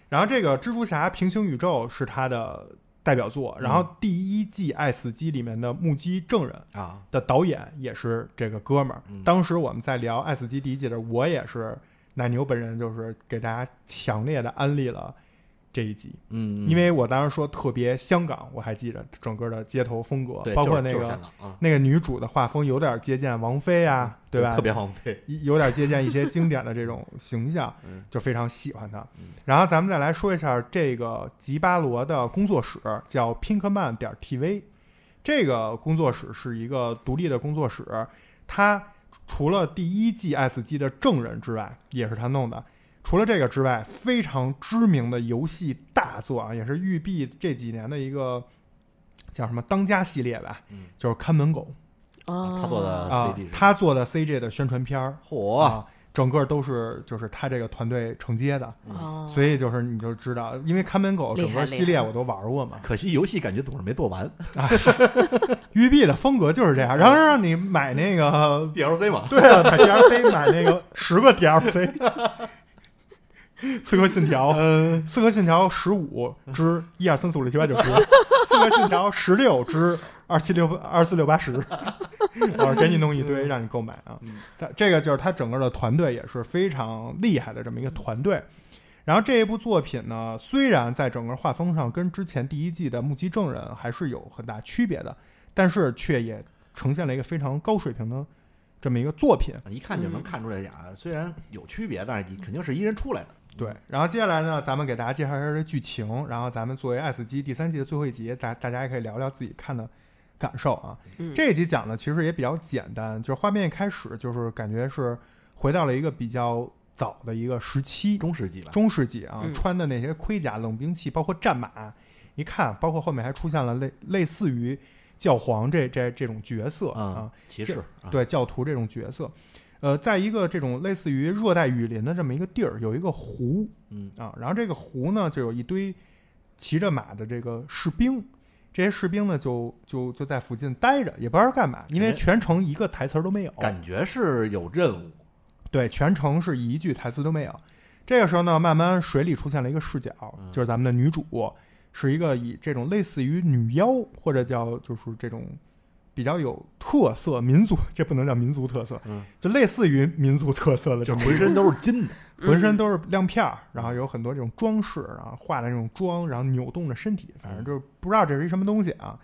S1: 然后这个蜘蛛侠平行宇宙是他的代表作，然
S2: 嗯
S1: 后第一季《爱死机》里面的目击证人
S2: 啊，
S1: 的导演也是这个哥们儿
S2: 嗯。
S1: 当时我们在聊《爱死机》第一季的时候，我也是奶牛本人，就是给大家强烈的安利了这一集，
S2: 嗯，
S1: 因为我当时说特别香港，我还记着整个的街头风格
S2: 对，，
S1: 包括
S2: 就
S1: 那
S2: 是就是
S1: 个
S2: 香港啊，
S1: 那个女主的画风有点借鉴王菲啊，对吧？
S2: 嗯特别荒废。
S1: 有点借鉴一些经典的这种形象
S2: 嗯，
S1: 就非常喜欢他
S2: 嗯。
S1: 然后咱们再来说一下这个吉巴罗的工作室，叫 Pinkman 点 TV。这个工作室是一个独立的工作室，它除了第一季 S 机的证人之外，也是他弄的。除了这个之外，非常知名的游戏大作啊，也是育碧这几年的一个叫什么当家系列吧，
S2: 嗯
S1: 就是看门狗
S3: 哦，
S2: 他做的
S1: 啊
S2: CD，是，
S1: 他做的 CG 的宣传片儿
S2: 嚯，
S1: 啊，整个都是就是他这个团队承接的，
S3: 哦，
S1: 所以就是你就知道，因为看门狗整
S3: 厉害
S1: 个
S3: 厉
S1: 系列
S3: 害
S1: 我都玩过嘛，
S2: 可惜游戏感觉总是没 做完
S1: 育碧的风格就是这样，然后让你买那个，
S2: DLC 嘛，
S1: 对啊，买 DLC 买那 个十个 DLC，刺客信条，
S2: 嗯，
S1: 刺客信条十五之一二三四五六七八九十，刺客信条十六之二七六二四六八十，啊，给你弄一堆让你购买啊
S2: 嗯。
S1: 它这个就是它整个的团队也是非常厉害的这么一个团队。然后这一部作品呢，虽然在整个画风上跟之前第一季的《目击证人》还是有很大区别的，但是却也呈现了一个非常高水平的这么一个作品。
S2: 一看就能看出来俩虽然有区别，但是肯定是一人出来的，
S1: 对，然后接下来呢，咱们给大家介绍一下这剧情，然后咱们作为《爱死机》第三季的最后一集，大大家也可以聊聊自己看的感受啊。
S3: 嗯
S1: 这一集讲的其实也比较简单，就是画面一开始就是感觉是回到了一个比较早的一个时期，
S2: 中世纪吧，
S1: 中世纪啊，
S3: 嗯
S1: 穿的那些盔甲、冷兵器，包括战马，一看，包括后面还出现了类类似于教皇这这这种角色啊。
S2: 嗯，骑士，啊
S1: 对教徒这种角色。呃，在一个这种类似于热带雨林的这么一个地儿，有一个湖，
S2: 嗯
S1: 啊，然后这个湖呢，就有一堆骑着马的这个士兵，这些士兵呢，就就就在附近待着，也不知道干嘛，因为
S2: 哎
S1: 全程一个台词儿都没有，
S2: 感觉是有任务，
S1: 对，全程是一句台词都没有。这个时候呢，慢慢水里出现了一个视角，
S2: 嗯
S1: 就是咱们的女主，是一个以这种类似于女妖或者叫就是这种比较有特色民族，这不能叫民族特色，
S2: 嗯
S1: 就类似于民族特色的这
S2: 就
S1: 种，
S2: 浑 身都是金的，
S1: 浑身都是亮片儿，然后有很多这种装饰，然后画的那种妆，然后扭动着身体，反正
S2: 嗯
S1: 就是不知道这是一什么东西啊。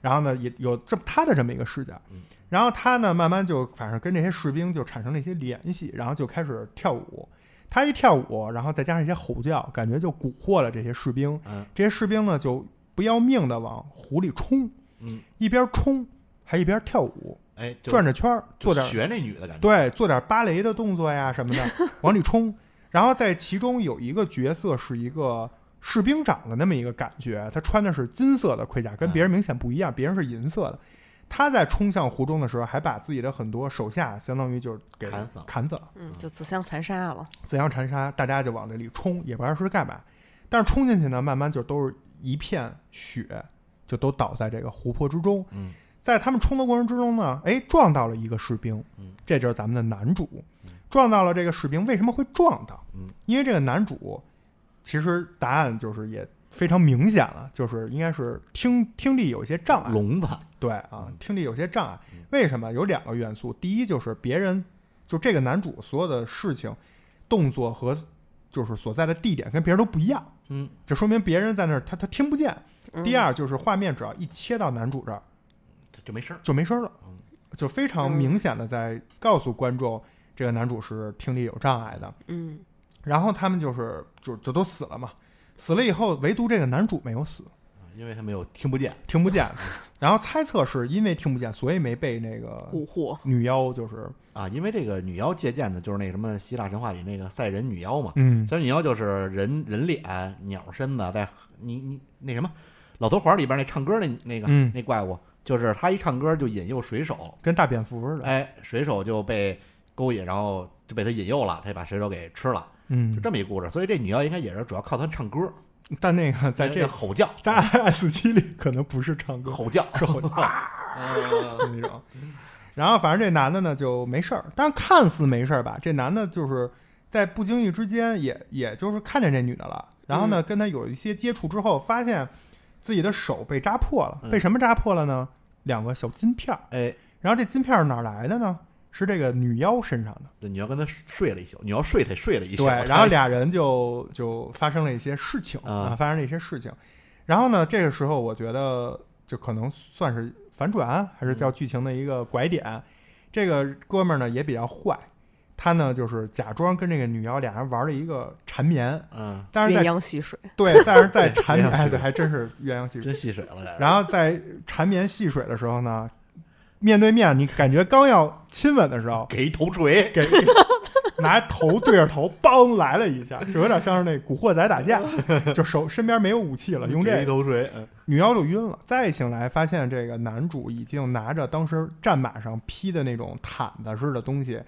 S1: 然后呢，也有这么他的这么一个视角
S2: 嗯，
S1: 然后他呢，慢慢就反正跟这些士兵就产生了一些联系，然后就开始跳舞。他一跳舞，然后再加上一些吼叫，感觉就蛊惑了这些士兵。
S2: 嗯
S1: 这些士兵呢，就不要命的往湖里冲，
S2: 嗯，
S1: 一边冲还一边跳舞，
S2: 哎，就
S1: 转着圈儿，
S2: 就
S1: 做点
S2: 学那女的感觉，
S1: 对，做点芭蕾的动作呀什么 的，往里冲。然后在其中有一个角色是一个士兵长的那么一个感觉，他穿的是金色的盔甲，跟别
S2: 嗯
S1: 人明显不一样，别人是银色的。他在冲向湖中的时候，还把自己的很多手下，相当于就是给
S2: 砍死了
S1: 砍死了，
S3: 嗯，就自相残杀了，
S1: 自相残杀，大家就往这里冲，也不知道是干嘛。但是冲进去呢，慢慢就都是一片雪，就都倒在这个湖泊之中。
S2: 嗯，
S1: 在他们冲的过程之中呢，哎，撞到了一个士兵
S2: 嗯，
S1: 这就是咱们的男主
S2: 嗯，
S1: 撞到了这个士兵，为什么会撞到
S2: 嗯？
S1: 因为这个男主，其实答案就是也非常明显了，就是应该是听听力有一些障碍，
S2: 聋子，
S1: 对啊
S2: 嗯，
S1: 听力有些障碍
S2: 嗯。
S1: 为什么？有两个元素，第一就是别人，就这个男主所有的事情、动作和就是所在的地点跟别人都不一样，
S2: 嗯，
S1: 这说明别人在那儿他他听不见。
S3: 嗯
S1: 第二就是画面只要一切到男主这儿。
S2: 就没声儿，
S1: 就没声儿了
S2: 嗯，
S1: 就非常明显的在告诉观众，这个男主是听力有障碍的。
S3: 嗯
S1: 然后他们就是就就都死了嘛，死了以后，唯独这个男主没有死，
S2: 因为他没有听不见，
S1: 听不 见。然后猜测是因为听不见，所以没被那个
S3: 蛊惑，
S1: 女妖就是
S2: 啊，因为这个女妖借鉴的就是那什么希腊神话里那个赛人女妖嘛。
S1: 嗯
S2: 赛人女妖就是人人脸、鸟身子，在你你那什么老头环里边那唱歌那那个、
S1: 嗯
S2: 那怪物，就是他一唱歌就引诱水手，
S1: 跟大蝙蝠似的，
S2: 哎，水手就被勾引，然后就被他引诱了，他就把水手给吃了，就
S1: 嗯。
S2: 这么一故事。所以这女妖应该也是主要靠她唱歌，
S1: 但那个在
S2: 那
S1: 这
S2: 吼叫，
S1: 在 S 七里可能不是唱歌，
S2: 吼叫，
S1: 是吼
S2: 呃
S1: 那种。然后反正这男的呢就没事儿，但是看似没事儿吧，这男的就是在不经意之间也也就是看见这女的了，然后呢
S2: 嗯
S1: 跟她有一些接触之后，发现自己的手被扎破了，
S2: 嗯
S1: 被什么扎破了呢？两个小金片儿。
S2: 哎，
S1: 然后这金片儿哪儿来的呢？是这个女妖身上的。
S2: 这女妖跟他睡了一宿，女妖睡他也睡了一宿，
S1: 对，然后俩人就就发生了一些事情
S2: 啊
S1: 啊，发生了一些事情。然后呢，这个时候我觉得就可能算是反转，还
S2: 嗯
S1: 是叫剧情的一个拐点。这个哥们儿呢也比较坏，他呢就是假装跟这个女妖俩人玩了一个缠绵，
S2: 嗯，
S1: 但是
S3: 鸳
S1: 在
S3: 鸯戏水，
S1: 对，但是在
S2: 对
S1: 缠
S2: 鸳
S1: 绵，
S2: 鸯戏
S1: 哎，
S2: 水
S1: 对，还真是鸳鸯戏水。
S2: 真戏水了，俩人
S1: 然后在缠绵戏水的时候呢，面对面你感觉刚要亲吻的时候，
S2: 给一头锤，
S1: 给拿头对着头，梆来了一下，就有点像是那古惑仔打架，就手身边没有武器了，用
S2: 这
S1: 这
S2: 一
S1: 个。
S2: 头锤，嗯
S1: 女妖就晕了，再醒来发现这个男主已经拿着当时战马上披的那种毯子似的东西，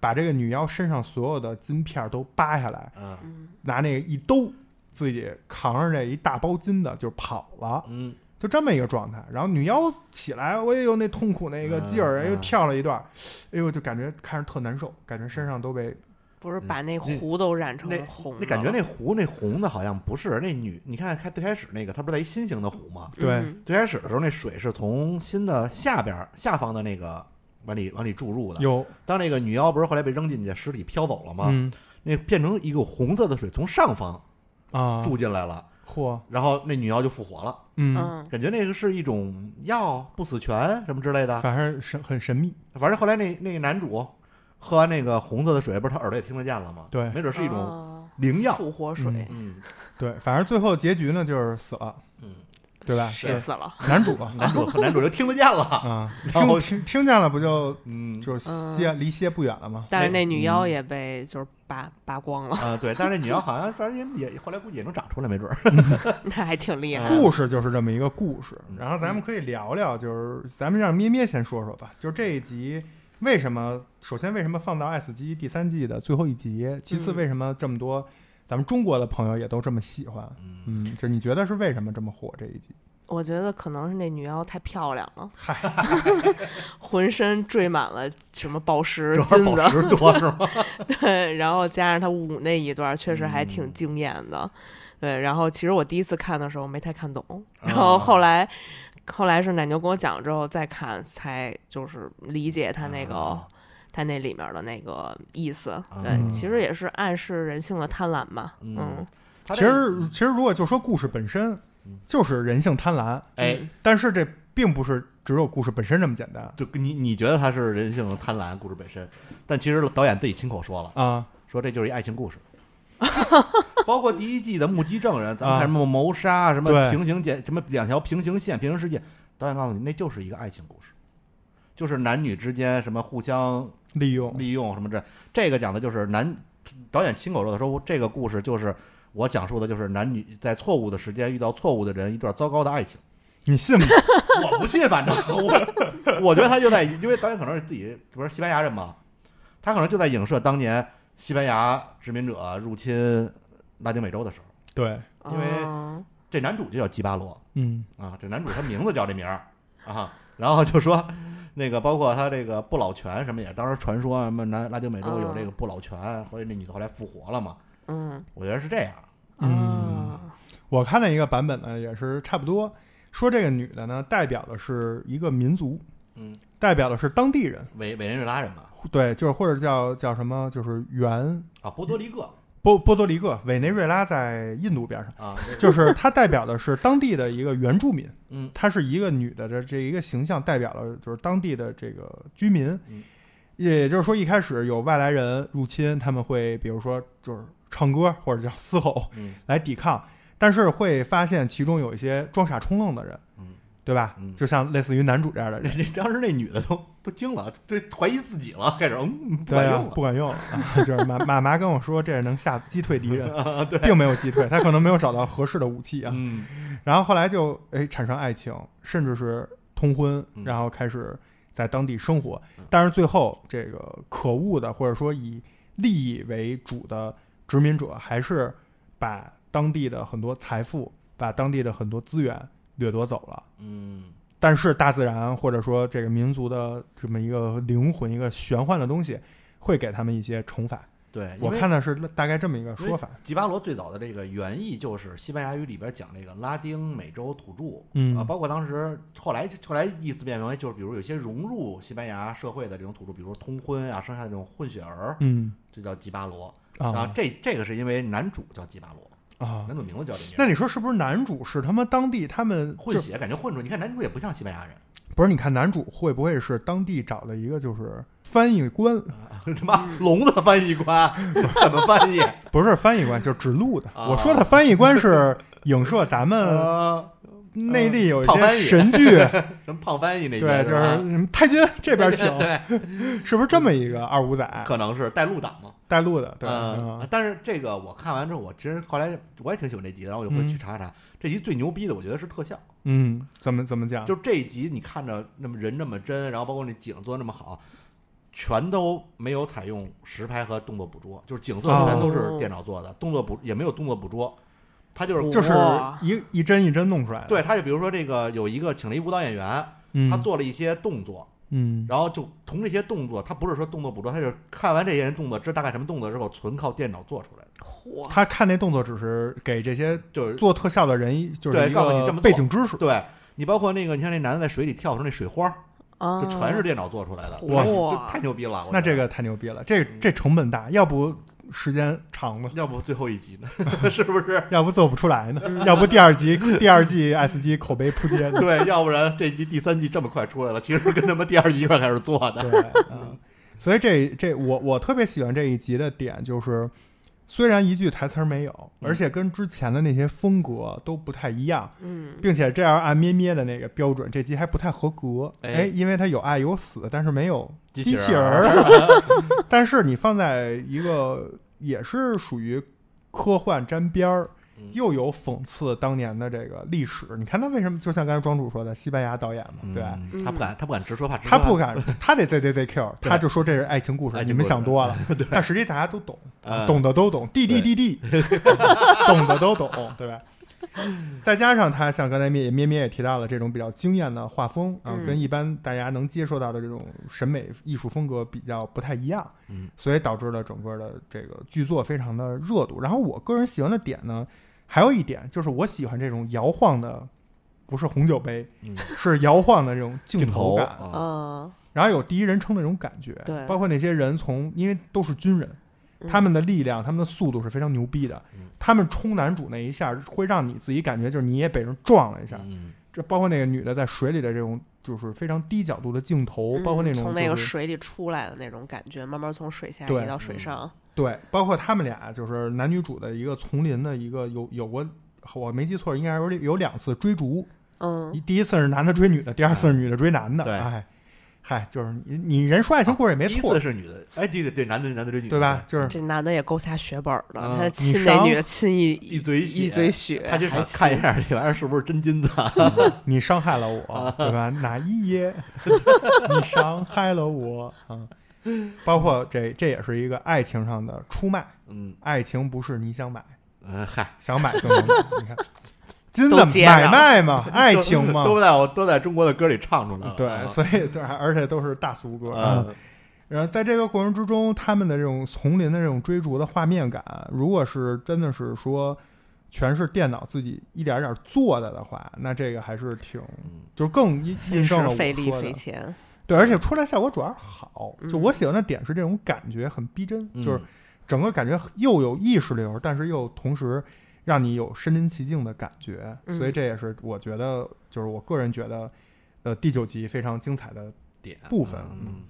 S1: 把这个女妖身上所有的金片儿都扒下来，
S2: 嗯
S1: 拿那个一兜，自己扛着这一大包金的就跑了。
S2: 嗯，
S1: 就这么一个状态。然后女妖起来，哎呦那痛苦那个劲儿，
S2: 嗯
S1: 哎呦
S2: 嗯
S1: 跳了一段儿，哎呦就感觉看着特难受，感觉身上都被
S3: 不是把那壶都染成
S2: 嗯那
S3: 红的
S2: 那感觉那壶那红的好像不是那女，你看开最开始那个，它不是在一心形的壶吗？
S1: 对
S3: 嗯
S2: 最开始的时候那水是从心的下边儿下方的那个往里往里注入的。
S1: 有
S2: 当那个女妖不是后来被扔进去，尸体飘走了吗？
S1: 嗯
S2: 那变成一个红色的水从上方
S1: 啊
S2: 注进来了，
S1: 嚯
S2: 然后那女妖就复活了。
S1: 嗯，
S3: 嗯，
S2: 感觉那个是一种药，不死泉什么之类的。
S1: 反正神很神秘，
S2: 反正后来那那个男主喝完那个红色的水，不是他耳朵也听得见了吗？
S1: 对
S2: 没准是一种
S3: 哦
S2: 灵药。
S3: 复活水，
S2: 嗯
S1: 对，反正最后结局呢就是死了，
S2: 嗯，
S1: 对吧？
S3: 谁死了？
S1: 对男主啊
S2: 男主男主就听得见了。
S1: 啊，
S2: 然后
S1: 听听听见了不就
S2: 嗯，
S1: 就歇离歇不远了吗？
S3: 但是那女妖
S2: 嗯
S3: 也被就是扒扒光了，
S2: 啊、对，但是那女妖好像反正也也后来估计也能长出来，没准儿。
S3: 那还挺厉
S2: 哎
S3: 害。
S1: 故事就是这么一个故事，
S2: 嗯
S1: 然后咱们可以聊聊，就是咱们让咩咩先说说吧，就是这一集为什么，首先为什么放到 S 级第三季的最后一集，其次
S3: 嗯
S1: 为什么这么多咱们中国的朋友也都这么喜欢，
S2: 嗯，
S1: 嗯，就你觉得是为什么这么火这一集？
S3: 我觉得可能是那女妖太漂亮了， 浑身缀满了什么宝 石、
S2: 主要是
S3: 金
S2: 宝
S3: 子，
S2: 石多是 吗？
S3: 对，然后加上她舞那一段，确实还挺
S2: 嗯
S3: 惊艳的。对，然后其实我第一次看的时候没太看
S1: 哦
S3: 懂， 然
S2: 啊
S3: 后后来、后来是奶牛跟我讲之后再看，才就是理解她那个。
S1: 哦
S3: 哦
S2: 啊
S3: 她那里面的那个意思，对，
S2: 嗯
S3: 其实也是暗示人性的贪婪嘛，
S2: 嗯
S3: 嗯，
S2: 他
S1: 其
S2: 这
S1: 实其实如果就说故事本身
S2: 嗯，
S1: 就是人性贪婪，
S2: 哎，
S3: 嗯
S1: 但是这并不是只有故事本身这么简单
S2: 就你你觉得他是人性贪婪故事本身，但其实导演自己亲口说了，
S1: 啊，
S2: 说这就是一爱情故事。 包括第一季的目击证人，咱们
S1: 啊
S2: 看什么谋杀，什么
S1: 对
S2: 平行线，什么两条平行线、平行世界，导演告诉你，那就是一个爱情故事，就是男女之间什么互相
S1: 利用
S2: 利用什么这，这个讲的就是男导演亲口说的，说这个故事就是我讲述的就是男女在错误的时间遇到错误的人，一段糟糕的爱情。
S1: 你信吗？
S2: 我不信，反正 我我觉得他就在，因为导演可能是自己不是西班牙人嘛，他可能就在影射当年西班牙殖民者入侵拉丁美洲的时候。
S1: 对，
S2: 因为
S3: 哦
S2: 这男主就叫基巴罗
S1: 嗯
S2: 啊，这男主他名字叫这名儿啊，然后就说那个包括他这个不老泉什么也，当时传说什么南拉丁美洲有这个不老泉，所以那女的后来复活了嘛，
S3: 嗯
S2: 我觉得是这样。
S1: 嗯
S3: 啊
S1: 我看了一个版本呢，也是差不多，说这个女的呢，代表的是一个民族，
S2: 嗯，
S1: 代表的是当地人，
S2: 委委内瑞拉人嘛，
S1: 对，就是或者叫叫什么，就是原
S2: 啊，波多黎各
S1: 波波多黎各、委内瑞拉在印度边上，
S2: 啊，
S1: 就是它代表的是当地的一个原住民，
S2: 嗯
S1: 她是一个女的的这一个形象，代表了就是当地的这个居民
S2: 嗯，
S1: 也就是说一开始有外来人入侵，他们会比如说就是唱歌或者叫嘶吼，
S2: 嗯
S1: 来抵抗，但是会发现其中有一些装傻充愣的人，
S2: 嗯，
S1: 对吧？
S2: 嗯
S1: 就像类似于男主这样的
S2: 那
S1: 人，
S2: 那当时那女的都都惊了，对，怀疑自己了，开始嗯不
S1: 对
S2: 管
S1: 呀、
S2: 用了
S1: 不管用，啊 就是马马麻跟我说，这是能下击退敌人，
S2: 啊，对，
S1: 并没有击退，他可能没有找到合适的武器啊。
S2: 嗯
S1: 然后后来就哎产生爱情，甚至是通婚，
S2: 嗯
S1: 然后开始在当地生活
S2: 嗯。
S1: 但是最后这个可恶的，或者说以利益为主的殖民者，还是把当地的很多财富、把当地的很多资源掠夺走了。
S2: 嗯
S1: 但是大自然或者说这个民族的这么一个灵魂、一个玄幻的东西，会给他们一些惩罚。
S2: 对，因
S1: 我
S2: 为
S1: 看的是大概这么一个说法。
S2: 吉巴罗最早的这个原意就是西班牙语里边讲这个拉丁美洲土著。
S1: 嗯
S2: 啊，包括当时后来后来意思变为就是，比如有些融入西班牙社会的这种土著，比如通婚啊，生下的这种混血儿，
S1: 嗯
S2: 就叫吉巴罗啊
S1: 啊。
S2: 这这个是因为男主叫吉巴罗，
S1: 啊，
S2: 男主名字叫这名
S1: 那
S2: 儿，
S1: 你说是不是男主是他妈当地他们
S2: 混
S1: 就
S2: 血感觉混出来。你看男主也不像西班牙人，
S1: 不是？你看男主会不会是当地找了一个就是翻译官？
S2: 他妈
S1: 嗯
S2: 聋子翻译官 怎么翻译？
S1: 不是翻译官，就是指路的。
S2: 啊
S1: 我说的翻译官是 影射咱们
S2: 呃，
S1: 内地有一
S2: 胖
S1: 些
S2: 嗯翻译
S1: 神 剧，
S2: 什么胖翻译那些
S1: 对，就是是
S2: 吧，
S1: 什么太君这边请
S2: 对，
S1: 是不是这么一个二五仔？
S2: 可能是带路党嘛，
S1: 带路的，对吧？
S2: 呃，
S1: 嗯
S2: 但是这个我看完之后，我其实后来我也挺喜欢这集的，然后我就会
S1: 嗯
S2: 去查查。这集最牛逼的，我觉得是特效，
S1: 嗯，怎么怎么讲？
S2: 就这一集你看着那么人那么真，然后包括那景做得那么好，全都没有采用实拍和动作捕捉，就是景
S1: 哦
S2: 色全都是电脑做的，动作捕也没有动作捕捉，它就是啊
S3: 哦
S1: 就是
S3: 哇
S1: 一一帧一帧弄出来的。
S2: 对，他就比如说这个有一个请了一舞蹈演员，
S1: 嗯，
S2: 他做了一些动作，
S1: 嗯
S2: 然后就从这些动作，他不是说动作捕捉，他就是看完这些人动作知道大概什么动作之后，纯靠电脑做出来的，
S3: 嚯，
S1: 他看那动作只是给这些
S2: 就是
S1: 做特效的人一就是
S2: 对
S1: 一
S2: 告诉你这
S1: 个
S2: 么做
S1: 背景知识。
S2: 对你包括那个，你像那男的在水里跳出那水花儿，
S3: 啊
S2: 就全是电脑做出来的，
S3: 哇
S2: 就太牛逼了！我
S1: 那这
S2: 觉得
S1: 个太牛逼了，这这成本大，要不时间长了，
S2: 要不最后一集呢， 是不是？
S1: 要不做不出来呢，要不第二集第二季 S 级口碑扑街呢。
S2: 对，要不然这集第三季这么快出来了，其实跟他妈第二集一块儿开始做的。
S1: 对，嗯所以这这我我特别喜欢这一集的点就是，虽然一句台词儿没有，
S2: 嗯
S1: 而且跟之前的那些风格都不太一样，
S3: 嗯
S1: 并且这样按咩咩的那个标准，这集还不太合格。
S2: 哎
S1: 哎，因为它有爱有死，但是没有
S2: 机
S1: 器
S2: 器人
S1: 人
S2: 儿
S1: 儿。 但是你放在一个也是属于科幻沾边儿
S2: 嗯，
S1: 又有讽刺当年的这个历史。你看他为什么？就像刚才庄主说的，西班牙导演嘛，对吧。
S2: 嗯他不敢，他不敢直说，怕直
S1: 他
S2: 说
S1: 不敢，他得 ZZZQ，
S2: 对
S1: 他就说这是爱情故事，
S2: 爱情
S1: 你们
S2: 故事
S1: 想多了。 但实际大家都懂，
S2: 嗯
S1: 懂的都懂，弟弟弟 弟，懂的都懂，对吧？再加上他像刚才咩咩咩也提到了这种比较惊艳的画风啊，
S3: 嗯
S1: 跟一般大家能接受到的这种审美艺术风格比较不太一样，
S2: 嗯
S1: 所以导致了整个的这个剧作非常的热度。然后我个人喜欢的点呢，还有一点就是我喜欢这种摇晃的，不是红酒杯，
S2: 嗯
S1: 是摇晃的这种镜
S2: 镜头
S1: 头感。
S2: 啊
S3: 嗯，
S1: 然后有第一人称的那种感觉，
S3: 对
S1: 包括那些人从，因为都是军人，
S3: 嗯
S1: 他们的力量、他们的速度是非常牛逼的，
S2: 嗯
S1: 他们冲男主那一下会让你自己感觉就是你也被人撞了一下，
S2: 嗯
S1: 这包括那个女的在水里的这种就是非常低角度的镜头，
S2: 嗯
S1: 包括那种、
S3: 嗯从
S1: 就是、
S3: 那个水里出来的那种感觉，慢慢从水下
S1: 对嗯
S3: 移到水上，
S1: 对，包括他们俩就是男女主的一个丛林的一个有有过。我没记错，应该有有两次追逐，
S3: 嗯
S1: 一第一次是男的追女的，第二次是女的追男的。
S2: 对
S1: 哎，嗨，就是你你人说爱情故事也没
S2: 第一
S1: 错
S2: 次，是女的，哎，对对对，男的男的追女的，
S1: 对吧？？就是
S3: 这男的也够下血本儿的，
S2: 嗯
S3: 他亲
S1: 你
S3: 那
S1: 伤
S3: 女的亲一
S2: 一嘴血
S3: 一嘴血，
S2: 他就
S3: 还
S2: 想看一
S3: 亲
S2: 下这玩意儿是不是真金子，
S1: 你伤害了
S3: 啊
S1: 我，对吧？哪一 耶？你伤害了我啊！包括这，这也是一个爱情上的出卖。
S2: 嗯，
S1: 爱情不是你想买，
S2: 呃，嗨，
S1: 想买就能买。 你看，真
S3: 都
S1: 的
S3: 接
S1: 买
S3: 上
S1: 卖嘛，爱情嘛，嗯
S2: 都在我都在中国的歌里唱出来了，
S1: 对，
S2: 啊
S1: 所以对，而且都是大俗歌。
S2: 啊，
S1: 然后在这个过程之中，他们的这种丛林的这种追逐的画面感，如果是真的是说全是电脑自己一点儿点儿做的的话，那这个还是挺
S2: 嗯，
S1: 就是更印印
S3: 真
S1: 证了
S3: 是
S1: 我
S3: 费力
S1: 说的
S3: 费。钱，
S1: 对，而且出来效果主要是好。
S3: 嗯
S1: 就我喜欢的点是这种感觉很逼真，
S2: 嗯
S1: 就是整个感觉又有意识流，但是又同时让你有身临其境的感觉。
S3: 嗯
S1: 所以这也是我觉得，就是我个人觉得，呃，第九集非常精彩的。
S2: 点
S1: 部分
S2: 嗯，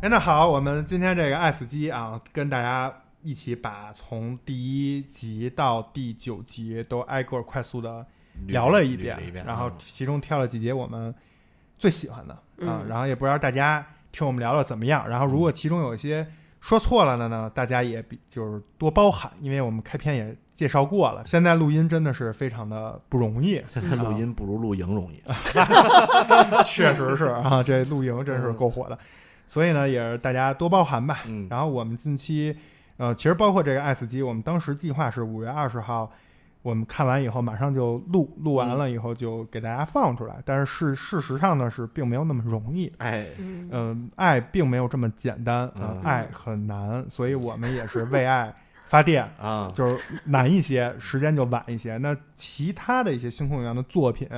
S1: 哎，那好，我们今天这个爱死机啊，跟大家一起把从第一集到第九集都挨个快速的
S2: 捋
S1: 聊了
S2: 一
S1: 一遍，
S2: 捋了遍，
S1: 然后
S2: 嗯
S1: 其中挑了几节我们最喜欢的啊，
S3: 嗯
S1: 然后也不知道大家听我们聊聊怎么样。然后
S2: 嗯
S1: 如果其中有一些说错了的呢，大家也比就是多包涵，因为我们开篇也介绍过了。现在录音真的是非常的不容 易，
S2: 录音不如录影容易，
S1: 确实是啊，这露营真是够火的，所以呢，也是大家多包涵吧。
S2: 嗯，
S1: 然后我们近期，呃，其实包括这个 S 机，我们当时计划是五月二十号，我们看完以后马上就录，录完了以后就给大家放出来。但是事事实上呢，是并没有那么容易。
S2: 哎，
S3: 嗯
S1: 嗯、爱并没有这么简单啊、呃
S2: 嗯
S1: 爱很难，所以我们也是为爱发电，
S2: 啊，
S1: 就是难一些，时间就晚一些。那其他的一些星空员的作品，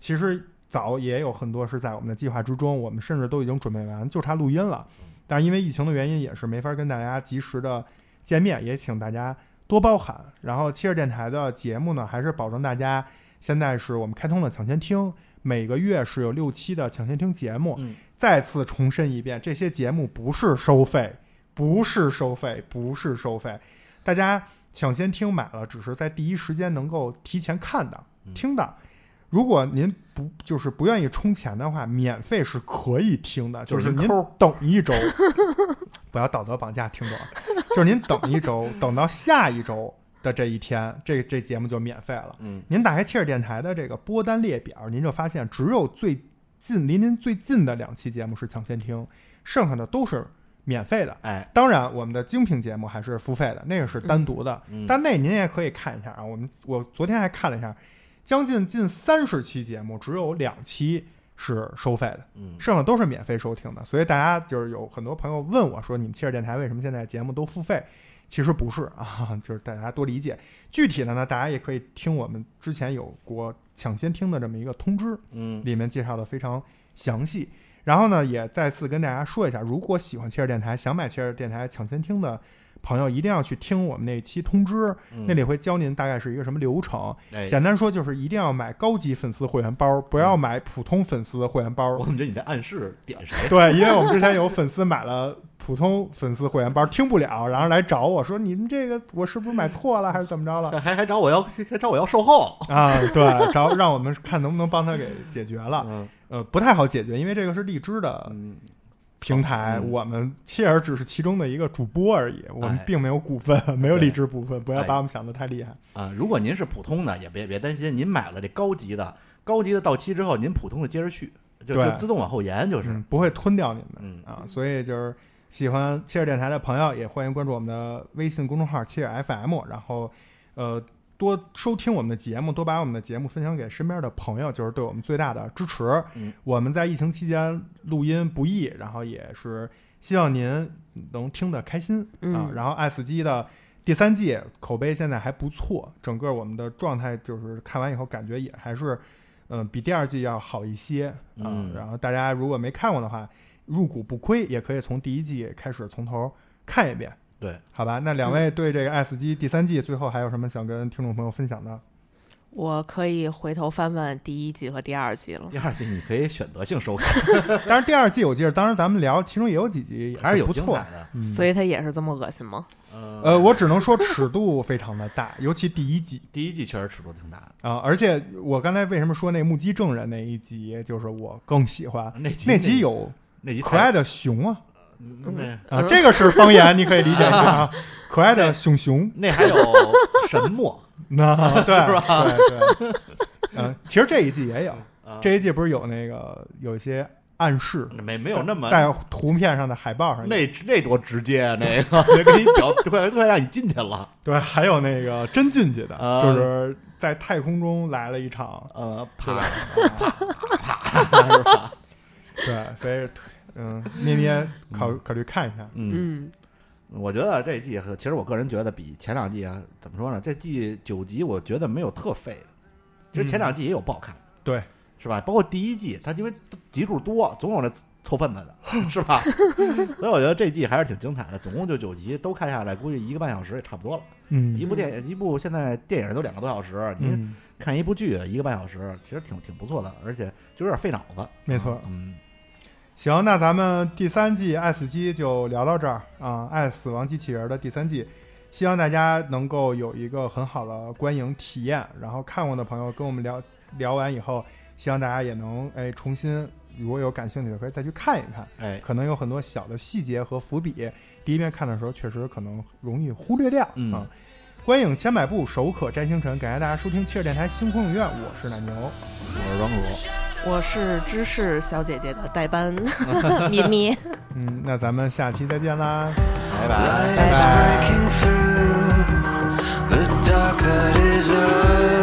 S1: 其实早也有很多是在我们的计划之中，我们甚至都已经准备完，就差录音了。但是因为疫情的原因，也是没法跟大家及时的见面，也请大家多包涵。然后七日电台的节目呢，还是保证大家现在是我们开通了抢先听，每个月是有六期的抢先听节目。
S2: 嗯
S1: 再次重申一遍，这些节目不是收费，不是收费，不是收费，大家抢先听买了，只是在第一时间能够提前看到、
S2: 嗯
S1: 听到。如果您不就是不愿意充钱的话，免费是可以听的，
S2: 就
S1: 就是是您等一周， 不要道德绑架听众啊，就是您等一周，等到下一周的这一天，这这节目就免费了。
S2: 嗯，
S1: 您打开切尔电台的这个播单列表，您就发现只有最近离您最近的两期节目是抢先听，剩下的都是免费的。
S2: 哎，
S1: 当然，我们的精品节目还是付费的，那个是单独的，
S2: 嗯
S1: 但那您也可以看一下啊。我们我昨天还看了一下，将近近三十期节目，只有两期是收费的，
S2: 嗯
S1: 剩下都是免费收听的。所以大家就是有很多朋友问我说，你们切尔电台为什么现在节目都付费？其实不是啊， 就是大家多理解。具体的呢，大家也可以听我们之前有过抢先听的这么一个通知，
S2: 嗯，
S1: 里面介绍的非常详细。然后呢，也再次跟大家说一下，如果喜欢切尔电台，想买切尔电台抢先听的朋友，一定要去听我们那期通知，
S2: 嗯
S1: 那里会教您大概是一个什么流程。
S2: 哎，
S1: 简单说就是一定要买高级粉丝会员包，不要买普通粉丝会员包
S2: 我。怎么觉得你在暗示点谁？
S1: 对，因为我们之前有粉丝买了普通粉丝会员包，听不了，然后来找我说：“你们这个我是不是买错了，还是怎么着了？”
S2: 还还还找我要还找我要售后？
S1: 啊，对，找让我们看能不能帮他给解决了。
S2: 嗯
S1: 呃，不太好解决，因为这个是荔枝的
S2: 嗯，
S1: 平台，
S2: 嗯
S1: 我们切尔只是其中的一个主播而已，我们
S2: 哎
S1: 并没有股份， 没有
S2: 对
S1: 荔枝股份，不要
S2: 哎
S1: 把我们想的太厉害。
S2: 啊，如果您是普通的，也别别担心，您买了这高级的，高级的到期之后，您普通的接着续，就
S1: 对
S2: 就自动往后延，就是，
S1: 嗯，不会吞掉你们
S2: 嗯，
S1: 啊。所以就是喜欢切尔电台的朋友，也欢迎关注我们的微信公众号切尔 FM，然后呃多收听我们的节目，多把我们的节目分享给身边的朋友，就是对我们最大的支持。
S2: 嗯
S1: 我们在疫情期间录音不易，然后也是希望您能听得开心啊。
S3: 嗯
S1: 然后爱死机的。第三季口碑现在还不错，整个我们的状态就是看完以后感觉也还是，嗯、比第二季要好一些啊、
S2: 嗯
S1: 然后大家如果没看过的话，入股不亏，也可以从第一季开始从头看一遍，
S2: 对，
S1: 好吧？那两位对这个《爱死机》第三季最后还有什么想跟听众朋友分享的？
S3: 我可以回头翻翻第一季和第二季了。
S2: 第二季你可以选择性收看，
S1: 当然，第二季我记得当时咱们聊，其中也有几集也
S2: 还是有
S1: 不
S2: 精
S1: 错
S2: 彩。的。
S1: 嗯
S3: 所以他也是这么恶心吗？
S1: 呃，
S2: 呃，
S1: 我只能说尺度非常的大，尤其第一季
S2: 第一季确实尺度挺大的，
S1: 啊、而且我刚才为什么说那目击证人那一集，就是我更喜欢
S2: 嗯那集
S1: 那集有
S2: 那集
S1: 可爱的熊啊
S2: 那那
S1: 啊，
S3: 嗯
S1: 这个是方言，你可以理解一下啊，可爱的熊 熊。
S2: 那还有神墨，
S1: 那对是吧？对对，嗯，其实这一季也有，
S2: 啊
S1: 这一季不是有那个有一些暗示，
S2: 没没有那么
S1: 在图片上的海报上，
S2: 嗯那那多直接啊，那个 那给你表快快让你进去了，
S1: 对，还有那个真进去的，
S2: 啊
S1: 就是在太空中来了一 场，
S2: 呃，
S1: 对
S2: 啪
S1: 吧
S2: 啪啪啪，是吧？
S1: 对，所以嗯，咩咩考考虑看一下，
S2: 嗯。
S3: 嗯，
S2: 我觉得这一季和其实我个人觉得比前两季啊，怎么说呢？这季九集我觉得没有特废的，其实前两季也有不好看，
S1: 对，
S2: 是吧？包括第一季，它因为集数多，总有那凑份子的， 是吧？所以我觉得这季还是挺精彩的，总共就九集，都看下来估计一个半小时也差不多了。一
S1: 嗯
S2: 部电影，一部现在电影都两个多小时，你
S1: 嗯，
S2: 看一部剧一个半小时，其实挺挺不错的，而且就有点费脑子。
S1: 没错
S2: 嗯，
S1: 行，那咱们第三季《爱死机》就聊到这儿啊，《爱死亡机器人》的第三季，希望大家能够有一个很好的观影体验。然后看过的朋友跟我们聊聊完以后，希望大家也能哎重新，如果有感兴趣的可以再去看一看，
S2: 哎，
S1: 可能有很多小的细节和伏笔，第一遍看的时候确实可能容易忽略掉、
S2: 嗯
S1: 啊。观影千百步，手可摘星辰。感谢大家收听七尔电台星空影院，我是奶牛。
S2: 我是庄主。
S3: 我是芝士小姐姐的代 班咪咪，
S1: 嗯，那咱们下期再见啦。
S2: 拜拜。
S3: 拜拜。
S4: breaking through the dark that is us.